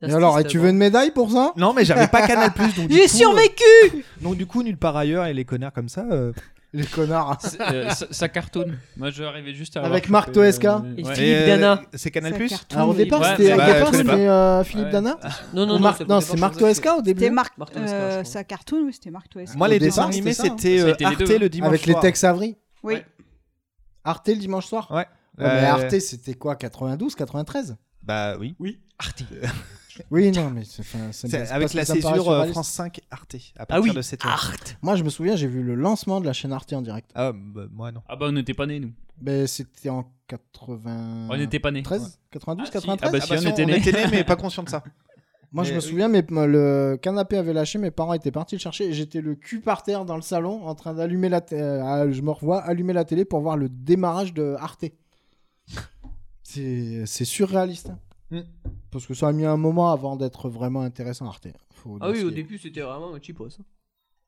La Et alors, et six, tu euh, veux une médaille pour ça Non, mais j'avais pas Canal Plus, donc. du J'ai coup, survécu euh, Donc, du coup, nulle part ailleurs, et les connards comme ça. euh, [LAUGHS] Les connards. Euh, ça, ça cartonne. Moi, je arrivais juste à. Avec avoir Marc chopé, Toesca. euh, Et ouais. Philippe Euh, Dana. C'est Canal Ça Plus cartonne. Alors, au départ, Ouais, c'était bah, Agathe je sais Cartoon pas. et euh, Philippe Ouais. Dana Non, non, Ou non, Marc- ça Non, faisait c'est pas Marc grand-chose. Toesca au C'était début. Marc, Marc euh, Toesca, je crois. sa cartoon, oui, c'était Marc Toesca. Moi, les Au dessins départ, animés, c'était ça, hein. c'était euh, Ça a été Arte les deux, hein. le dimanche Avec les soir. Tex Avery Oui. Arte le dimanche soir Ouais. mais Euh, Arte, c'était quoi 92, 93 [LAUGHS] Bah oui. Oui. Arte. Euh, Oui, non, mais c'est- enfin, ça me- C'est c'est avec parce la que ça me paraît césure euh, surréaliste. France 5 Arte à Ah partir oui, de cette Arte. Moi, je me souviens, j'ai vu le lancement de la chaîne Arte en direct. Ah [LAUGHS] bah, moi non. Ah bah, on n'était pas nés, nous. Mais c'était en 80. On euh, n'était pas nés. 13, 92, Ah, si. 93. Ah bah, si, Ah bah, on si, était on nés. était nés, mais pas conscients de ça. Moi, je Mais me oui. souviens, mais le canapé avait lâché, mes parents étaient partis le chercher et j'étais le cul par terre dans le salon en train d'allumer la télé. je me revois allumer la télé pour voir le démarrage de Arte. C'est c'est surréaliste. hein. Mm. Parce que ça a mis un moment avant d'être vraiment intéressant, Arte. Faut Ah oui, au dire ce qui est. début, c'était vraiment un cheapos.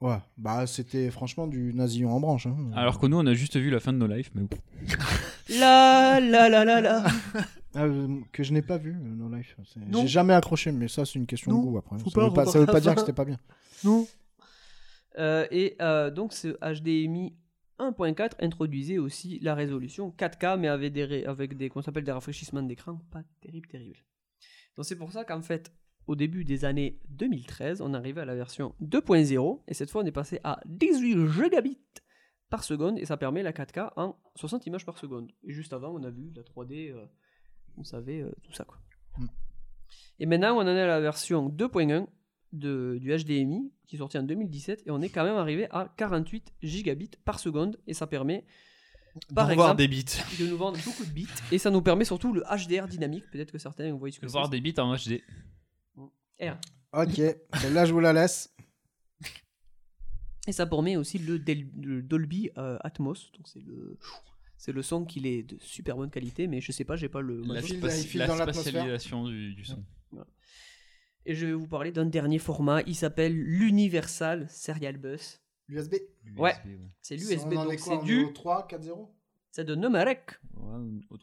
Ouais, bah c'était franchement du nasillon en branche. hein. Ah. Alors que nous, on a juste vu la fin de nos lives, mais bon. La la la la [LAUGHS] la. Ah, euh, que je n'ai pas vu, euh, No Life. C'est- Non. J'ai jamais accroché, mais ça, c'est une question Non, de goût après. faut ça pas veut pas, ça veut revoir pas la dire que fin. c'était pas bien. Non. Euh, et euh, donc ce HDMI 1.4 introduisait aussi la résolution 4K mais avec des, ré- avec des, qu'on s'appelle des rafraîchissements d'écran pas terrible, terrible. Donc c'est pour ça qu'en fait au début des années 2013 on arrivait à la version 2.0 et cette fois on est passé à 18 gigabits par seconde et ça permet la 4K en 60 images par seconde. Et juste avant on a vu la 3D, euh, vous savez euh, tout ça quoi. Et maintenant, on en est à la version 2.1 de- du HDMI qui est sorti en 2017 et on est quand même arrivé à 48 gigabits par seconde et ça permet par D'en exemple voir des bits. de nous vendre beaucoup de bits et ça nous permet surtout le HDR dynamique peut-être que certains voient ce que Voir c'est des bits hein, en HD. R. Ok, [LAUGHS] là je vous la laisse. et ça permet aussi le, Del- le Dolby euh, Atmos donc c'est le c'est le son qu'il est de super bonne qualité mais je sais pas j'ai pas le La, matos. spaci- la spatialisation du, du son. et je vais vous parler d'un dernier format il s'appelle l'Universal Serial Bus L'USB. ouais c'est l'USB donc c'est du 3, 4, 0 C'est de Nomarek. Ouais,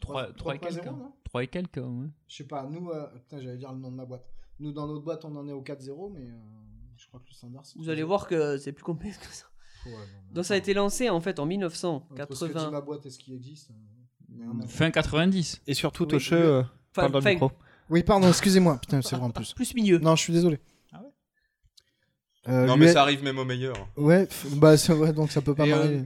3, Trois- et trois quelques. zéro, non 3 et quelques, ouais. Je sais pas, nous, euh, putain, j'allais dire le nom de ma boîte. Nous, dans notre boîte, on en est au 4-0, mais euh, je crois que le standard c'est. Vous allez voir que c'est plus complexe que ça. Ouais, non, Donc ça a été lancé en fait en Entre ce que dit 1980. ma boîte et ce qui existe. euh, il y a un an. Fin 90. Et surtout, Oui, Toche, oui. euh, Fin- parle dans fin- le micro. Oui, pardon, excusez-moi. Putain, c'est vrai en plus. Plus milieu. Ah Non, je suis désolé. Euh, non, mais l'US ça arrive même au meilleur. Ouais, f- bah, c'est- ouais, donc ça peut pas Et, euh, m'arriver.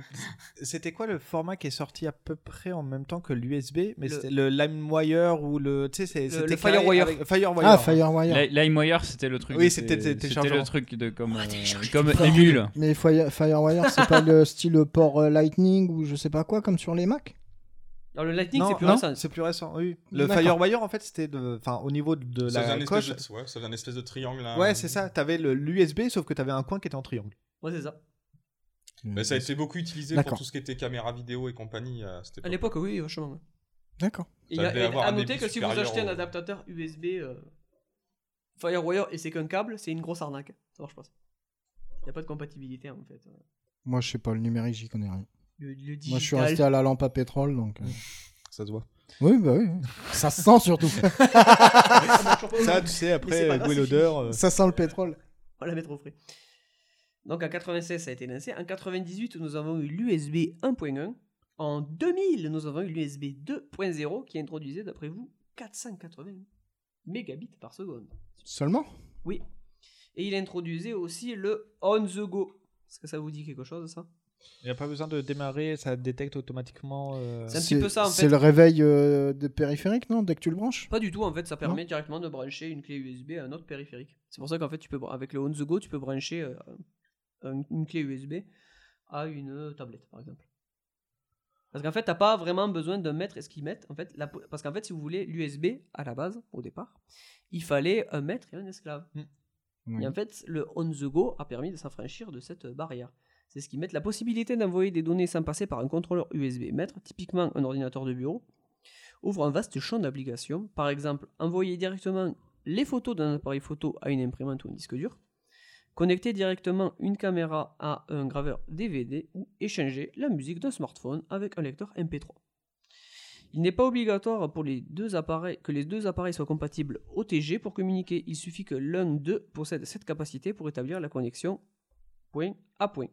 C'était quoi le format qui est sorti à peu près en même temps que l'USB Mais c'était le LimeWire ou le. Tu sais, c'est- c'était le carré Firewire. avec- Firewire. Ah, Firewire. Li- LimeWire, c'était le truc. Oui, de- c'était- c'était C'était chargeant. le truc de comme, euh, comme Emule. Mais Fire- Firewire, c'est pas le style port euh, Lightning ou je sais pas quoi, comme sur les Mac Alors le Lightning Non, c'est plus non, récent. C'est plus récent, oui. Le D'accord. Firewire, en fait, c'était de- enfin, au niveau de Ça faisait un la coche. espèce de, ouais, ça faisait un espèce de triangle. hein. là. Ouais, c'est ça. T'avais le- l'USB, sauf que t'avais un coin qui était en triangle. Ouais, c'est ça. Mais ça a Bah, été beaucoup utilisé pour D'accord. tout ce qui était caméra vidéo et compagnie. euh, À, cette À l'époque oui, vachement. ouais. D'accord. Et Ça il y a- devait et avoir à un noter débit que si vous supérieur achetez un au- adaptateur USB euh, FireWire et c'est qu'un câble, c'est une grosse arnaque. Ça marche pas. Il n'y a pas de compatibilité en fait. Moi, je sais pas, le numérique, j'y connais rien. Le- le Moi, je suis digital. resté à la lampe à pétrole, donc. euh. [LAUGHS] Ça se voit. Oui, bah oui. Ça se sent surtout. [LAUGHS] Ça, tu sais, après, Mais c'est pas grave, goût et c'est l'odeur, fini. euh, Ça sent le pétrole. On va la mettre au frais. Donc en 96, ça a été lancé. En 98, nous avons eu l'USB 1.1. En 2000, nous avons eu l'USB 2.0 qui introduisait, d'après vous, 480 mégabits par seconde. Seulement Oui. Et il introduisait aussi le on the go. Est-ce que ça vous dit quelque chose, ça Il n'y a pas besoin de démarrer, ça détecte automatiquement. euh, C'est un petit peu ça, en fait. C'est le réveil euh, de périphérique, non Dès que tu le branches Pas du tout, en fait, ça permet Non directement de brancher une clé USB à un autre périphérique. C'est pour ça qu'en fait, tu peux, bran- avec le on the go, tu peux brancher euh, un- une clé USB à une euh, tablette, par exemple. Parce qu'en fait, t'as pas vraiment besoin de mettre et ce qu'ils mettent. En fait, la- parce qu'en fait, si vous voulez, l'USB, à la base, au départ, il fallait un maître et un esclave. Hmm. Oui. Et en fait, le on the go a permis de s'affranchir de cette euh, barrière. C'est ce qui met la possibilité d'envoyer des données sans passer par un contrôleur USB maître, typiquement un ordinateur de bureau, ouvre un vaste champ d'applications. Par exemple, envoyer directement les photos d'un appareil photo à une imprimante ou un disque dur, connecter directement une caméra à un graveur DVD ou échanger la musique d'un smartphone avec un lecteur MP3. Il n'est pas obligatoire pour les deux appareils que les deux appareils soient compatibles OTG pour communiquer. Il suffit que l'un d'eux possède cette capacité pour établir la connexion point à point.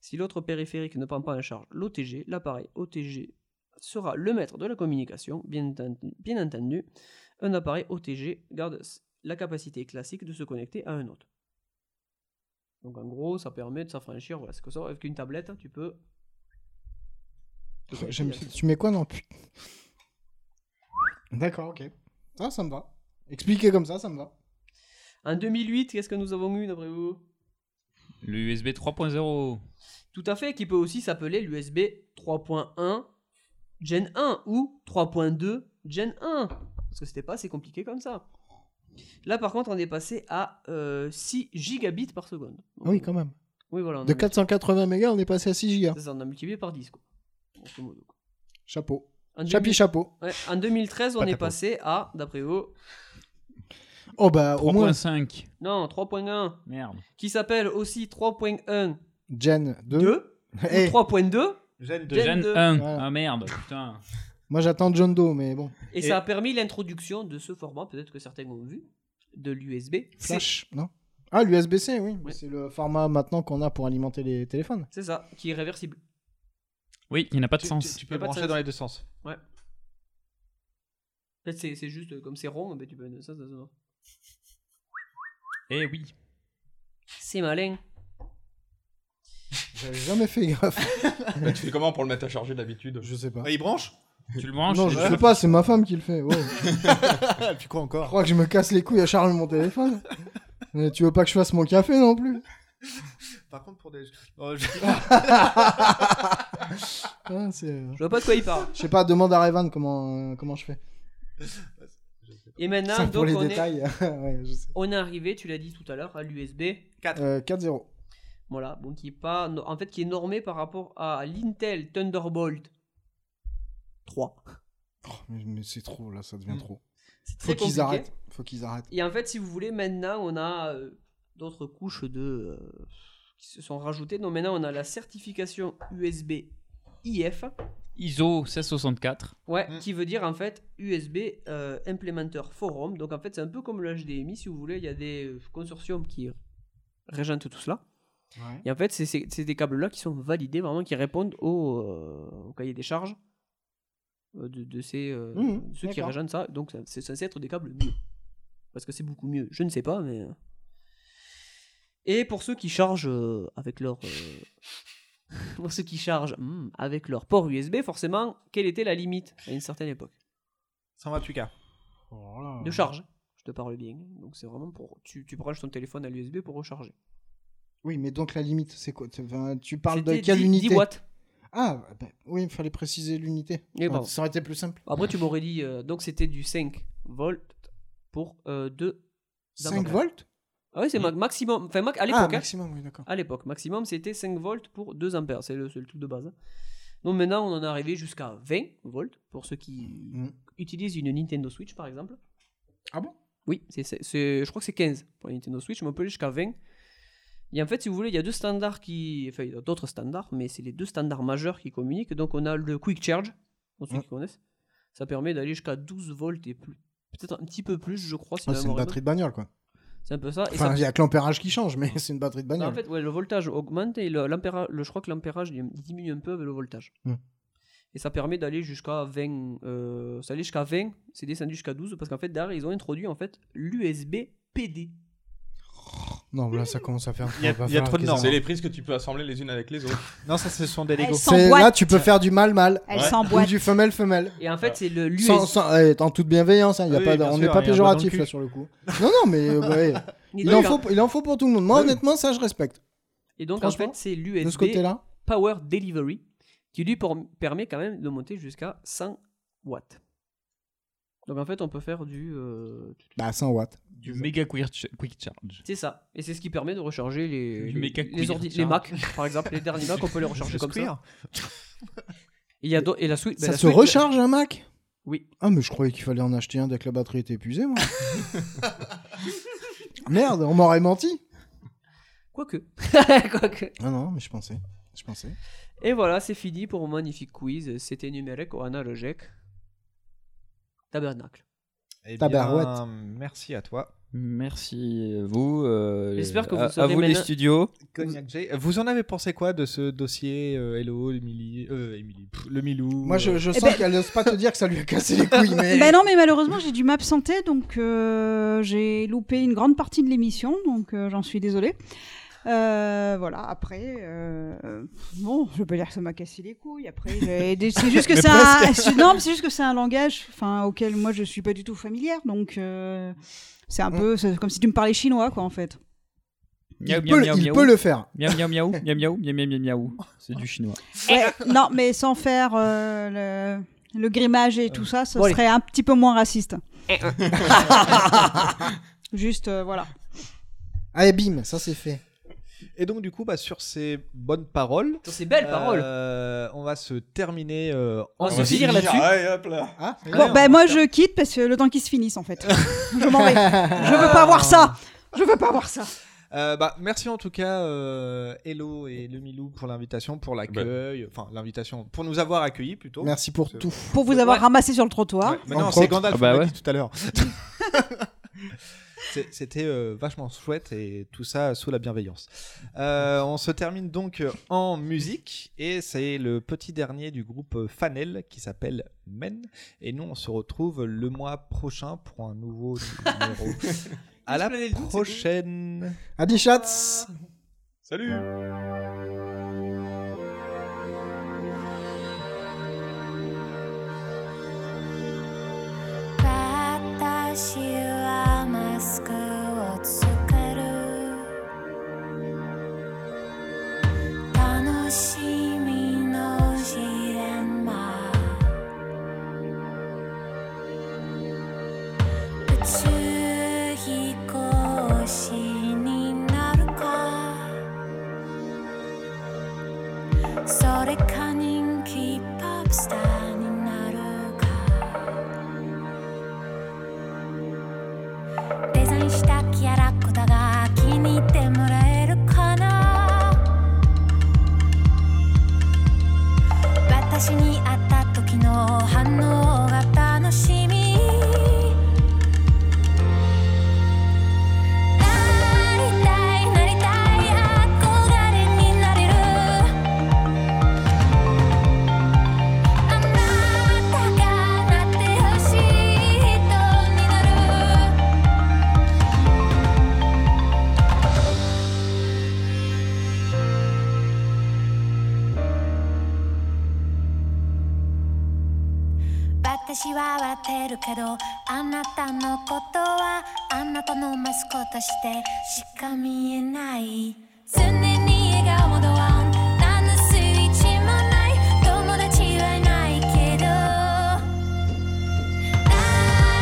Si l'autre périphérique ne prend pas en charge l'OTG, l'appareil OTG sera le maître de la communication. Bien entendu, bien entendu, un appareil OTG garde s- la capacité classique de se connecter à un autre. Donc en gros, ça permet de s'affranchir. Voilà ce que ça. Avec une tablette, tu peux. Pff, j'aime- Tu mets quoi non plus D'accord, ok. Ah, Ça, ça me va. Expliquer comme ça, ça me va. En 2008, qu'est-ce que nous avons eu d'après vous Le USB 3.0. Tout à fait, qui peut aussi s'appeler l'USB 3.1 Gen 1 ou 3.2 Gen 1. Parce que c'était pas assez compliqué comme ça. Là, par contre, on est passé à euh, 6 gigabits par seconde. Ah oui, quand même. Oui, voilà. on De a 480 mégas, on est passé à 6 gigas. multiplié- c'est ça, on a multiplié par 10, quoi. Grosso modo. Chapeau. En Chapi 2000 chapeau. Ouais, en 2013, on Pas est chapeau. passé à, d'après vous, Oh bah au moins. non, 3.1. Merde. Qui s'appelle aussi 3.1 Gen 2. E. ou [LAUGHS] Eh, 3.2. Gen 2. Gen 1. Ah merde, putain. Moi j'attends John Doe, mais bon. Et, ça a permis l'introduction de ce format, peut-être que certains ont vu, de l'USB. Flash, non Ah, l'USB-C, oui. C'est le format maintenant qu'on a pour alimenter les téléphones. C'est ça, qui est réversible. Oui, il n'a pas de Tu- sens. tu peux Il y a pas de brancher sens. dans les deux sens. Ouais. Peut-être c'est c'est juste euh, comme c'est rond, mais tu peux mettre ça dans un autre. Eh oui. C'est [LAUGHS] malin. J'avais jamais [LAUGHS] fait [LAUGHS] gaffe. Bah, tu fais comment pour le mettre à charger d'habitude Je sais pas. Bah, il branche Tu le non, je sais pas, c'est ma femme qui le fait. wow. [LAUGHS] Puis quoi encore Je crois que je me casse les couilles à charger mon téléphone. Mais tu veux pas que je fasse mon café [LAUGHS] non plus Par contre, pour des. [LAUGHS] Non, je- Ah, c'est- Je vois pas de quoi il parle. Je sais pas, demande à Revan comment, euh, comment je fais. Et maintenant, Ça, donc, pour les on, est- détails. [LAUGHS] Ouais, je sais. on est arrivé, tu l'as dit tout à l'heure, à l'USB 4. Euh, 4-0. Voilà, bon, qui est pas, no- en fait, qui est normé par rapport à l'Intel Thunderbolt 3. Oh, Mais, mais c'est trop, là, ça devient trop. Hmm. très Faut qu'ils compliqué. arrêtent. Faut qu'ils arrêtent. Et en fait, si vous voulez, maintenant, on a euh, d'autres couches de euh, qui se sont rajoutées. Donc maintenant, on a la certification USB IF, ISO 1664. ouais, qui veut dire en fait USB euh, Implementer Forum. Donc en fait, c'est un peu comme le HDMI, si vous voulez. Il y a des euh, consortiums qui régentent tout cela. Ouais. Et en fait, c'est- c'est c'est des câbles-là qui sont validés, vraiment, qui répondent au, euh, au cahier des charges euh, de, de ces, euh, Mhm, ceux qui d'accord. régènent ça. Donc, ça- c'est censé être des câbles mieux. Parce que c'est beaucoup mieux. Je ne sais pas, mais. euh. Et pour ceux qui chargent euh, avec leur. euh, [LAUGHS] pour ceux qui chargent hmm, avec leur port USB, forcément, quelle était la limite à une certaine époque 128K. De charge. Je te parle bien. Donc, c'est vraiment pour. Tu, tu branches ton téléphone à l'USB pour recharger. Oui, mais donc la limite, c'est quoi Tu- enfin, Tu parles de C'était quelle 10 unité 10 watts. Ah, bah, oui, il fallait préciser l'unité. Et Ouais, pardon. ça aurait été plus simple. Après, tu [LAUGHS] m'aurais dit, euh, donc c'était du 5 volts pour 2. 5 volts Ah oui, c'est ma- maximum. Enfin, ma- à Ah, l'époque. hein. maximum, oui, d'accord. À l'époque, maximum, c'était 5 volts pour 2 ampères. C'est le, c'est le truc de base. hein. Donc maintenant, on en est arrivé jusqu'à 20 volts pour ceux qui. utilise une Nintendo Switch, par exemple. Mm. Ah bon Oui, c'est, c'est- c'est- je crois que c'est 15 pour la Nintendo Switch, mais on peut aller jusqu'à 20. Et en fait, si vous voulez, il y a deux standards qui. Enfin, il y a d'autres standards, mais c'est les deux standards majeurs qui communiquent. Donc, on a le Quick Charge, pour Mm. ceux qui connaissent. Ça permet d'aller jusqu'à 12 volts et plus. Peut-être un petit peu plus, je crois. si Ouais, la Ah, c'est une mémoire est bonne. batterie de bagnole, quoi. C'est un peu ça. Et Enfin, ça- il y a que l'ampérage qui change, mais c'est une batterie de non, bagnole. Bah, en fait, ouais, le voltage augmente et le, l'ampéra- le- je crois que l'ampérage il diminue un peu avec le voltage. Mm. Et ça permet d'aller jusqu'à 20. euh, ça allait jusqu'à 20, c'est descendu jusqu'à 12 parce qu'en fait, derrière, ils ont introduit en fait l'USB PD. Non, mais là, ça commence à faire. Il y a, va il y a falloir trop de qu'ils normes. en- C'est les prises que tu peux assembler les unes avec les autres. non, ça, ce sont des C'est- Là, tu peux faire du mâle-mâle. Elles Ou s'emboîtent. du femelle-femelle. Et en fait, c'est le l'USB. Ah. Sans, sans- eh, en toute bienveillance, hein, y a Oui, pas, de- bien on sûr, n'est il y a pas un doigt dans péjoratif le là cul. sur le coup. Non, non, mais euh, ouais. Il il, doit en y faut, il en faut pour tout le monde. Moi, honnêtement, ça, je respecte. Et donc, en Franchement, fait, c'est l'USB de ce côté-là. Power Delivery qui lui por- permet quand même de monter jusqu'à 100 watts. Donc, en fait, on peut faire du. euh, Bah, 100 watts. Du méga queer ch- quick charge. C'est ça. Et c'est ce qui permet de recharger les, Du les, méca les, queer, ordi- tiens. les Mac, par exemple. Les derniers Mac, on peut les recharger Le comme squeer. ça. Et, il y a do- et la Switch. ben, ça la se Switch- recharge un Mac Oui. Ah, mais je croyais qu'il fallait en acheter un dès que la batterie était épuisée, [LAUGHS] moi. Merde, on m'aurait menti. [LAUGHS] Quoique. Ah non, mais je pensais. Je pensais. ben, Et voilà, c'est fini pour mon magnifique quiz. C'était numérique ou analogique Tabernacle. Eh bien, Tabarouette. Merci à toi. Merci euh, vous. euh, J'espère que vous à, à saurez vous les maintenant- studios. Cognac J. Vous en avez pensé quoi de ce dossier euh, Hello, Emily, euh, Emily, pff, le Milou Moi, je, euh, je eh sens ben- qu'elle n'ose pas te dire que ça lui a cassé les [LAUGHS] couilles, mais. Bah non, mais malheureusement, j'ai dû m'absenter, donc euh, j'ai loupé une grande partie de l'émission, donc euh, j'en suis désolée. Euh, voilà, après, euh, bon, je peux dire que ça m'a cassé les couilles. [LAUGHS] Après, j'ai- c'est juste que Mais c'est un, presque. [LAUGHS] c'est- non, mais c'est juste que c'est un langage, enfin, auquel moi je suis pas du tout familière, donc euh, c'est un peu c'est comme si tu me parlais chinois, quoi, en fait. Miaou, peut- il peut le faire. Miaou, miaou, miaou, miaou, miaou, miaou, miaou, miaou, miaou. C'est du chinois. Ouais, [LAUGHS] non, mais sans faire euh, le, le grimage et tout ça, ça bon, allez. serait un petit peu moins raciste. [LAUGHS] Juste, euh, voilà. Allez, bim, ça c'est fait. Et donc, du coup, bah, sur ces bonnes paroles. euh, Sur ces belles paroles. On va se terminer. euh, On va en se finir musique. Ah, là-dessus. Allez, hop là. Bon, ben moi je quitte parce que le temps qu'ils se finissent en fait. je m'en vais. Je veux pas voir ça. Je veux pas voir ça. Euh, bah, merci en tout cas, euh, Hello et le Milou pour l'invitation, pour l'accueil, enfin l'invitation, pour nous avoir accueillis plutôt. Merci pour tout. Pour vous avoir ramassé sur le trottoir. Mais non, Entre c'est autres. Gandalf, Ah bah on l'a ouais. dit tout à l'heure. [LAUGHS] C'est- C'était euh, vachement chouette et tout ça sous la bienveillance. Euh, on se termine donc en musique et c'est le petit dernier du groupe Fanel qui s'appelle Men. Et nous, on se retrouve le mois prochain pour un nouveau numéro. [LAUGHS] à la prochaine. Adi Schatz. Salut. 「私はマスクをつける」「楽しみのジレンマ」「宇宙飛行士になるか」「それか人気ポップスターになるか」デザインしたキャラクターが気に入ってもらえるかな私に会った時の反応が楽しみなりたいなりたい憧れになれるあなたがなってほしい人になる私は笑ってるけどあなたのことはあなたのマスコットしてしか見えない常に笑顔もドアン何のスイッチもない友達はいないけどな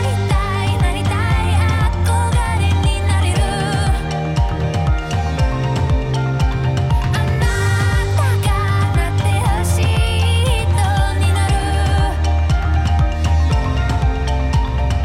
りたいなりたい憧れになれるあなたがなってほしい人になる「あなたがなってほしい人になる」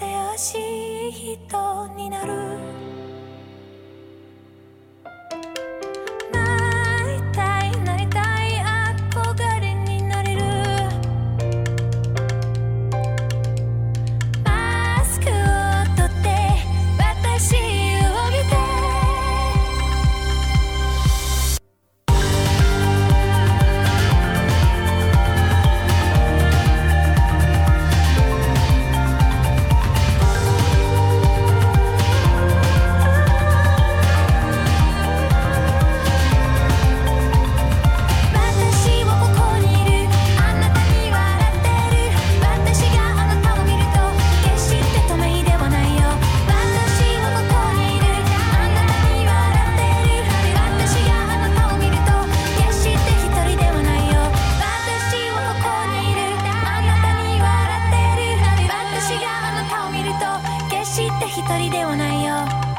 優しい人になるなりたいなりたい憧れになれるマスクを取って私を見て私はここにいるあなたに笑ってる私があなたを見ると決して透明ではないよ私はここにいるあなたに笑ってる私があなたを見ると決して一人ではないよ私はここにいるあなたに笑ってる私があなたを見ると決して一人ではないよ